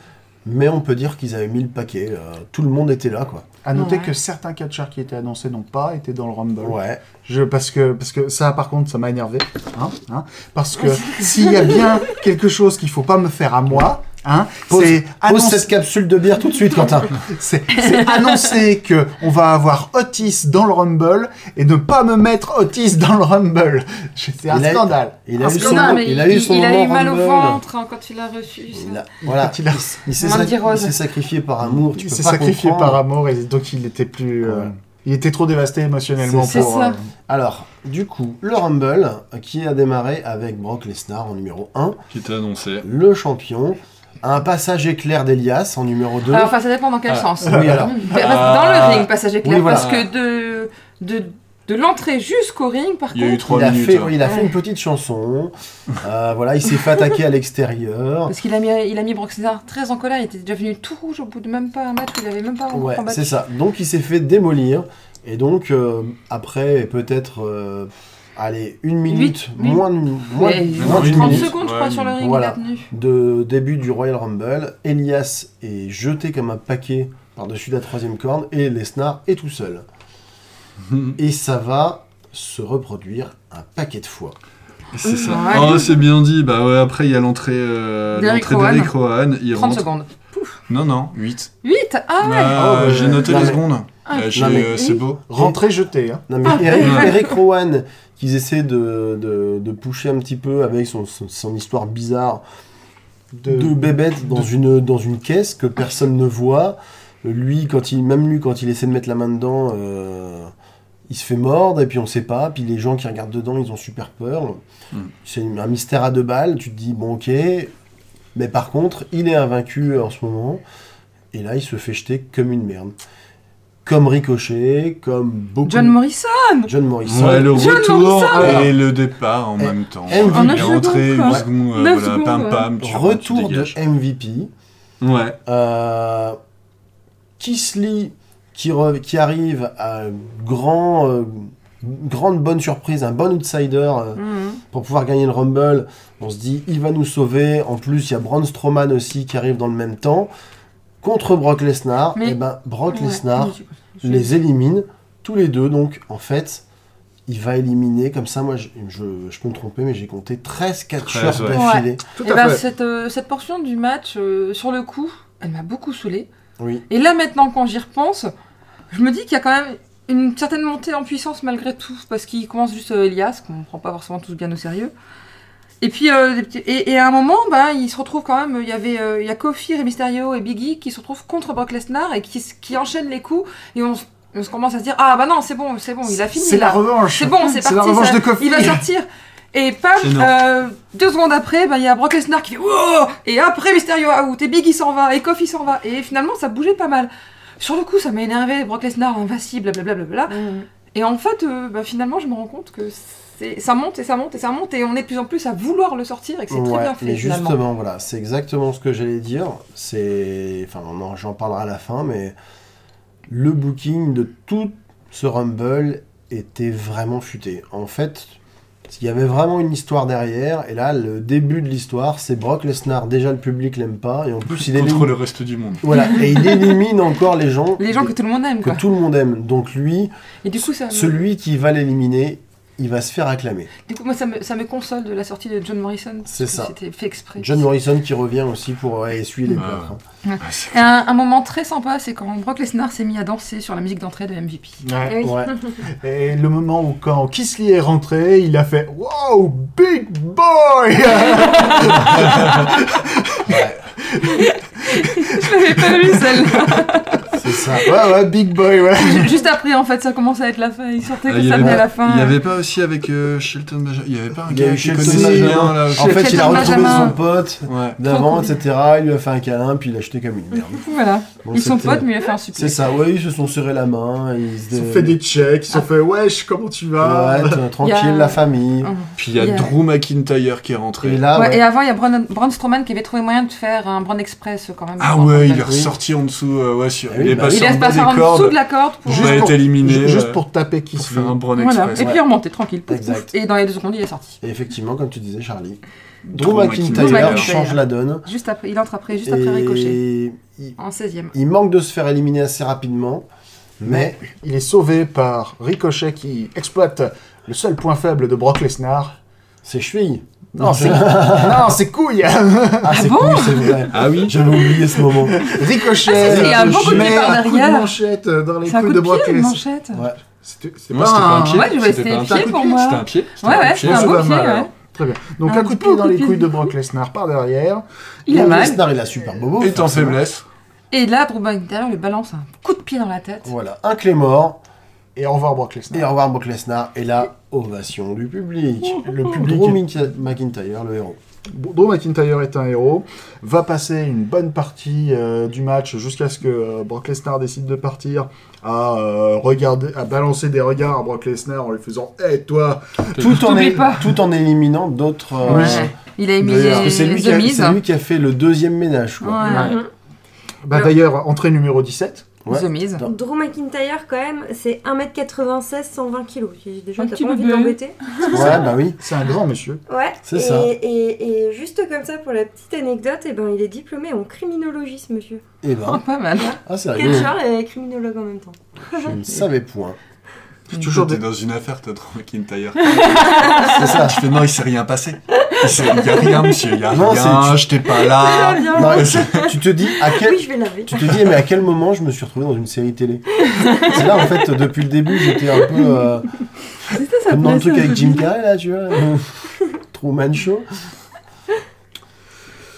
Mais on peut dire qu'ils avaient mis le paquet. euh, tout le monde était là, quoi. À noter Ouais. que certains catcheurs qui étaient annoncés n'ont pas été dans le Rumble. Ouais. Je, parce, que, parce que ça, par contre, ça m'a énervé. Hein, hein, parce que s'il y a bien quelque chose qu'il faut pas me faire à moi, hein, Pose- c'est Pose annoncer- cette capsule de bière tout de suite, Quentin. c'est c'est annoncer que on va avoir Otis dans le Rumble et ne pas me mettre Otis dans le Rumble. C'est un Il a- scandale. Il Un a eu son, scandale. Non, Ah, mais il a eu son il a eu moment mal au Rumble. ventre hein, quand il a reçu ça. Il a- voilà, Il a- il s- il s'est Mandy sac- il Rose. s'est sacrifié par amour. Tu Il peux s'est pas sacrifié comprendre. par amour et donc il était plus. euh, Ouais. il était trop dévasté émotionnellement C'est pour. ça. euh, Alors, du coup, le Rumble euh, qui a démarré avec Brock Lesnar en numéro 1, qui était annoncé. le champion, un passage éclair d'Elias en numéro 2. Alors, enfin, ça dépend dans quel Ah, sens. oui, alors. Ah. Dans le ring, passage éclair, Oui, voilà. parce que de, de, de l'entrée jusqu'au ring, par Il y a eu contre, trois il a, minutes. fait, hein. il a fait Ouais. une petite chanson. Euh, voilà, il s'est fait attaquer à l'extérieur. parce qu'il a mis, il a mis Brock Lesnar très en colère, il était déjà venu tout rouge au bout de même pas un match où il avait même pas encore Ouais, combattu. c'est ça. Donc il s'est fait démolir. Et donc, euh, après, peut-être, euh, allez, une minute, Huit, huit. moins, de- moins, Ouais, moins d'une 30 minute secondes, je crois, Ouais, sur le ring, voilà. il a tenu. de début du Royal Rumble. Elias est jeté comme un paquet par-dessus la troisième corne et Lesnar est tout seul. Et ça va se reproduire un paquet de fois. C'est ça. Ouais. Oh, c'est bien dit. Bah ouais, après il y a l'entrée euh, Derrick l'entrée d'Eric Rohan. Il 30 rentre. secondes. Non, non, 8. 8 Ah ouais Ah ouais. J'ai noté Non, les mais- secondes. Ah, Euh, j'ai- non, mais- euh, C'est beau. Rentrée jetée. hein. Non mais Eric, ouais. Eric Rowan, qu'ils essaient de, de, de pousser un petit peu avec son, son- son histoire bizarre De- de, Euh, bébête dans, Une, dans une caisse que personne ne voit. Lui, quand il, même lui, quand il essaie de mettre la main dedans, euh, il se fait mordre, et puis on sait pas. Puis les gens qui regardent dedans, ils ont super peur. Mm. C'est une- un mystère à deux balles. Tu te dis, bon, ok. Mais par contre, il est invaincu euh, en ce moment. Et là, il se fait jeter comme une merde. Comme Ricochet, comme beaucoup. John Morrison John Morrison. Ouais, le John retour Morrison. et le départ en même temps. Eh, Voilà, en il neuf est rentré secondes, une quoi. seconde, euh, Neuf voilà, secondes, pam ouais. pam. tu rentres, tu Retour de dégages. MVP. Ouais. Euh, Kisly qui, re- qui arrive à grand, euh, grande bonne surprise, un bon outsider euh, pour pouvoir gagner le Rumble. On se dit, il va nous sauver. En plus, il y a Braun Strowman aussi qui arrive dans le même temps. Contre Brock Lesnar, Mais- et ben Brock Ouais. Lesnar Je- les élimine tous les deux. Donc en fait, il va éliminer comme ça. Moi, je, je- je peux me tromper, mais j'ai compté 13 catcheurs 13, ouais. d'affilée. Tout Eh à ben, fait. cette, euh, cette portion du match, euh, sur le coup, elle m'a beaucoup saoulée. Oui. Et là, maintenant, quand j'y repense, je me dis qu'il y a quand même une certaine montée en puissance malgré tout, parce qu'il commence juste euh, Elias, qu'on ne prend pas forcément tous bien au sérieux. Et puis, euh, des petits- et, et à un moment, bah, il se retrouve quand même. Il y avait, euh, il y a Kofi, et Mysterio et Biggie qui se retrouvent contre Brock Lesnar et qui, s- qui enchaînent les coups. Et on, s- on se commence à se dire ah bah non c'est bon c'est bon il a fini C'est la là. revanche. C'est bon, c'est C'est parti. la revanche ça- de Kofi. Il va sortir. Et pam, C'est énorme. euh, deux secondes après, bah, il y a Brock Lesnar qui fait Wow Et après Mysterio out, et Biggie s'en va, et Kofi s'en va. Et finalement, ça bougeait pas mal. Sur le coup, ça m'a énervé, Brock Lesnar invincible, blablabla. Hmm. Et en fait, euh, bah, finalement, je me rends compte que c'est- ça monte et ça monte et ça monte, et on est de plus en plus à vouloir le sortir, et que c'est très Ouais, bien fait. mais finalement. justement, voilà, c'est exactement ce que j'allais dire. C'est, enfin, on en- j'en parlerai à la fin, mais le booking de tout ce Rumble était vraiment futé. En fait, il y avait vraiment une histoire derrière, et là, le début de l'histoire, c'est Brock Lesnar. Déjà, le public l'aime pas, et en plus, il contre élimine, le reste du monde. voilà, et il élimine encore les gens, Les gens que Euh, tout le monde aime, que quoi. tout le monde aime. Donc lui, Et du coup, ça, me- celui qui va l'éliminer, il va se faire acclamer. du coup moi, ça, me, ça me console de la sortie de John Morrison. parce C'est que ça. C'était fait exprès. John Morrison qui revient aussi pour euh, essuyer les Ah. plâtres. hein. Ah, c'est- Et un, un moment très sympa, c'est quand Brock Lesnar s'est mis à danser sur la musique d'entrée de MVP. Ouais. Eh Oui. Ouais. Et le moment où quand Kisly est rentré, il a fait Wow, big boy Je l'avais pas vu celle-là. C'est ça. Ouais, ouais, big boy, ouais. Juste après, en fait, ça commence à être la fin. Il sortait Ah, que il y ça avait venait à pas- la fin. Il n'y avait pas aussi avec euh, Shelton Benjamin. Il n'y avait pas un Il y a gars eu qui Shelton connaissait Benjamin. bien là. En fait, il a Shelton retrouvé Benjamin. son pote Ouais. d'avant, cool. etc. Il lui a fait un câlin, puis il l'a jeté comme une merde. Voilà. Bon, Ils sont c'était- potes, mais il a fait un super. C'est ça, ouais, ils se sont serrés la main, ils se Ils ont fait des checks, ils ont fait Wesh, comment tu vas Ah. Ouais, t'es tranquille, Il y a- la famille. Ah. Puis il y a Il y a- Drew McIntyre qui est rentré. Et là, Ouais, ouais. Et avant, il y a Braun, Braun Strowman qui avait trouvé moyen de faire un Braun Express euh, quand même. Ah Je me ouais, rappelle. il Oui. est ressorti en dessous. euh, ouais, sur- Ah oui, il est bah passé Il en est bas passé des en dessous cordes. de la corde pour. On a été éliminé. Juste euh, pour taper pour Kisly. faire un Braun Voilà. Express. Et puis il est remonté tranquille. pouf, pouf. Exact. Et dans les deux secondes, il est sorti. Et effectivement, comme tu disais, Charlie, Drew Drew McIntyre McIntyre. change la donne. Juste après, il entre après, juste après Ricochet. Et il- En Bah, 16ème. il manque de se faire éliminer assez rapidement, mais Il est sauvé par Ricochet qui exploite le seul point faible de Brock Lesnar. c'est cheville. Non, c'est non, c'est couille Ah, c'est cool, c'est vrai. Ah oui J'avais oublié ce moment. Ricochet Ah, c'est un bon coup de met pied par un coup de derrière. manchette dans les C'est un couilles coup de de Brock pied, une Lesnar. manchette. Ouais. C'était c'était Non, c'était pas un pied. Ouais, je vais c'était essayer pas un pied pied. pour C'était moi. un pied. Ouais, ouais, C'était c'était un c'est pied. beau pas pied, mal, ouais. alors. Très bien. Donc Un un coup de bon pied dans coup de les pied. couilles de Brock Lesnar par derrière. Il a Brock mal. Lesnar, il a super bobo. Et en forcément. faiblesse. Et là, Drew McIntyre lui balance un coup de pied dans la tête. Voilà, un clé mort, Et au revoir Brock et au Lesnar. revoir Brock Lesnar, et là, ovation du public. Oh, Le public Drew Mc- McIntyre, le héros. Drew McIntyre est un héros, va passer une bonne partie euh, du match jusqu'à ce que euh, Brock Lesnar décide de partir à euh, regarder, à balancer des regards à Brock Lesnar en lui faisant Hey toi tout en, T'oublies é- pas. tout en éliminant d'autres. euh, Ouais. Il a D'ailleurs, Parce que c'est lui, émis qui The a- Miz. c'est lui qui a fait le deuxième ménage. Quoi. Ouais. Bah d'ailleurs, entrée numéro 17. Ouais. The Miz. Drew McIntyre, quand même, c'est 1m96, 120 kg. Déjà, Un t'as petit pas envie de bébé. l'embêter. Ouais, bah oui. C'est un grand monsieur. Ouais. C'est et, ça. Et, et juste comme ça, pour la petite anecdote, eh ben, il est diplômé en criminologie, ce monsieur. Et Oh, ben, pas mal. ah, c'est rigolo. Catcheur et criminologue en même temps. Je ne savais point. C'est toujours Toujours t'es des... dans une affaire, t'as Drew McIntyre. C'est ça. Je fais non, il s'est rien passé. Il s'est- il y a rien, monsieur. Il y a Non, c'est- rien. J'étais pas là. Bien, bien. Non, mais tu te dis à quel. Oui, je vais laver. Tu te dis, mais à quel moment je me suis retrouvé dans une série télé C'est là, en fait, depuis le début, j'étais un peu. euh, comme dans le truc avec Jim Carrey, là, tu vois. Truman Show.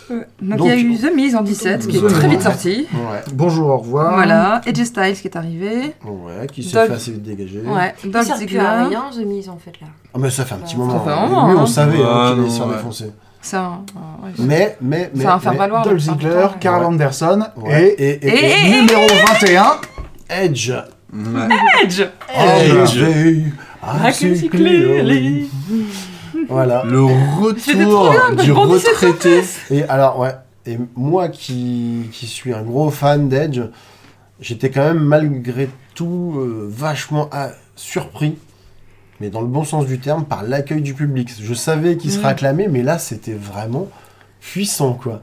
Euh, Donc, Donc, il y a eu The Miz en 17, qui est The très Miz. vite sorti. Ouais. Bonjour, au revoir. Voilà. Edge Styles qui est arrivé. Ouais, qui s'est Doug. fait assez vite dégager. Ouais. Il Dolph sert plus à Ziggler. rien, The Miz, en fait, là. Ah, mais ça fait un petit moment. fait un hein. moment, Lui, on hein. savait hein, Ouais, qu'il allait non, se faire ouais. défoncer. C'est un. euh, ouais, Mais, mais, mais. c'est un faire mais- valoir. Dolph la plupart du Ziggler, temps, ouais. Carl Ouais. Anderson Ouais. et, Et, et, Et- numéro 21. Edge. Ah, Ouais. Edge Edge. Edge. Ah, c'est clé. Voilà. Le C'était trop retour bien, du le bon 17 retraité. Et alors, ouais. Et moi qui, qui suis un gros fan d'Edge, j'étais quand même malgré tout euh, vachement ah, surpris, mais dans le bon sens du terme, par l'accueil du public. Je savais qu'il serait Mhm. acclamé, mais là, c'était vraiment puissant, quoi.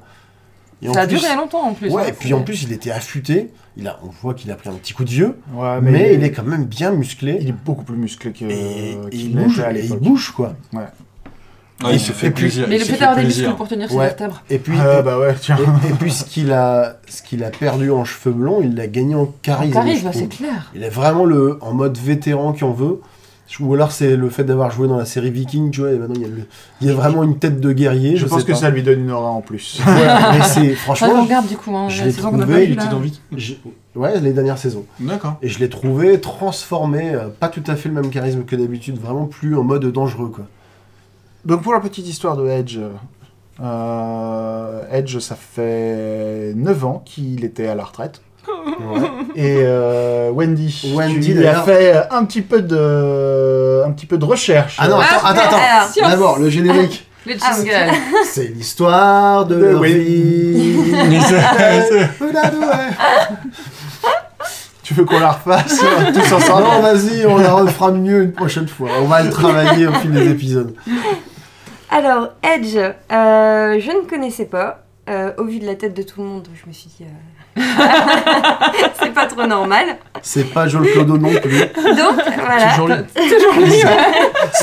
Et en Ça a plus- duré longtemps en plus. hein, Ouais, et puis c'est- en plus, il était affûté. Il a, on voit qu'il a pris un petit coup de vieux, Ouais, mais, il est quand même bien musclé. il est beaucoup plus musclé que Et, et qu'il il bouge, l'était à et il l'époque. bouge, quoi. Ouais. Ah, il s'est fait Et puis- plaisir. Mais il le s'est fait avoir fait des plaisir. muscles pour tenir ses Ouais. vertèbres. Et puis, Ah, bah ouais, tiens. et, et puis ce qu'il a, ce qu'il a perdu en cheveux blonds, il l'a gagné en charisme. je T'arrives, bah, trouve. c'est clair. Il est vraiment le, en mode vétéran qui en veut. Ou alors c'est le fait d'avoir joué dans la série Viking, tu vois, et maintenant il y a, le- il y a vraiment une tête de guerrier. Je, Je, pense sais que pas. ça lui donne une aura en plus. Voilà, mais c'est Ça nous franchement. regarde du coup. Hein, je la l'ai saison qu'on a trouvé, pas vue, Il là. était dans Vic. je- Ouais, les dernières saisons. D'accord. Et je l'ai trouvé transformé, euh, pas tout à fait le même charisme que d'habitude, vraiment plus en mode dangereux quoi. Donc pour la petite histoire de Edge, euh, Edge, ça fait 9 ans qu'il était à la retraite. Et euh, Wendy, Wendy, tu lui as d'ailleurs. fait un petit peu de, un petit peu de recherche. Ah non, attends, Ah, attends, alors, attends. science. D'abord, le générique. Les Ah, Cheese ok. Girls. C'est l'histoire de, De leur Wendy. vie. Tu veux qu'on la refasse euh, tous ensemble Non, vas-y, on la refera mieux une prochaine fois. On va le travailler au fil des épisodes. Alors, Edge, euh, je ne connaissais pas. Euh, au vu de la tête de tout le monde, je me suis dit. euh, c'est pas trop normal. C'est pas Joel Clodo non plus. Donc, voilà. Toujours lui.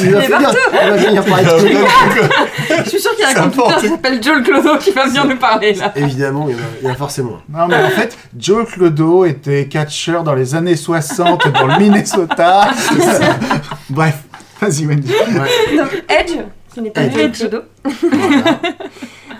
Il va Mais finir, il va finir par être connu. Je suis sûre qu'il y a un conducteur qui s'appelle Joel Clodo qui va venir nous parler là. Évidemment, il y en a, il y en a forcément. Non, mais en fait, Joe Clodo était catcheur dans les années 60 dans le Minnesota. Bref, vas-y Wendy. Donc, Edge, qui n'est pas Edge. Joel Clodo.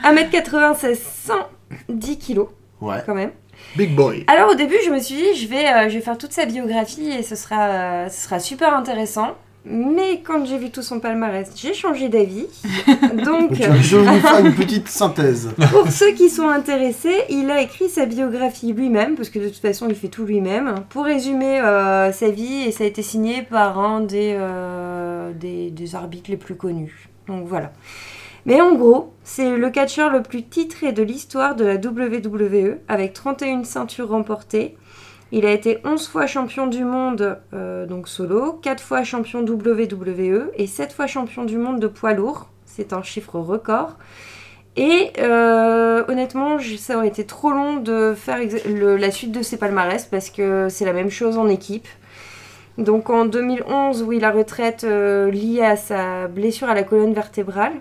Voilà. 1m96, 110 kilos Ouais. quand même. Big boy. Alors au début, je me suis dit, je vais, euh, je vais faire toute sa biographie et ce sera, euh, ce sera super intéressant. Mais quand j'ai vu tout son palmarès, j'ai changé d'avis. Donc, euh, Je vais vous faire une petite synthèse. pour ceux qui sont intéressés, il a écrit sa biographie lui-même, parce que de toute façon, il fait tout lui-même. Pour résumer euh, sa vie, et ça a été signé par un des, euh, des, des arbitres les plus connus. Donc voilà. Mais en gros, c'est le catcheur le plus titré de l'histoire de la WWE, avec 31 ceintures remportées. Il a été 11 fois champion du monde, euh, donc solo, 4 fois champion WWE et 7 fois champion du monde de poids lourd. C'est un chiffre record. Et euh, honnêtement, je- ça aurait été trop long de faire exa- le- la suite de ses palmarès parce que c'est la même chose en équipe. Donc en 2011, oui, la retraite euh, liée à sa blessure à la colonne vertébrale.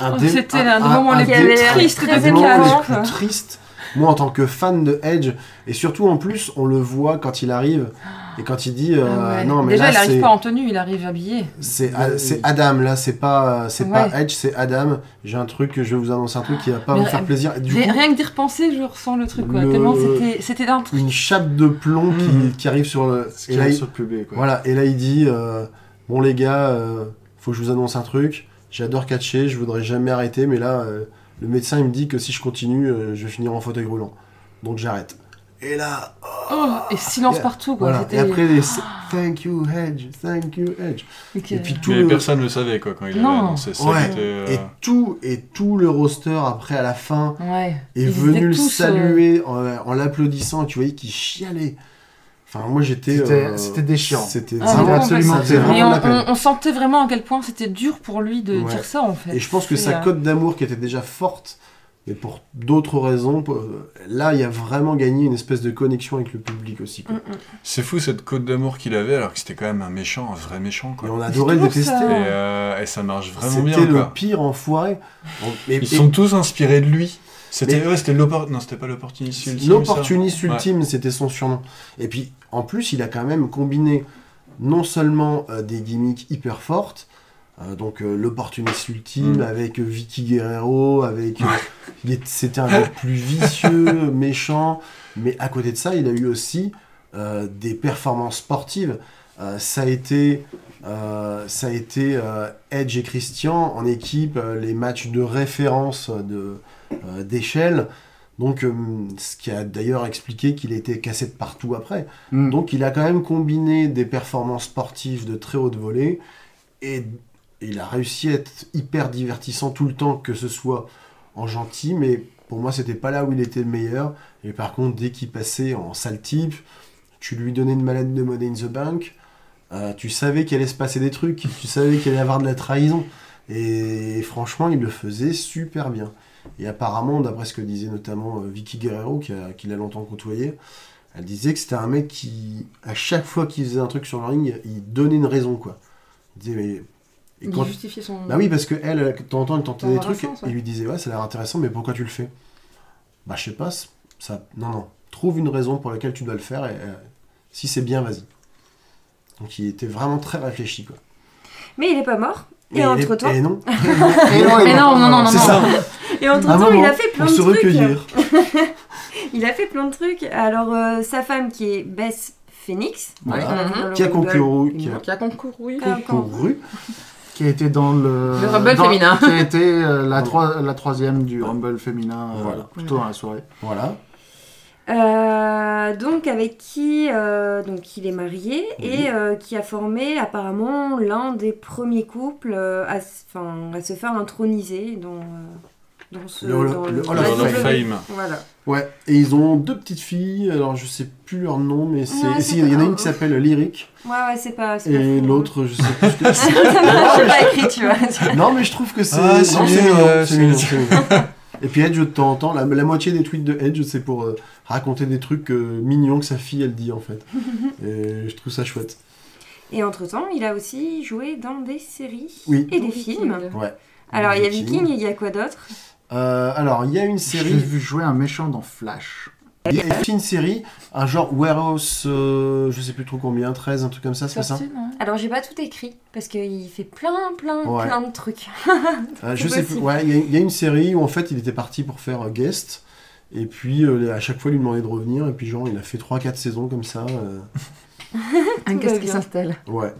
Un Oh, dé- c'était l'un des moments les qui dé- avait plus l'air tristes très de un cette moment éclairant, les carrière. plus tristes. Moi, en tant que fan de Edge, et surtout en plus, on le voit quand il arrive et quand il dit euh, Ah ouais. non mais Déjà, il là arrive c'est pas en tenue, il arrive habillé. c'est A- c'est Adam là, c'est pas euh, c'est pas Ouais. Edge, c'est Adam. J'ai un truc, je vais vous annoncer un truc qui va pas Mais vous faire plaisir. Et du Dès- coup, Rien que d'y repenser, je ressens le truc quoi. Le- Tellement c'était c'était dingue. une chape de plomb qui, Mhm. qui arrive sur le. Ce Et qu'il y là, a il- sur le public. quoi. voilà, et là il dit euh, Bon les gars, euh, faut que je vous annonce un truc, j'adore catcher, je voudrais jamais arrêter, mais là euh, le médecin il me dit que si je continue, euh, je vais finir en fauteuil roulant. Donc j'arrête. Et là, Oh, et silence Et- partout quoi. voilà. C'était- Et après les Ah. Thank you Edge, thank you Edge. Ok. Et puis tout Mais le- personne le savait quoi quand il avait Non. annoncé ça. Ouais. qui était, euh, et tout et tout le roster après à la fin Ouais. est Ils étaient venu le tous, euh, saluer en, en l'applaudissant et tu voyais qu'il chialait. Enfin moi j'étais C'était- euh, c'était déchirant. C'était Ah, vraiment mais absolument complètement. c'était Mais Et vraiment on, de la peine. on- on sentait vraiment à quel point c'était dur pour lui de Ouais. dire ça en fait. Et je pense que C'est, sa euh, cote d'amour qui était déjà forte, mais pour d'autres raisons, pour- là il a vraiment gagné une espèce de connexion avec le public aussi. Mm, quoi. C'est fou cette côte d'amour qu'il avait alors que c'était quand même un méchant, un vrai méchant quoi. Et on adorait le toujours ça. détester. Et, euh, et ça marche vraiment bien C'était le quoi. pire enfoiré. On- mais- Ils et- sont tous inspirés de lui. C'était Mais- ouais, c'était l'oppor- non, c'était pas l'opportuniste ultime. L'opportuniste ça. ultime, c'était son surnom. Et puis, en plus, il a quand même combiné non seulement euh, des gimmicks hyper fortes, euh, donc euh, l'opportuniste ultime Mm. avec euh, Vicky Guerrero, avec euh, il est- c'était un mec plus vicieux, méchant, mais à côté de ça, il a eu aussi euh, des performances sportives. Euh, ça a été euh, ça a été euh, Edge et Christian en équipe, euh, les matchs de référence euh, de, euh, d'échelle. Donc, euh, ce qui a d'ailleurs expliqué qu'il était cassé de partout après. Mm. Donc, il a quand même combiné des performances sportives de très haute volée et il a réussi à être hyper divertissant tout le temps, que ce soit en gentil, mais pour moi, c'était pas là où il était le meilleur. Et par contre, dès qu'il passait en sale type, tu lui donnais une malade de Money in the Bank, euh, tu savais qu'il allait se passer des trucs, tu savais qu'il allait y avoir de la trahison. Et franchement, il le faisait super bien. Et apparemment, d'après ce que disait notamment euh, Vicky Guerrero, qui a- qui l'a longtemps côtoyé, elle disait que c'était un mec qui, à chaque fois qu'il faisait un truc sur le ring, il donnait une raison, quoi. Il disait, mais Et Il quand- justifiait son. Bah oui, parce que elle, de temps en temps, elle tentait Dans des un trucs sens, ouais. et lui disait ouais, ça a l'air intéressant, mais pourquoi tu le fais Bah je sais pas, c'est- ça. Non non, trouve une raison pour laquelle tu dois le faire et euh, si c'est bien, vas-y. Donc il était vraiment très réfléchi quoi. Mais il est pas mort. Mais Et il est- entre temps, Et non. Mais non, Mais non, non, non, non, C'est non. ça. et entre Un temps, il moment a fait plein Pour se de trucs. euh, recueillir. Il a fait plein de trucs. Alors euh, sa femme qui est Bess Phoenix, Voilà. on l'a vu dans le Qui a Rumble. concouru, qui a Qui a concouru. Ah, encore. concouru. qui a été dans le, Le Rumble dans- féminin. qui a été euh, la, troi- la troisième du Rumble féminin, euh, Voilà. plutôt dans la soirée. Voilà. Euh, donc avec qui euh, donc il est marié et euh, qui a formé apparemment l'un des premiers couples euh, à, s- 'fin, à se faire introniser dans, euh, dans ce Le Hall- dans le oh, Hall Dans of dans la Fame. le- fame. Voilà. Ouais, et ils ont deux petites filles, alors je sais plus leur nom, mais c'est. Ouais, et c'est si, il y en a pas- une qui s'appelle Lyric, Ouais ouais c'est pas. c'est pas et fou, hein. l'autre, je sais plus ce que c'est. Je l'ai pas écrit tu vois. Non, mais je trouve que c'est. Ah, c'est non, mignon, mignon, ouais, c'est c'est mignon, c'est mignon. Et puis Edge, de temps en temps, la, la moitié des tweets de Edge, c'est pour euh, raconter des trucs euh, mignons que sa fille, elle dit en fait. Et je trouve ça chouette. Et entre temps il a aussi joué dans des séries Oui. et des films. Ouais. Alors il y a Viking. Viking et il y a quoi d'autre Euh, alors, il y a une J'ai série. vu jouer un méchant dans Flash. Il y a une série, un genre Warehouse, euh, je sais plus trop combien, 13, un truc comme ça, c'est pas ça Sorti, non Alors j'ai pas tout écrit parce qu'il fait plein plein Ouais. plein de trucs. Euh, je sais C'est plus. possible. Ouais, il y, a- il y a une série où en fait il était parti pour faire euh, guest. Et puis euh, à chaque fois il lui demandait de revenir. Et puis genre il a fait 3-4 saisons comme ça. euh, Un Tout guest va qui bien. s'installe. Ouais.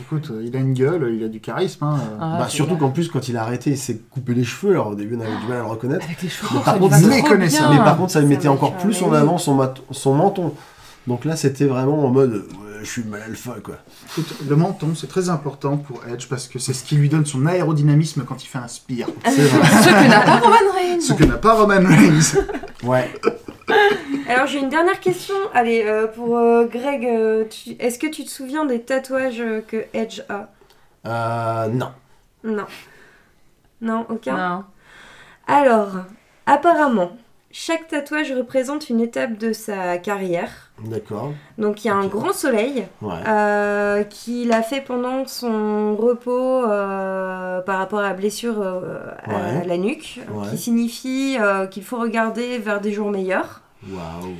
Écoute, euh, il a une gueule, il a du charisme. hein, euh. Ah, bah, c'est surtout vrai. qu'en plus quand il a arrêté il s'est coupé les cheveux. Alors au début on avait du mal à le reconnaître. Bah, Avec les cheveux. Mais par ça lui contre, va mais trop connaissez- bien. Mais par contre ça, lui Ça mettait va encore faire plus en rêver. avant son, mat- son menton. Donc là c'était vraiment en mode euh, ouais, je suis mal alpha quoi. Écoute, le menton, c'est très important pour Edge parce que c'est ce qui lui donne son aérodynamisme quand il fait un spire. Ah, C'est vrai. Ce que n'a pas Roman Reigns. Ce que n'a pas Roman Reigns. Ouais. Alors j'ai une dernière question. Allez, euh, pour euh, Greg, euh, tu- est-ce que tu te souviens des tatouages euh, que Edge a Euh, non. Non. Non, aucun. Non. Alors, apparemment, chaque tatouage représente une étape de sa carrière. D'accord. Donc il y a un Ok. grand soleil Ouais. euh, qu'il a fait pendant son repos euh, par rapport à la blessure euh, à Ouais. la nuque, Ouais. qui signifie euh, qu'il faut regarder vers des jours meilleurs. Waouh.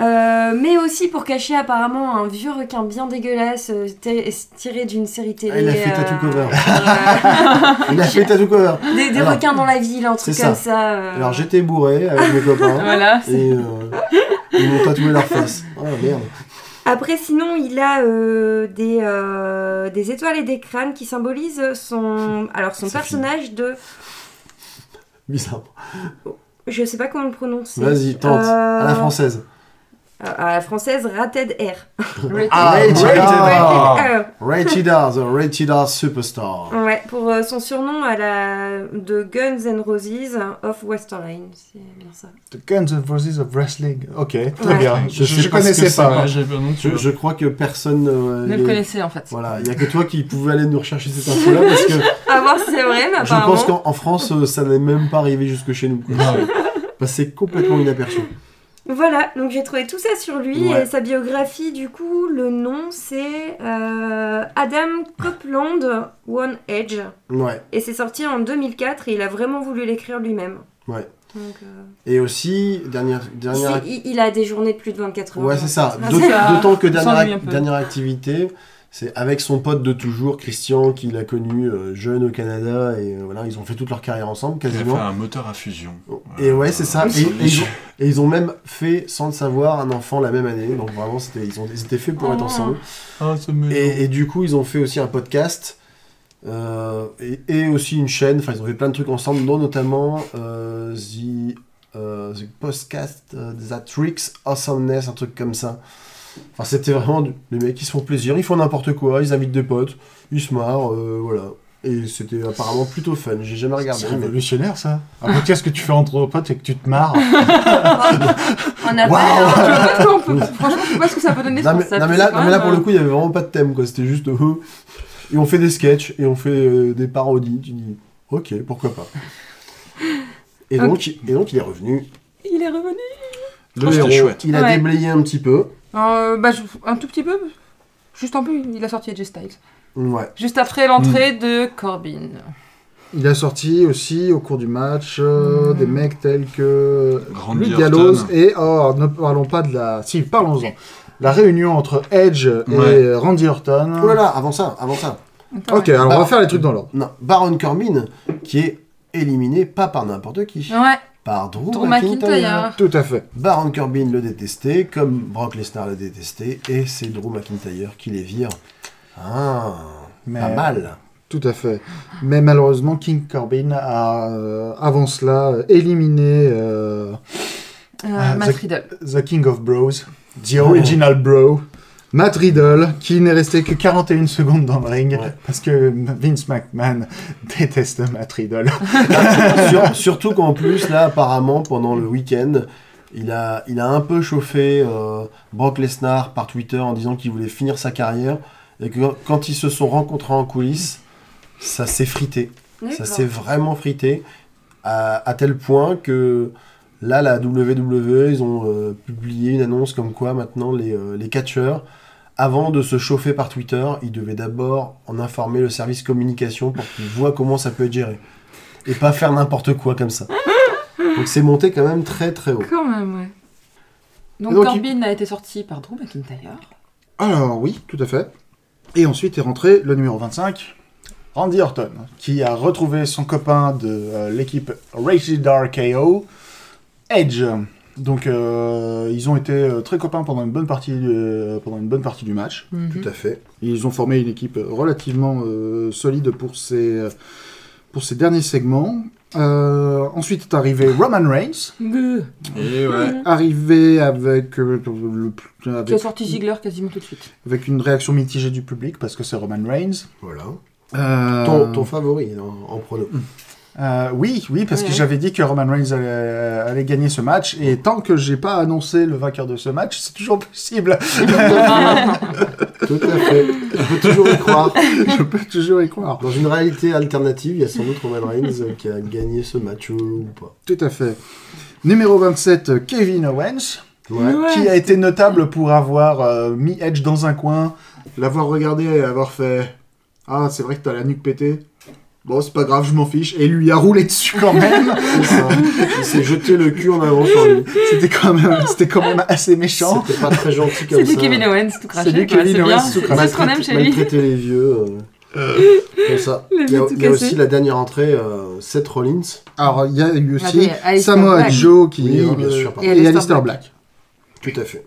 Euh, mais aussi pour cacher apparemment un vieux requin bien dégueulasse euh, t- tiré d'une série télé. Ah, il a fait Tattoo Cover. euh, Ah, Il a fait tattoo cover. des des Alors, requins dans la ville, un truc c'est comme ça. ça. euh. Alors j'étais bourré avec mes copains. Voilà. et euh, ils m'ont tatoué leur face. Oh merde. Après, sinon, il a euh, des, euh, des étoiles et des crânes qui symbolisent son, alors son Sa fille. personnage de. Bizarre. Je sais pas comment le prononcer. Vas-y, tente. Euh, À la française. euh, à la française, Rated R. Ah, Rated rated R. R. Euh, Rated R, the Rated R Superstar. ouais, pour euh, son surnom à la, de Guns N' Roses hein, of Westerline. C'est bien ça. The Guns N' Roses of Wrestling. Oh, Ok, très Ah, Ouais. bien. Je, sais je pas ce que connaissais c'est, pas. ouais, j'ai pas non plus. Je, je crois que personne. euh, Ne les- le connaissez en fait. Voilà, il n'y a que toi qui pouvais aller nous rechercher cette info-là parce que À voir si c'est vrai, mais je apparemment. pense qu'en en France, euh, ça n'est même pas arrivé jusque chez nous. Ah Ouais. Passer complètement inaperçu. Voilà, donc j'ai trouvé tout ça sur lui Ouais. et sa biographie, du coup, le nom c'est euh, Adam Copeland One Edge. Ouais. Et c'est sorti en 2004 et il a vraiment voulu l'écrire lui-même. Ouais. Donc, euh, Et aussi, dernière, dernière c'est- il, il a des journées de plus de 24 heures. Ouais, c'est ça. Ah, D'aut- c'est ça. D'autant que dernière, S'ennuie un ac- peu. dernière activité, c'est avec son pote de toujours, Christian, qu'il a connu euh, jeune au Canada, et euh, voilà, ils ont fait toute leur carrière ensemble Il a fait quasiment. un moteur à fusion. Et ouais, c'est ça. Euh, Et, et ils sur- ont, et ils ont même fait, sans le savoir, un enfant la même année. Donc vraiment, c'était, ils, ont, ils étaient faits pour être Oh. ensemble. Ah, ça me- Et, et du coup, ils ont fait aussi un podcast. euh, et, et aussi une chaîne, enfin ils ont fait plein de trucs ensemble, dont notamment euh, The, euh, the Podcast euh, That Tricks Awesomeness, un truc comme ça. Enfin c'était vraiment du- les mecs qui se font plaisir, ils font n'importe quoi, ils invitent des potes, ils se marrent, euh, voilà. Et c'était apparemment plutôt fun, j'ai jamais regardé. C'est mais- révolutionnaire ça. Un podcast que tu fais entre potes et que tu te marres. On n'a pas. Waouh Je vois pas de quoi on peut. Franchement, je sais pas ce que ça peut donner. Non je mais, pense que ça non, mais peut- là, c'est non, mais là, quand pour le même, hein. coup il y avait vraiment pas de thème quoi, c'était juste euh, et on fait des sketchs et on fait euh, des parodies, tu dis ok pourquoi pas. Et donc, et donc il est revenu, Il est revenu. Oh, le c'était héros, chouette. il a Ouais. déblayé un petit peu, Euh, bah, je- un tout petit peu. Juste un peu, il a sorti Edge Styles. Ouais. Juste après l'entrée de Corbin. Il a sorti aussi au cours du match euh, Mm. des mecs tels que euh, Randy Luke Gallows Orton. et oh ne parlons pas de la si parlons-en la réunion entre Edge et euh, Ouais. Randy Orton. Ah. Oh là là, avant ça, avant ça. Ok alors on Ah. va faire les trucs dans l'ordre. Non, Baron Corbin, qui est éliminé pas par n'importe qui, Ouais, par Drew, Drew McIntyre. McIntyre. Tout à fait. Baron Corbin le détestait, comme Brock Lesnar le détestait, et c'est Drew McIntyre qui les vire. Ah, Mais- pas mal. Tout à fait. Mais malheureusement, King Corbin a, euh, avant cela, euh, éliminé euh, Euh, Ah, Matt Zac- Riddle. The King of Bros, Ah. The Original Bro, Matt Riddle, qui n'est resté que 41 secondes dans le ring, Ouais. parce que Vince McMahon déteste Matt Riddle. Sur- surtout qu'en plus, là, apparemment, pendant le week-end, il a, il a un peu chauffé euh, Brock Lesnar par Twitter en disant qu'il voulait finir sa carrière. Et que quand ils se sont rencontrés en coulisses, ça s'est frité. Ça s'est vraiment frité. À, à tel point que là, la WWE, ils ont euh, publié une annonce comme quoi maintenant les, euh, les catcheurs. Avant de se chauffer par Twitter, ils devaient d'abord en informer le service communication pour qu'ils voient comment ça peut être géré. Et pas faire n'importe quoi comme ça. Donc c'est monté quand même très très haut. Quand même, ouais. Donc, Donc, Corbin a été sorti par Drew McIntyre. Alors oui, tout à fait. Et ensuite est rentré le numéro 25, Randy Orton, qui a retrouvé son copain de euh, l'équipe Rated RKO, Edge. Donc euh, ils ont été euh, très copains pendant une bonne partie, euh, pendant une bonne partie du match. Mhm. Tout à fait. Ils ont formé une équipe relativement euh, solide pour ces, pour ces derniers segments. Euh, ensuite est arrivé Roman Reigns, Bleu. Et ouais. arrivé avec, euh, le- le- Qui a avec, sorti Ziggler quasiment tout de suite. avec une réaction mitigée du public parce que c'est Roman Reigns. Voilà. Euh, Ton, ton favori en, en prono. euh, oui, oui, parce que Ouais. j'avais dit que Roman Reigns allait, euh, allait gagner ce match et tant que j'ai pas annoncé le vainqueur de ce match, c'est toujours possible. Tout à fait. Je peux toujours y croire. Je peux toujours y croire. Dans une réalité alternative, il y a sans doute Roman Reigns euh, qui a gagné ce match euh, ou pas. Tout à fait. Numéro 27, Kevin Owens. qui a été notable pour avoir euh, mis Edge dans un coin, l'avoir regardé et avoir fait Ah, c'est vrai que t'as la nuque pétée. Bon, c'est pas grave, je m'en fiche. Et lui a roulé dessus quand même. C'est ça. Il s'est jeté le cul en avant sur lui. c'était quand même, c'était quand même assez méchant. C'était pas très gentil comme C'est ça. du Kevin Owens tout craché. du quoi, Kevin c'est Owens bien. tout C'est craché. c'est ce qu'on aime chez lui. Maltraiter les vieux. euh, Comme ça. Il y Les a, vieux tout il y a cassés. aussi la dernière entrée, euh, Seth Rollins. Alors, il y a eu aussi Attends, Alistair Samoa Black. Joe qui Oui, euh, bien sûr, pardon. et Et Alistair Alistair Black. Tout à fait.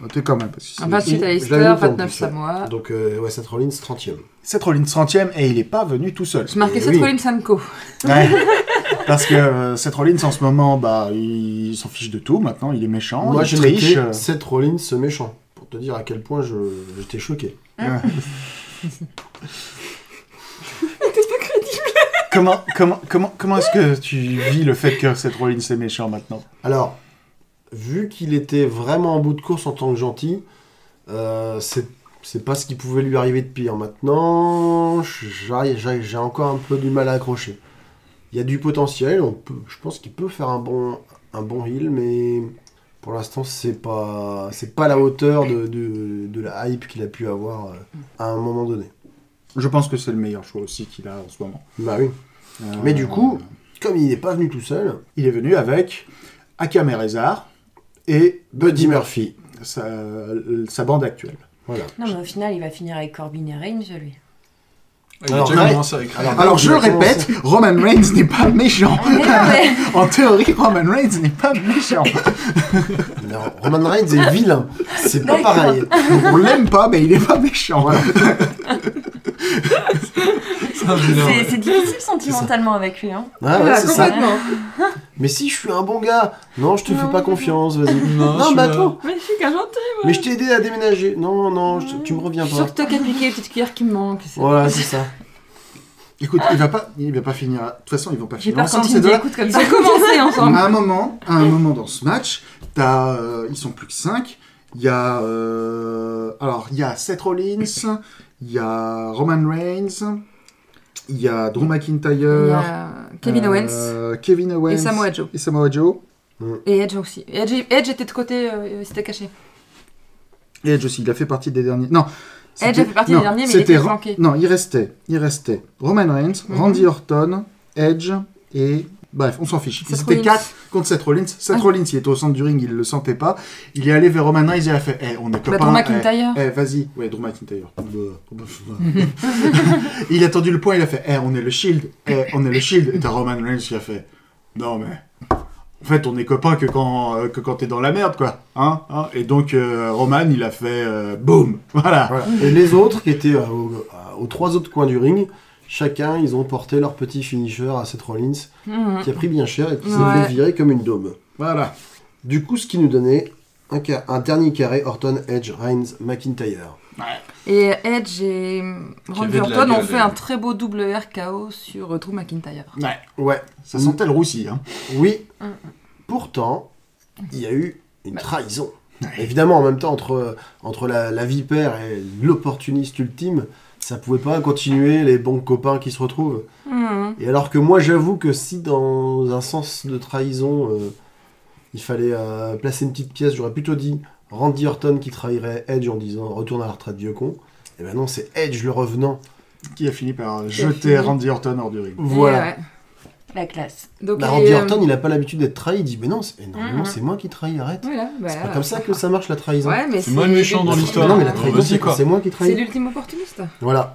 Notez quand même. parce que Un c'est- 28 Ah, Je à l'avais Leicester, noté en 29 plus, ouais. Samoa. Donc, euh, ouais, Seth Rollins, 30 e Seth Rollins 30e et il est pas venu tout seul. Je marquais Eh cette oui. Rollins Sanko. Ouais. Parce que euh, Seth Rollins en ce moment, bah, il s'en fiche de tout maintenant, il est méchant, Moi, il j'ai triche. noté euh, Seth Rollins ce méchant. Pour te dire à quel point je, j'étais choqué. Comment, comment, comment, comment est-ce que tu vis le fait que Seth Rollins est méchant maintenant Alors, vu qu'il était vraiment en bout de course en tant que gentil, euh, c'est c'est pas ce qui pouvait lui arriver de pire. Maintenant, j'arrive- j'ai j'ai encore un peu du mal à accrocher. Il y a du potentiel, on peut, je pense qu'il peut faire un bon, un bon heal, mais pour l'instant, c'est pas, c'est pas à la hauteur de, de- de la hype qu'il a pu avoir euh, à un moment donné. Je pense que c'est le meilleur choix aussi qu'il a en ce moment. Bah oui. Euh, Mais du coup, comme il n'est pas venu tout seul, il est venu avec Akam Rezar et Buddy Murphy. sa, sa bande actuelle. Voilà. Non, mais au final, il va finir avec Corbin et Reigns, lui. Ah, Il a Alors, déjà ouais. commencé avec Alors, Alors je le Exactement, répète, Roman Reigns n'est pas méchant. mais- en théorie, Roman Reigns n'est pas méchant. Non, Roman Reigns est vilain. C'est pas D'accord. pareil. On l'aime pas, mais il est pas méchant. Ah, génial, C'est ouais. c'est difficile sentimentalement avec lui. Hein. Ah ouais, Ah, c'est ça. complètement. Mais si je suis un bon gars, non, je te fais Non. pas confiance, vas-y. Non, Non, je mais suis attends, Mais je suis qu'un gentil. mais je t'ai aidé à déménager. Non, non, je- tu me reviens Je suis sûre pas. que toi qui as piqué les petites cuillères qui me manquent. c'est- Voilà, c'est ça. Écoute, il va pas, il va pas finir. De toute façon, ils vont pas J'ai finir peur ensemble quand ces il me deux-là. écoute comme Ils ça. ont commencé ensemble. À un moment, à un moment dans ce match, t'as, euh, ils sont plus que 5. Il y a, euh, alors il y a Seth Rollins, il y a Roman Reigns, il y a Drew Euh, Il y McIntyre, a Kevin Owens euh, Kevin Owens et Samoa Joe. et Samoa Joe, Et Edge aussi. Edge, Edge était de côté, euh, il s'était caché. et Edge aussi. Il a fait partie des derniers. Non, Edge a fait partie non, des derniers, mais il c'était était Ro- flanqué. Non, il restait. Il restait Roman Reigns, Mhm. Randy Orton, Edge et. Bref, on s'en fiche. Ils Seth étaient Rollins. 4 contre Seth Rollins. Seth Ah. Rollins, il était au centre du ring, il le sentait pas. Il est allé vers Roman Reigns, il a fait Eh, on est Bah, copains. Drew eh, McIntyre. Eh, vas-y. Ouais, Drew McIntyre. il a tendu le point, il a fait Eh, on est le Shield. Eh, on est le Shield. Et t'as Roman Reigns qui a fait Non, mais. En fait, on est copains que quand, euh, que quand t'es dans la merde, quoi. Hein, hein Et donc, euh, Roman, il a fait euh, Boum Voilà. Voilà. Et les autres qui étaient euh, au- à- aux trois autres coins du ring, chacun, ils ont porté leur petit finisher à Seth Rollins, Mhm. qui a pris bien cher et qui s'est Ouais. fait virer comme une dôme. Voilà. Du coup, ce qui nous donnait un, ca- un dernier carré Orton, Edge, Reigns, McIntyre. Et Edge et Randy avait de la Orton ont gueule, euh. fait d'ailleurs. un très beau double RKO sur euh, Drew McIntyre. Ouais. Ouais. Ça sentait le roussi, hein. Oui. Mm. Pourtant, il y a eu une trahison. Évidemment, en même temps, entre, entre la, la vipère et l'opportuniste ultime, ça pouvait pas continuer les bons copains qui se retrouvent. Mhm. Et alors que moi, j'avoue que si dans un sens de trahison, euh, il fallait euh, placer une petite pièce, j'aurais plutôt dit Randy Orton qui trahirait Edge en disant retourne à la retraite vieux con. Et ben non, c'est Edge le revenant. qui a fini par a fini. jeter Randy Orton hors du ring. Voilà. Et Eh ouais. La classe. Donc, Bah, et, Randy euh, Mm, Orton, il a pas l'habitude d'être trahi. Il dit mais non, c'est eh, normalement, Mhm. c'est moi qui trahis. Arrête. Voilà, bah, C'est pas comme ça que ça marche la trahison. Ouais, mais C'est moi le méchant dans Mais l'histoire. non, mais la Bah, trahison, vas-y, c'est quoi. quand c'est moi qui C'est trahis. l'ultime opportuniste. Voilà.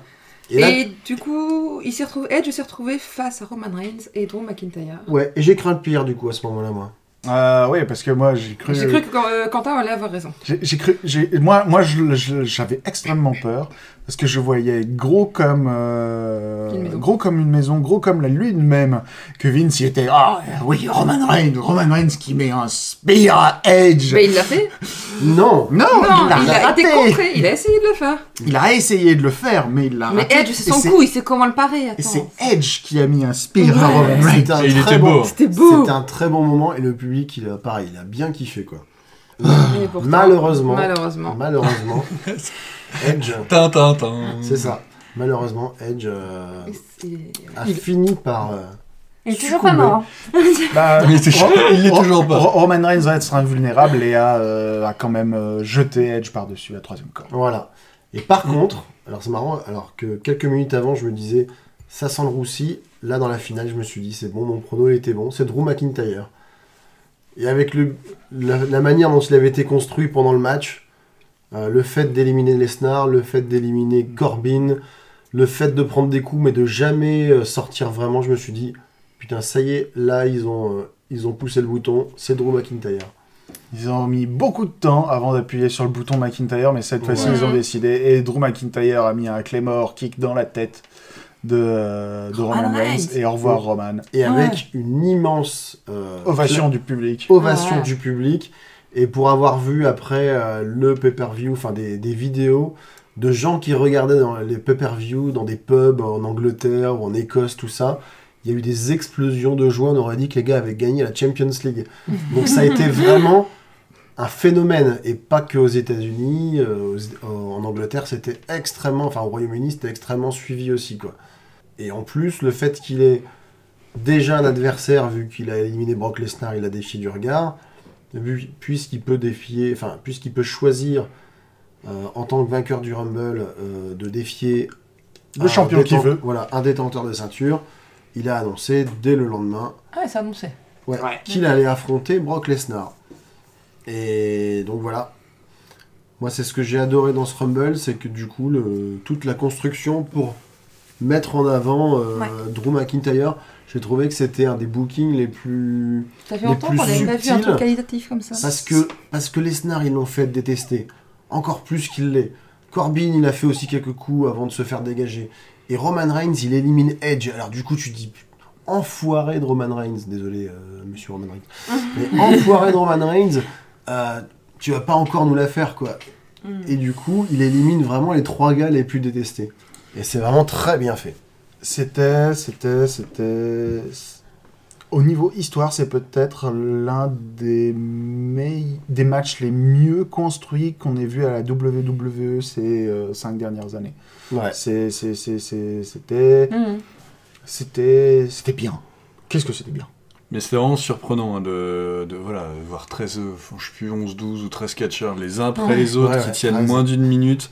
Et, Et, là, du coup, il s'est retrouvé, Edge s'est retrouvé face à Roman Reigns et Drew McIntyre. ouais. Et j'ai craint le pire du coup à ce moment-là, moi. Ah oui, parce que moi j'ai cru. J'ai cru que euh, Quentin allait avoir raison. j'ai- j'ai cru- j'ai- moi, moi je- je- j'avais extrêmement peur parce que je voyais gros comme euh, Une maison. gros comme une maison, gros comme la lune même que Vince il était ah oui Roman Reigns, Roman Reigns qui met un spear à Edge. Bah, il l'a fait. Non. Non, Non, il l'a il a raté. été contré, il a essayé de le faire. Il a essayé de le faire, mais il l'a Mais raté. Edge, c'est Et son coup, il sait comment le parer. Et c'est Attends. Edge qui a mis un spear à Ouais. Roman Reigns. C'était un Et Ah, il très était bon- beau. C'était beau. C'était un très bon moment et le public, il a pareil, il a bien kiffé quoi. Et Ah, pourtant, Malheureusement. Malheureusement. Malheureusement, Edge, Tintin, tintin. c'est ça. Malheureusement, Edge euh, Et c'est- a fini par. euh, Il est toujours pas Succombé. mort. Bah, Il était- il l'est Ro- toujours pas. Ro- Roman Reigns va être invulnérable et a, euh, a quand même euh, jeté Edge par-dessus la troisième corde. Voilà. Et par contre, alors c'est marrant, alors que quelques minutes avant, je me disais, ça sent le roussi. Là, dans la finale, je me suis dit, c'est bon, mon prono il était bon, c'est Drew McIntyre. Et avec le, la, la manière dont il avait été construit pendant le match, euh, le fait d'éliminer Lesnar, le fait d'éliminer Corbin, le fait de prendre des coups mais de jamais euh, sortir vraiment, je me suis dit, putain, ça y est, là, ils ont, euh, ils ont poussé le bouton, c'est Drew McIntyre. Ils ont mis beaucoup de temps avant d'appuyer sur le bouton McIntyre, mais cette fois-ci, Ouais. ils ont décidé. Et Drew McIntyre a mis un Claymore kick dans la tête de, euh, de Roman Roman Reigns. Reigns. Et au revoir, Roman. Et avec une immense euh, Ovation du public. ovation Ouais. du public. Et pour avoir vu après euh, le pay-per-view, enfin des, des vidéos de gens qui regardaient dans les pay-per-view dans des pubs en Angleterre ou en Écosse, tout ça, il y a eu des explosions de joie. On aurait dit que les gars avaient gagné la Champions League. Donc ça a été vraiment un phénomène. Et pas que aux États-Unis, euh, aux- euh, en Angleterre, c'était extrêmement, enfin au Royaume-Uni, c'était extrêmement suivi aussi. quoi. Et en plus, le fait qu'il ait déjà un adversaire, vu qu'il a éliminé Brock Lesnar, il a défié du regard, vu- puisqu'il peut défier, enfin, puisqu'il peut choisir euh, en tant que vainqueur du Rumble euh, de défier Le champion qui déten- veut. Voilà, un détenteur de ceinture. Il a annoncé dès le lendemain Ah, ça annonçait. ouais, qu'il allait affronter Brock Lesnar. Et donc voilà. Moi, c'est ce que j'ai adoré dans ce Rumble, c'est que du coup, le- toute la construction pour mettre en avant euh, Ouais. Drew McIntyre, j'ai trouvé que c'était un des bookings les plus. Ça fait Les longtemps plus qu'on n'avait pas vu un subtils. truc qualitatif comme ça. Parce que, parce que Lesnar, ils l'ont fait détester. Encore plus qu'il l'est. Corbin, il a fait aussi quelques coups avant de se faire dégager. Et Roman Reigns, il élimine Edge. Alors du coup, tu te dis, enfoiré de Roman Reigns. Désolé, euh, monsieur Roman Reigns. Mais enfoiré de Roman Reigns, euh, tu vas pas encore nous la faire, quoi. Mm. Et du coup, il élimine vraiment les trois gars les plus détestés. Et c'est vraiment très bien fait. C'était, c'était, c'était. Au niveau histoire, c'est peut-être l'un des, mei- des matchs les mieux construits qu'on ait vu à la WWE ces euh, cinq dernières années. Ouais. C'est- c'est- c'est- c'est- Mm. C'était, Mhm. c'était, c'était bien. Qu'est-ce que c'était bien Mais c'était vraiment surprenant hein, de, de, voilà, voir 13, euh, je sais plus, 11, 12 ou 13 catcheurs les uns après Ouais. les autres Ouais, qui ouais, tiennent 13. moins d'une minute.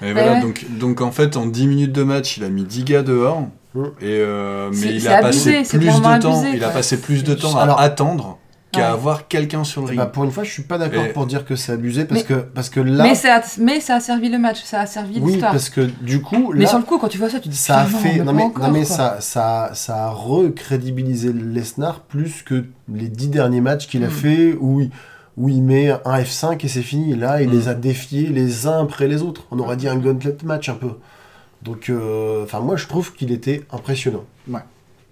Et voilà, ouais. donc, donc en fait, en 10 minutes de match, il a mis 10 gars dehors. Mm. Et, euh, C'est- mais il c'est a, abusé, c'est passé plus clairement de temps, abusé, il a quoi. passé plus de temps à Alors- attendre qu'à Ouais. avoir quelqu'un sur le Eh ring. ben, pour une fois, je suis pas d'accord Et- pour dire que c'est abusé parce Mais- que parce que là, mais, ça a, mais ça a servi le match, ça a servi oui, l'histoire. parce que du coup, Mais là, sur le coup, quand tu vois ça, tu te dis ça a putain, fait non, non pas mais, encore, non, mais quoi. ça ça ça a recrédibilisé Lesnar plus que les dix derniers matchs qu'il Hmm. a Mm. fait où il, où il met un F5 et c'est fini. Là, il Mm. Hmm. les a défiés les uns après les autres. On aurait dit un gauntlet match un peu. Donc, euh, enfin, moi, je trouve qu'il était impressionnant.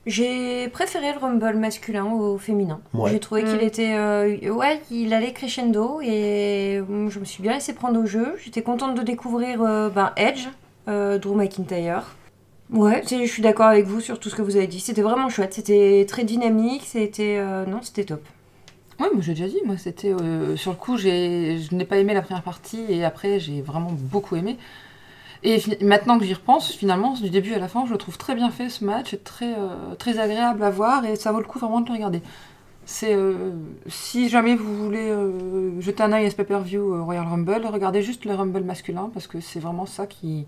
J'ai préféré le Rumble masculin au féminin. Ouais. J'ai trouvé qu'il Mm. était. euh, ouais, il allait crescendo et euh, je me suis bien laissé prendre au jeu. J'étais contente de découvrir euh, ben, Edge, euh, Drew McIntyre. Ouais, c'est- je suis d'accord avec vous sur tout ce que vous avez dit. C'était vraiment chouette, c'était très dynamique, c'était. euh, non, c'était top. Ouais, moi j'ai déjà dit, moi c'était. euh, sur le coup, j'ai, je n'ai pas aimé la première partie et après j'ai vraiment beaucoup aimé. Et fi- maintenant que j'y repense, finalement, du début à la fin, je le trouve très bien fait ce match, et très, euh, très agréable à voir et ça vaut le coup vraiment de le regarder. C'est, euh, si jamais vous voulez euh, jeter un œil à ce pay-per-view euh, Royal Rumble, regardez juste le Rumble masculin parce que c'est vraiment ça qui,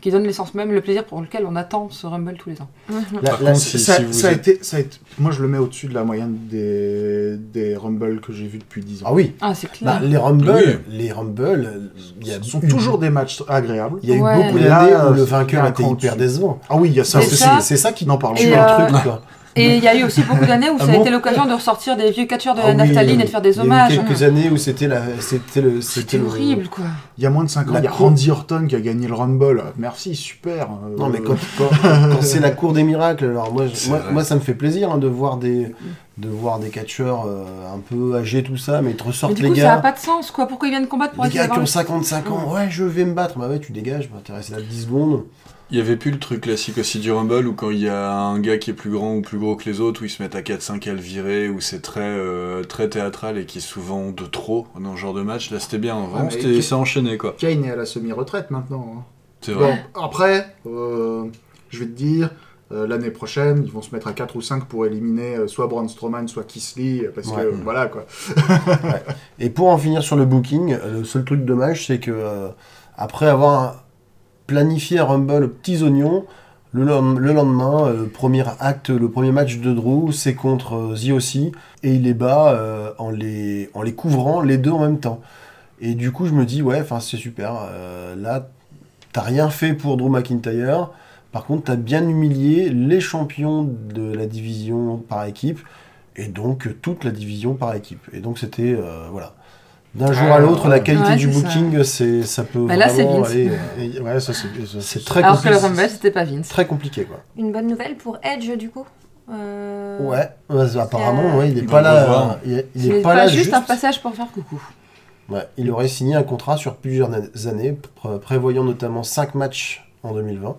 qui donne l'essence même, le plaisir pour lequel on attend ce Rumble tous les ans. Là- Par là, contre, c'est- si, ça, si vous ça a êtes- été, ça a été- moi je le mets au-dessus de la moyenne des, des Rumble que j'ai vu depuis 10 ans. ah oui, Ah, c'est clair. Bah, les Rumble, Oui. les Rumble, il y a Ce Hmm. sont eu- toujours des matchs agréables. Il y a eu Ouais. beaucoup Mais d'années là, où le c'est vainqueur un était cran hyper au-dessus. décevant. Ah oui, il y a ça Mais Parce que aussi. ça- c'est- c'est ça qui N'en parlons tue pas. un Et, euh, truc. Quoi. Et il y a eu aussi beaucoup d'années où ça a bon été l'occasion de ressortir des vieux catcheurs de la Ah oui, euh, naphtaline et de faire des hommages. Il y a eu quelques années où c'était la, c'était le, C'était le- horrible, quoi. Il y a moins de 5 ans, La il y a cour- Randy Orton qui a gagné le Rumble. Merci, super. Euh, Non mais quand, quand- quand c'est la cour des miracles, alors moi, je- C'est moi, vrai. moi, ça me fait plaisir hein, de voir Mm. des, de voir des catcheurs euh, un peu âgés tout ça, mais ils te Mais ressortent du coup, les ça n'a gars, pas de sens, quoi. Pourquoi ils viennent combattre pour les essayer gars qui d'avoir ont le- 55 ans, ouais je vais me battre, bah ouais tu dégages, bah t'es resté là 10 secondes. Il y avait plus le truc classique aussi du Rumble où quand il y a un gars qui est plus grand ou plus gros que les autres, où ils se mettent à 4-5 à le virer, où c'est très, euh, très théâtral et qui est souvent de trop dans ce genre de match. Là c'était bien, Ouais, vraiment, mais c'était que- c'est enchaîné quoi. Kane est à la semi-retraite maintenant. hein. C'est vrai. Bon, après, euh, je vais te dire, euh, l'année prochaine, ils vont se mettre à 4 ou 5 pour éliminer euh, soit Braun Strowman, soit Kisly, parce Ouais. que euh, voilà quoi. Et pour en finir sur le booking, euh, le seul truc dommage, c'est que euh, après avoir un- planifié un Rumble aux petits oignons, le, lom- le lendemain, euh, le premier acte, le premier match de Drew, c'est contre euh, The O.C. et il les bat euh, en, les, en les couvrant les deux en même temps. Et du coup, je me dis, ouais, enfin, c'est super. euh, là, t'as rien fait pour Drew McIntyre. Par contre, t'as bien humilié les champions de la division par équipe et donc euh, toute la division par équipe. Et donc c'était euh, voilà. D'un jour à l'autre, la qualité Euh, Ouais, du c'est ça. booking, c'est ça peut Bah là, c'est vraiment Vince. aller. euh, Et- ouais, ça c'est. ça, c'est très Alors que le compliqué. Rumble, c'était pas Vince. Très compliqué quoi. Une bonne nouvelle pour Edge, du coup Euh, Ouais. ouais, apparemment, Euh, ouais, il est On pas va là. voir. euh, Il est, il est C'est pas, là juste. juste un passage pour faire coucou. Ouais, il aurait signé un contrat sur plusieurs na- années, pr- prévoyant notamment 5 matchs en 2020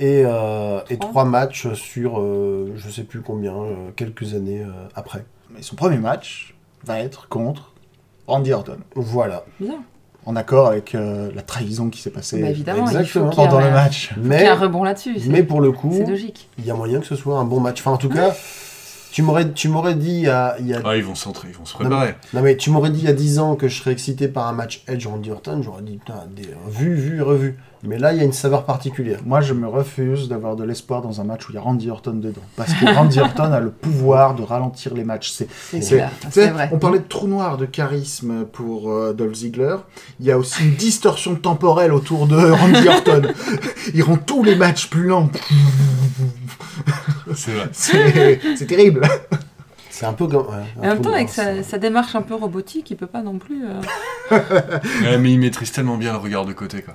et, euh, et Trois. 3 matchs sur euh, je sais plus combien, euh, quelques années euh, après. Mais son premier match va être contre Randy Orton, Voilà. Bien. en accord avec euh, la trahison qui s'est passée Bah, évidemment, il faut exactement. qu'il y ait pendant le un- match. qu'il y Mais, ait un rebond là-dessus. mais C'est pour le coup, c'est logique. il y a moyen que ce soit un bon match. Enfin, en tout cas, tu m'aurais, tu m'aurais dit il y a, il y a- Ah, ils vont s'entrer, ils vont se préparer. non mais tu m'aurais dit il y a 10 ans que je serais excité par un match Edge Randy Orton, j'aurais dit putain, des, euh, vu, vu, revu. Mais là, il y a une saveur particulière. Moi, je me refuse d'avoir de l'espoir dans un match où il y a Randy Orton dedans. Parce que Randy Orton a le pouvoir de ralentir les matchs. C'est, C'est c'est- clair, tu sais, Ah, c'est vrai. On parlait de trou noir de charisme pour euh, Dolph Ziggler. Il y a aussi une distorsion temporelle autour de Randy Orton. il rend tous les matchs plus lents. C'est vrai. C'est, c'est terrible. C'est un peu comme. ouais, un Et en même trou temps, noir, avec c'est- sa, sa démarche un peu robotique, il peut pas non plus. euh, Ouais, Eh, mais ils maîtrisent tellement bien le regard de côté quoi.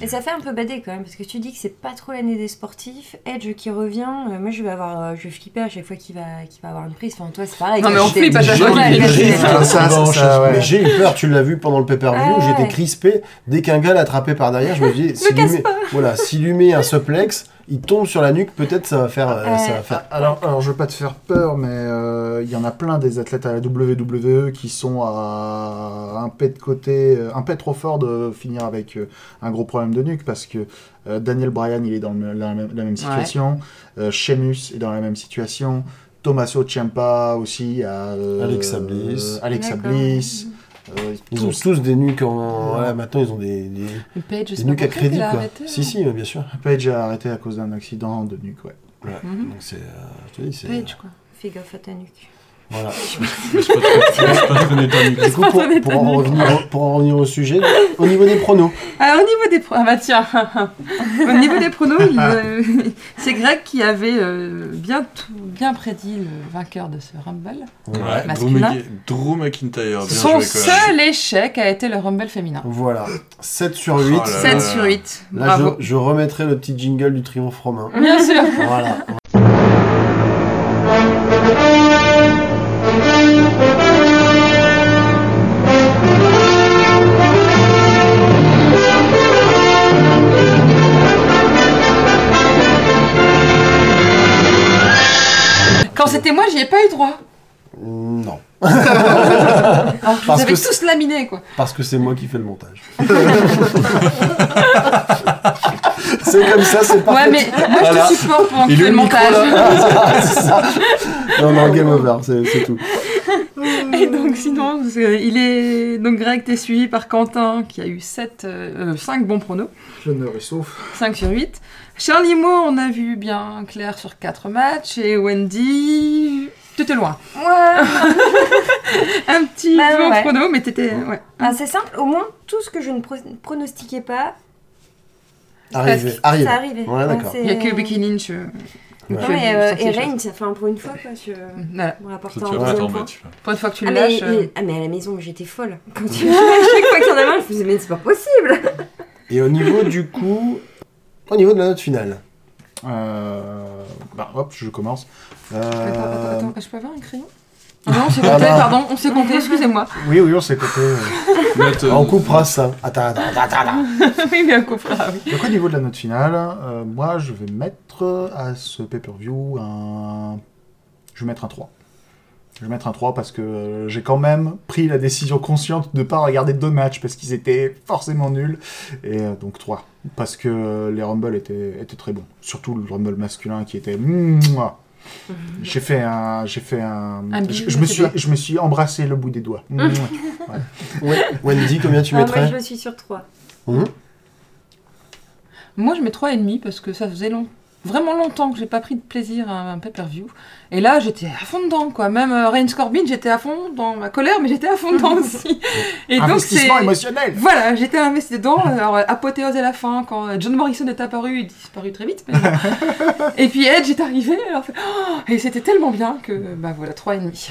Et ça fait un peu badé quand même, parce que tu dis que c'est pas trop l'année des sportifs. Edge qui revient, euh, moi je vais avoir, euh, je vais flipper à chaque fois qu'il va, qu'il va avoir une prise. Enfin, toi c'est pareil. Non, mais on J'étais- flippe à chaque Ouais, fois qu'il ouais, fait j'étais- une prise. Ça, ça, Bon, ça, ouais. Mais j'ai eu peur, tu l'as vu pendant le pay-per-view, Ah ouais. j'étais crispé. Dès qu'un gars l'attrapait par derrière, je me disais, s'il lui, casse met- voilà, s'il lui met un suplex, il tombe sur la nuque, peut-être ça va faire. euh, Ouais. ça va faire... Ah, Alors, alors, je veux pas te faire peur, mais euh, il y en a plein des athlètes à la WWE qui sont à un pet de côté, euh, un pet trop fort de finir avec euh, un gros problème de nuque parce que euh, Daniel Bryan il est dans le- la, même- la même situation, euh, Sheamus est dans la même situation, Tommaso Ciampa aussi, à, euh, Alexa Bliss. Alexa D'accord. Bliss, Euh, ils ont tous des nuques en. Voilà, maintenant ils ont des, des, Le page, Ah, je des sais pas nuques à pourquoi crédit il a quoi. arrêté, hein. Si, si, bien sûr. Page a arrêté à cause d'un accident de nuque, ouais. Ouais. Mhm. Donc c'est. euh, je te dis, c'est. Page, quoi. Fais gaffe à ta nuque. Voilà. Laisse pas traîner- laisse pas hein. traîner ta nuque. Du coup, pour, pour en revenir au, pour en revenir au sujet, au niveau des pronos, Alors, au niveau des pronos, ah bah tiens, au niveau des pronos, il, euh, c'est Greg qui avait euh, bien, tout- bien prédit le vainqueur de ce Rumble. Ouais, Drew, Masculin. McI- Drew McIntyre, Ah, bien Son joué quand même. seul échec a été le Rumble féminin. voilà. 7 sur 8. Oh là là. 7 sur 8, Là, bravo. je, je remettrai le petit jingle du triomphe romain. Bien sûr. voilà. Quand c'était moi, j'y ai pas eu droit. Non. Alors, je vous Parce avais que c'est- tous laminé, quoi. Parce que c'est moi qui fais le montage. c'est comme ça, c'est Ouais, parfait. mais moi, Voilà. je te supporte pendant que Il tu est fais le le micro, montage. Non, non, game over, c'est c'est tout. Et donc, sinon, parce que il est... Donc, Greg, t'es suivi par Quentin, qui a eu 7, 5 bons pronos. L'honneur est sauf. 5 sur 8. Charlie Moore, on a vu bien clair sur 4 matchs. Et Wendy, t'étais loin. Ouais. Un petit Bah, peu en ouais. prono, mais t'étais... Ouais. Ah, c'est simple, au moins tout ce que je ne pro- pronostiquais pas, Arrivé, ça arrivé. arrivait. Ouais, d'accord. c'est- Il n'y a que Becky Lynch. euh, Ouais. qui Non, a mais, vu euh, sortir et les choses. Reign, ça fait un pour une fois, quoi. Je... Voilà. On rapporte Ça, un tu vas pas deuxième t'en point. battre, tu vois. Pour une fois que tu Ah le mais, lâches... euh, mais- ah, mais à la maison, j'étais folle. Quand tu... Chaque fois qu'il y en avait un, je me disais, mais c'est pas possible. Et au niveau du coup, au niveau de la note finale, Euh... Bah hop, je commence. Euh, Attends, attends, attends, je peux avoir un crayon Ah Non, on s'est Ah compté, bah. pardon, on s'est compté, excusez-moi. Oui, oui, on s'est coupé. euh. Note, euh, on coupera ça. Attends, attends, attends, attends. oui, mais on comprend, oui. Donc au niveau de la note finale, euh, moi je vais mettre euh, à ce pay-per-view un... Je vais mettre un 3. Je vais mettre un 3 parce que euh, j'ai quand même pris la décision consciente de ne pas regarder deux matchs parce qu'ils étaient forcément nuls. Et euh, donc 3. Parce que euh, les Rumble étaient, étaient très bons. Surtout le Rumble masculin qui était... Mouah J'ai fait un... J'ai fait un... Mhm. Un je, bisou, je me c'est suis, bien. je me suis embrassé le bout des doigts. Mouah. Ouais, Wendy, combien tu Ah, moi, mettrais je me suis sur 3. Mhm. Moi, je mets 3,5 parce que ça faisait long, vraiment longtemps que j'ai pas pris de plaisir à un pay-per-view. Et là, j'étais à fond dedans, quoi. Même euh, Reigns Corbin, j'étais à fond dans ma colère, mais j'étais à fond dedans aussi. Et donc, c'est. Investissement émotionnel Voilà, j'étais investi dedans. Alors, euh, apothéose à la fin, quand euh, John Morrison est apparu, il est disparu très vite. mais bon. et puis Edge est arrivé, alors, fait, oh et c'était tellement bien que, euh, bah voilà, 3,5.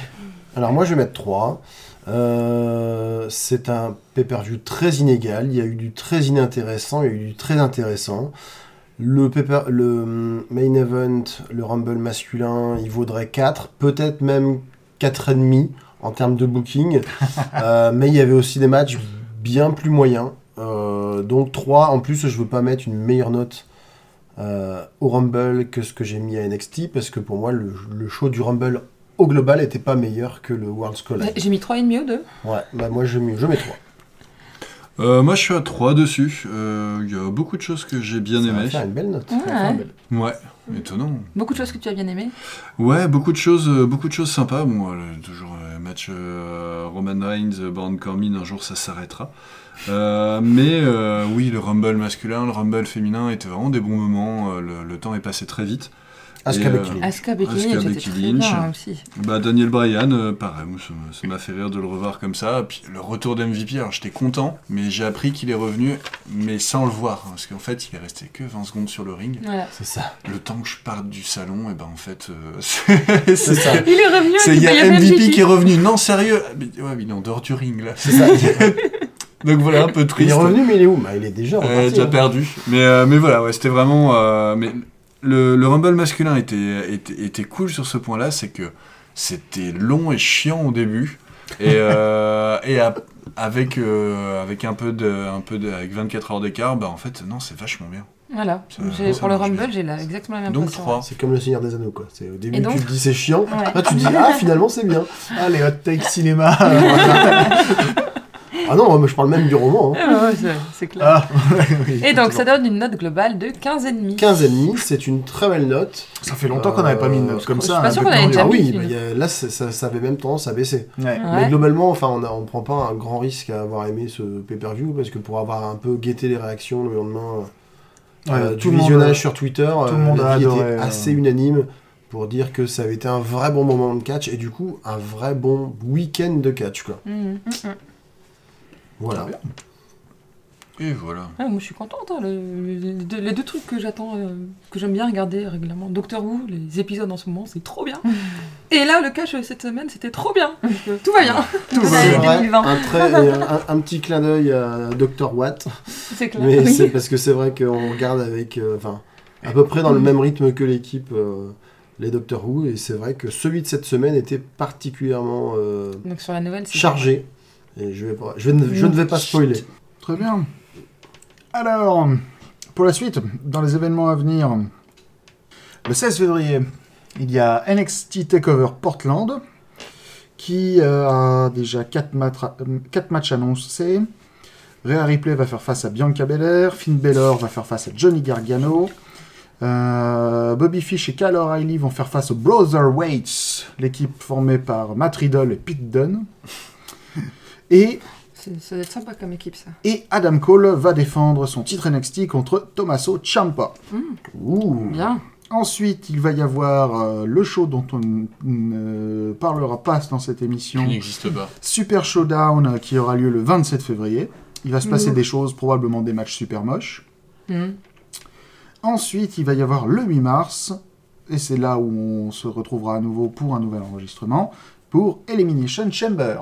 Alors moi, je vais mettre 3. Euh, c'est un pay-per-view très inégal. Il y a eu du très inintéressant, il y a eu du très intéressant. Le, pay-per- le hum, main event, le Rumble masculin, il vaudrait 4, peut-être même 4,5 en termes de booking. Euh, mais il y avait aussi des matchs bien plus moyens. Euh, donc 3, en plus, je veux pas mettre une meilleure note euh, au Rumble que ce que j'ai mis à NXT, parce que pour moi, le, le show du Rumble au global n'était pas meilleur que le World's Collide. J'ai mis 3,5 ou 2. Ouais, bah moi je mets, je mets 3. euh, moi, je suis à 3 dessus. Euh, Il y a beaucoup de choses que j'ai bien Ça va aimées. faire une belle note. hein. Ouais, étonnant. Beaucoup de choses que tu as bien aimées. Ouais, beaucoup de choses, euh, beaucoup de choses sympas. Bon, euh, toujours euh, match euh, Roman Reigns, euh, Baron Corbin, un jour ça s'arrêtera. Euh, mais euh, oui, le Rumble masculin, le Rumble féminin étaient vraiment des bons moments. Euh, le, le temps est passé très vite. Asuka Et, euh, Becky Lynch. Asuka Becky Asuka Lynch, Becky c'était très Lynch. bien aussi. Bah, Daniel Bryan, euh, pareil, moi, ça me- ça m'a fait rire de le revoir comme ça. Puis le retour d'MVP, alors j'étais content, mais j'ai appris qu'il est revenu, mais sans le voir. hein, parce qu'en fait, il est resté que 20 secondes sur le ring. Voilà. C'est ça. Le temps que je parte du salon, et ben en fait, euh, c'est C'est ça. c'est- Il est revenu c'est- et il y puis, a même MVP Vicky. qui est revenu. Non, sérieux Ah, mais, Ouais, mais il est en dehors du ring là. C'est ça. Donc voilà, un peu Il triste. est revenu, mais il est où bah, Il est déjà Ouais, reparti. déjà hein. perdu. Mais, euh, mais voilà, ouais, c'était vraiment. euh, mais le, le Rumble masculin était, était, était cool sur ce point-là, c'est que c'était long et chiant au début. Et, euh, et à- avec, euh, avec un peu de, un peu de, avec 24 heures d'écart, bah en fait, non, c'est vachement bien. Voilà. Ça- J'ai- ça Pour le marche Rumble, bien. j'ai la- exactement la même Donc impression. 3. C'est comme le Seigneur des Anneaux, quoi. C'est, au début, Et donc- tu te dis c'est chiant. Ouais. Là, tu te dis ah, finalement, c'est bien. Ah, les hot takes cinéma Ah non, moi je parle même du roman. hein. Ah ouais, c'est- c'est clair. Ah, oui, Et donc, ça toujours. donne une note globale de 15,5. 15,5, c'est une très belle note. ça fait longtemps qu'on n'avait pas mis une Euh, note comme je ça. suis pas hein, sûre de qu'on avait temps, déjà Ah oui. oui, Habitude. bah, il y a- là c'est- ça, ça avait même tendance à baisser. hein. Ouais. Mais Ouais. globalement, enfin, on ne on prend pas un grand risque à avoir aimé ce pay-per-view parce que pour avoir un peu guetté les réactions le lendemain Ouais, euh, tout du le monde- visionnage sur Twitter, tout le monde a l'avis adoré, euh. était assez unanime pour dire que ça avait été un vrai bon moment de catch et du coup un vrai bon week-end de catch quoi. Mhm. Voilà. Et voilà. Ah, moi, je suis contente. hein, le- le- les, deux, les deux trucs que j'attends, euh, que j'aime bien regarder régulièrement. Doctor Who, les épisodes en ce moment, c'est trop bien. Et là, le cash euh, cette semaine, c'était trop bien. Donc, euh, tout va bien. Tout C'est va vrai, bien. un, très- et un- un- un petit clin d'œil à Dr Watt, C'est clair. mais Oui. c'est parce que c'est vrai qu'on regarde avec, euh, enfin, à peu près dans Mm. le même rythme que l'équipe euh, les Doctor Who et c'est vrai que celui de cette semaine était particulièrement euh, Donc, sur la nouvelle, c'est. chargé. Et je, vais pas- je, vais ne- je ne vais pas spoiler. Très bien. Alors, pour la suite, dans les événements à venir, le 16 février, il y a NXT Takeover Portland, qui euh, a déjà 4, matchs annoncés. Rhea Ripley va faire face à Bianca Belair, Finn Balor va faire face à Johnny Gargano, euh, Bobby Fish et Kyle O'Reilly vont faire face aux Brother Waits, l'équipe formée par Matt Riddle et Pete Dunne. Et c'est- Ça doit être sympa comme équipe, ça. et Adam Cole va défendre son titre NXT contre Tommaso Ciampa. Ouh. Bien. Ensuite, il va y avoir euh, le show dont on n- ne parlera pas dans cette Qui émission, n'existe pas. Super Showdown, euh, qui aura lieu le 27 février. Il va se passer Mhm. des choses, probablement des matchs super moches. Mmh. Mhm. Ensuite, il va y avoir le 8 mars, et c'est là où on se retrouvera à nouveau pour un nouvel enregistrement, pour Elimination Chamber.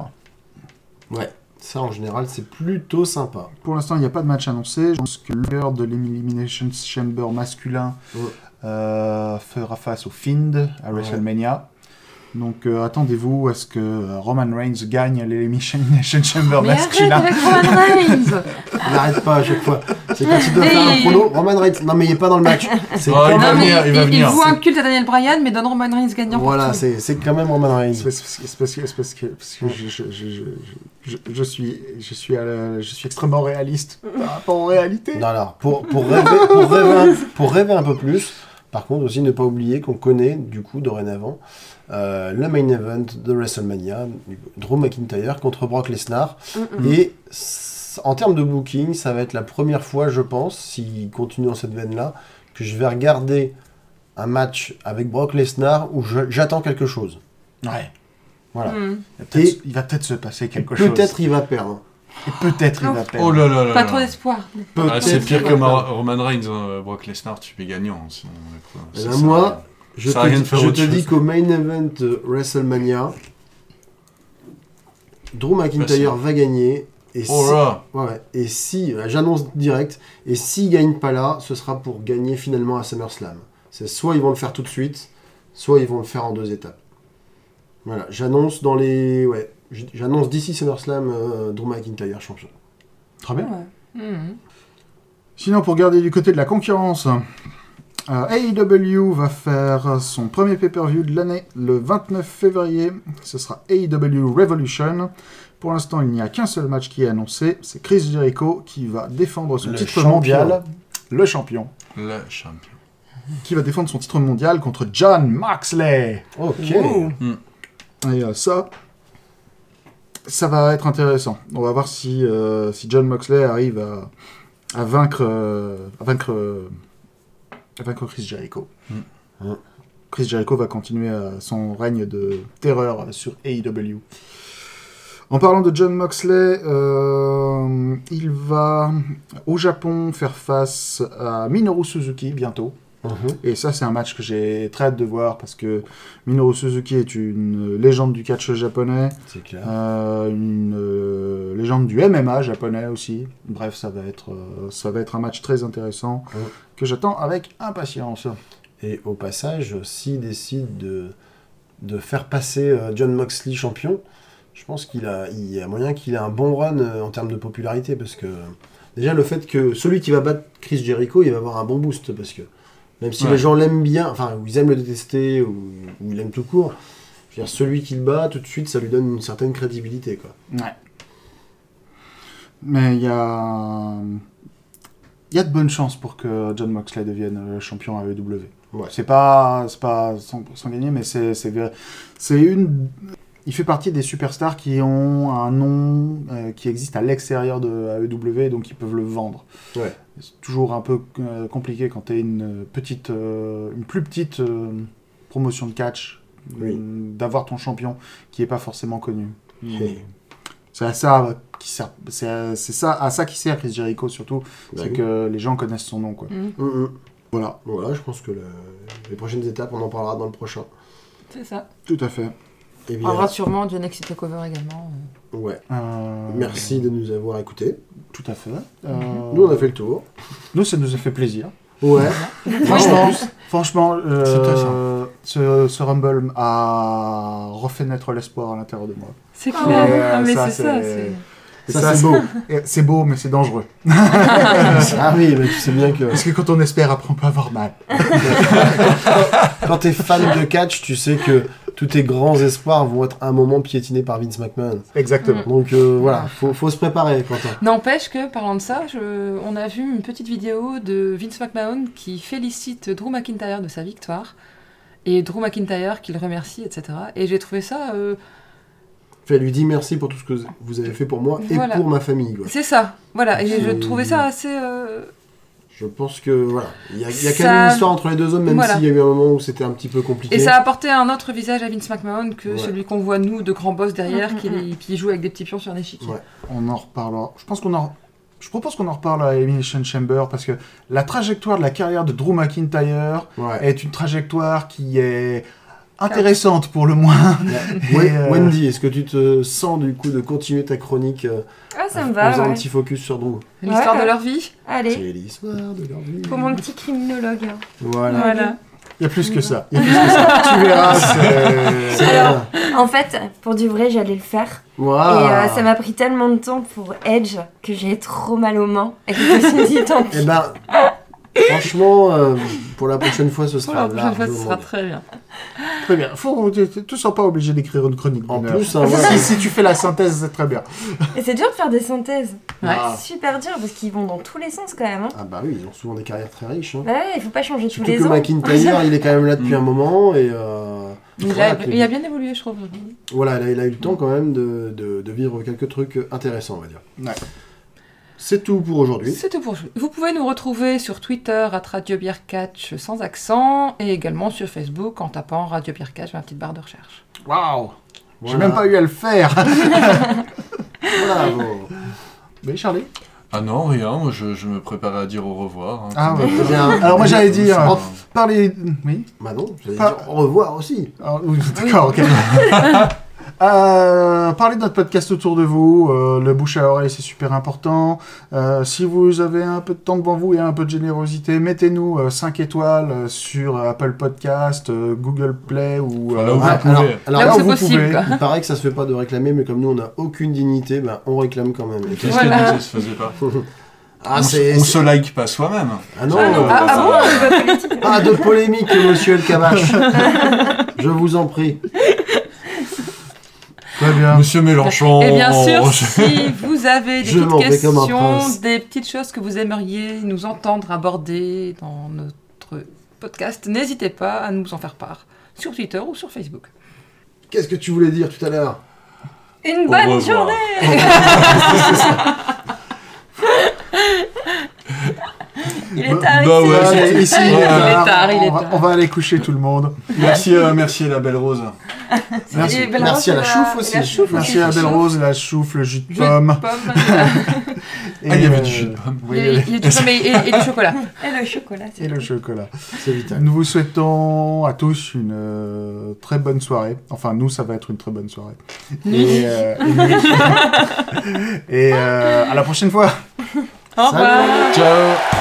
Ouais. Ça, en général, c'est plutôt sympa. Pour l'instant, il n'y a pas de match annoncé. Je pense que l'heure de l'Elimination Chamber masculin Ouais. euh, fera face au Find à WrestleMania. Donc euh, attendez-vous à ce que euh, Roman Reigns gagne l'Elimination Chamber Mais arrête masculin. avec Roman Reigns N'arrête pas à chaque fois. C'est quand tu dois faire un Hey. prono. Roman Reigns. Non, mais il est pas dans le match. C'est Oh, quand il va même- venir, il va venir. voit un culte à Daniel Bryan, mais donne Roman Reigns gagnant. pour Voilà, tout. c'est c'est quand même Roman C'est Reigns. parce- c'est parce que, c'est parce que, parce que je, je- je- je- je- je suis, je, suis à la- je suis extrêmement réaliste Mm. par rapport aux réalités. Non, alors, pour, pour, rêver, pour, rêver un, pour rêver un peu plus, par contre, aussi ne pas oublier qu'on connaît, du coup, dorénavant, euh, le main event de WrestleMania, Drew McIntyre contre Brock Lesnar. Et s- en termes de booking, ça va être la première fois, je pense, s'il continue dans cette veine-là, que je vais regarder un match avec Brock Lesnar où je- j'attends quelque chose. Ouais. Voilà. Mhm. Il va peut-être- Et- il va peut-être se passer quelque chose. Peut-être il va perdre. Et peut-être il va perdre. Oh là là là. Pas là. trop d'espoir. Ah, c'est Peut-être pire qu'il va perdre. que Mar- Roman Reigns, hein. Brock Lesnar, tu fais hein, gagnant. Sinon, après, Eh ça ben, sert à moi, rien. Je Ça a rien te, de faire je autre te dis chose. qu'au main event euh, WrestleMania, Drew McIntyre va gagner. Et si, Oh là ouais, ouais. et si euh, j'annonce direct, et s'il gagne pas là, ce sera pour gagner finalement à SummerSlam. C'est soit ils vont le faire tout de suite, soit ils vont le faire en deux étapes. Voilà, j'annonce dans les, ouais, j- j'annonce d'ici SummerSlam euh, Drew McIntyre champion. Très bien. Mhm. Sinon, pour garder du côté de la concurrence, euh, AEW va faire son premier pay-per-view de l'année le 29 février. Ce sera AEW Revolution. Pour l'instant, il n'y a qu'un seul match qui est annoncé. C'est Chris Jericho qui va défendre son Le titre champion. mondial. Le champion. Le champion. Qui va défendre son titre mondial contre John Maxley. Ok. Et euh, ça, ça va être intéressant. On va voir si, euh, si John Moxley arrive à, à vaincre, euh, à vaincre, euh, à vaincre Chris Jericho. Hein. Mm. Ouais. Chris Jericho va continuer euh, son règne de terreur sur AEW. En parlant de John Moxley, euh, il va au Japon faire face à Minoru Suzuki bientôt. Mhm. Et ça, c'est un match que j'ai très hâte de voir parce que Minoru Suzuki est une légende du catch japonais, C'est clair. euh, une euh, légende du MMA japonais aussi. Bref, ça va être, euh, ça va être un match très intéressant Ouais. que j'attends avec impatience. Et au passage, s'il décide de, de faire passer euh, John Moxley champion, je pense qu'il a, il y a moyen qu'il ait un bon run euh, en termes de popularité. Parce que déjà, le fait que celui qui va battre Chris Jericho, il va avoir un bon boost. Parce que même si Ouais. les gens l'aiment bien, enfin, ou ils aiment le détester, ou, ou ils l'aiment tout court, je veux dire, celui qui le bat, tout de suite, ça lui donne une certaine crédibilité. Quoi. Ouais. Mais il y a... Il y a de bonnes chances pour que John Moxley devienne euh, champion AEW. Ouais. C'est pas, c'est pas 100% gagné, mais c'est, c'est, vrai. c'est une. Il fait partie des superstars qui ont un nom euh, qui existe à l'extérieur de AEW, donc ils peuvent le vendre. Ouais. C'est toujours un peu euh, compliqué quand t'es une petite, euh, une plus petite euh, promotion de catch, Oui. euh, d'avoir ton champion qui est pas forcément connu. Hey. C'est à ça qui sert, c'est à- c'est ça à ça qui sert Chris Jericho surtout, Bah c'est oui. que les gens connaissent son nom quoi. Mm, mm. Voilà. Voilà, je pense que le- les prochaines étapes, on en parlera dans le prochain. C'est ça. Tout à fait. Et bien, On parlera sûrement du Next Takeover également. ouais. Euh, Merci de nous avoir écoutés. Tout à fait. Euh, Nous, on a fait le tour. nous, ça nous a fait plaisir. Ouais. Franchement, franchement euh, C'était ce, ce Rumble a refait naître l'espoir à l'intérieur de moi. C'est Ah clair. ouais, Ah, mais ça, c'est ça. c'est- c'est- Et Ça, c'est beau. et C'est beau, mais c'est dangereux. ah oui, mais tu sais bien que Parce que quand on espère, après, on peut avoir mal. quand t'es fan de catch, tu sais que tous tes grands espoirs vont être à un moment piétinés par Vince McMahon. Exactement. Donc euh, voilà, faut, faut se préparer, Quentin. N'empêche que, parlant de ça, je- on a vu une petite vidéo de Vince McMahon qui félicite Drew McIntyre de sa victoire. Et Drew McIntyre qui le remercie, etc. Et j'ai trouvé ça. euh, Fais lui dire merci pour tout ce que vous avez fait pour moi et Voilà. pour ma famille. quoi. C'est ça, voilà. Et je C'est- trouvais ça assez. euh, Je pense que voilà, il y a, il y a quand Ça- même une histoire entre les deux hommes, même Voilà. s'il y a eu un moment où c'était un petit peu compliqué. Et ça apportait un autre visage à Vince McMahon que Ouais. celui qu'on voit nous de grands boss derrière Mm, mm, qui, qui joue avec des petits pions sur un échiquier. Ouais. On en reparlera. Je pense qu'on en. Je propose qu'on en reparle à Elimination Chamber parce que la trajectoire de la carrière de Drew McIntyre Ouais. est une trajectoire qui est intéressante pour le moins. Ouais. Et, euh, Wendy, est-ce que tu te sens du coup de continuer ta chronique euh, Ah, ça me en va, faisant un ouais. petit focus sur Drew L'histoire Ouais. de leur vie. Allez, C'est l'histoire de leur vie. pour mon petit criminologue. hein. Voilà. Voilà. Il y a plus que ça. Il y a plus que ça. tu verras. c'est- C'est- euh, Alors, en fait, pour du vrai, j'allais le faire. Waouh. Et euh, ça m'a pris tellement de temps pour Edge que j'ai trop mal aux mains. Et que je me suis dit, tant Eh pis. ben, franchement, euh, pour la prochaine fois, ce Pour sera la prochaine fois, ce largement sera bien. très bien. Très bien. Faut, tu, tu- tu seras pas obligé d'écrire une chronique. En d'une heure. plus, hein, voilà. si, si tu fais la synthèse, c'est très bien. Et c'est dur de faire des synthèses. Ouais. ben. Ah. C'est super dur parce qu'ils vont dans tous les sens quand même. hein. Ah bah oui, ils ont souvent des carrières très riches. Hein. Bah ouais, il faut pas changer tous Surtout les que ans. McIntyre, il est quand même là depuis Mm. un moment et euh, Il, voilà, a, que- il a bien évolué, je trouve. voilà, il a, il a eu le temps quand même de, de- de vivre quelques trucs intéressants, on va dire. Ouais. C'est tout pour aujourd'hui. C'est tout pour aujourd'hui. Vous pouvez nous retrouver sur Twitter à Radio Beer Catch sans accent et également sur Facebook en tapant Radio Beer Catch dans la petite barre de recherche. Waouh J'ai Voilà. même pas eu à le faire. Voilà, bon. Mais Charlie Ah non, rien, moi je, je me préparais à dire au revoir. hein. Ah ouais. Eh bien, Alors moi j'allais dire. Ça- Parler. Oui Bah non, j'allais Pas- dire au revoir aussi. Ah, oui, D'accord, ok. Euh, parlez de notre podcast autour de vous, euh, le bouche à oreille c'est super important. Euh, si vous avez un peu de temps devant vous et un peu de générosité, mettez-nous 5 étoiles euh, sur Apple Podcast, euh, Google Play ou... Voilà, euh, vous Ah, pouvez. alors- alors Là là, où où c'est vous possible. pouvez. quoi. il paraît que ça se fait pas de réclamer, mais comme nous on a aucune dignité, ben on réclame quand même. Et Qu'est-ce Voilà. qu'elle disait, se faisait pas Ah, On, c'est- se- on se like pas soi-même. Ah non, Ah non, euh, Ah, ah bon pas de polémique, monsieur El Kabache. Je vous en prie. Très bien. Monsieur Mélenchon. Et Eh bien sûr, si vous avez des Oh. Je m'en petites vais comme un questions, prince. des petites choses que vous aimeriez nous entendre aborder dans notre podcast, n'hésitez pas à nous en faire part sur Twitter ou sur Facebook. Qu'est-ce que tu voulais dire tout à l'heure Une Au bonne revoir. journée Il est Bah arrivé. Bah ouais, Allez, c'était- ici, euh, Ouais. on va- est tard, il on est va- tard. on va aller coucher tout le monde. Merci, euh, merci la belle rose. Ah, Merci. Et Belle Merci Rose, à la elle chouffe a- aussi. elle a ben, chouffe Merci aussi. à Belle Rose, la chouffe, le jus de Jus de pomme. pomme. Et, Ah, il y avait euh, du jus de pomme. oui, Il y a- il y a du pain et, et- et du chocolat. Et le chocolat, et c'est le tout. chocolat. C'est vital. Nous vous souhaitons à tous une euh, très bonne soirée. Enfin, nous, ça va être une très bonne soirée. Et, euh, et nuit. Et, euh, à la prochaine fois. Au revoir. Ciao.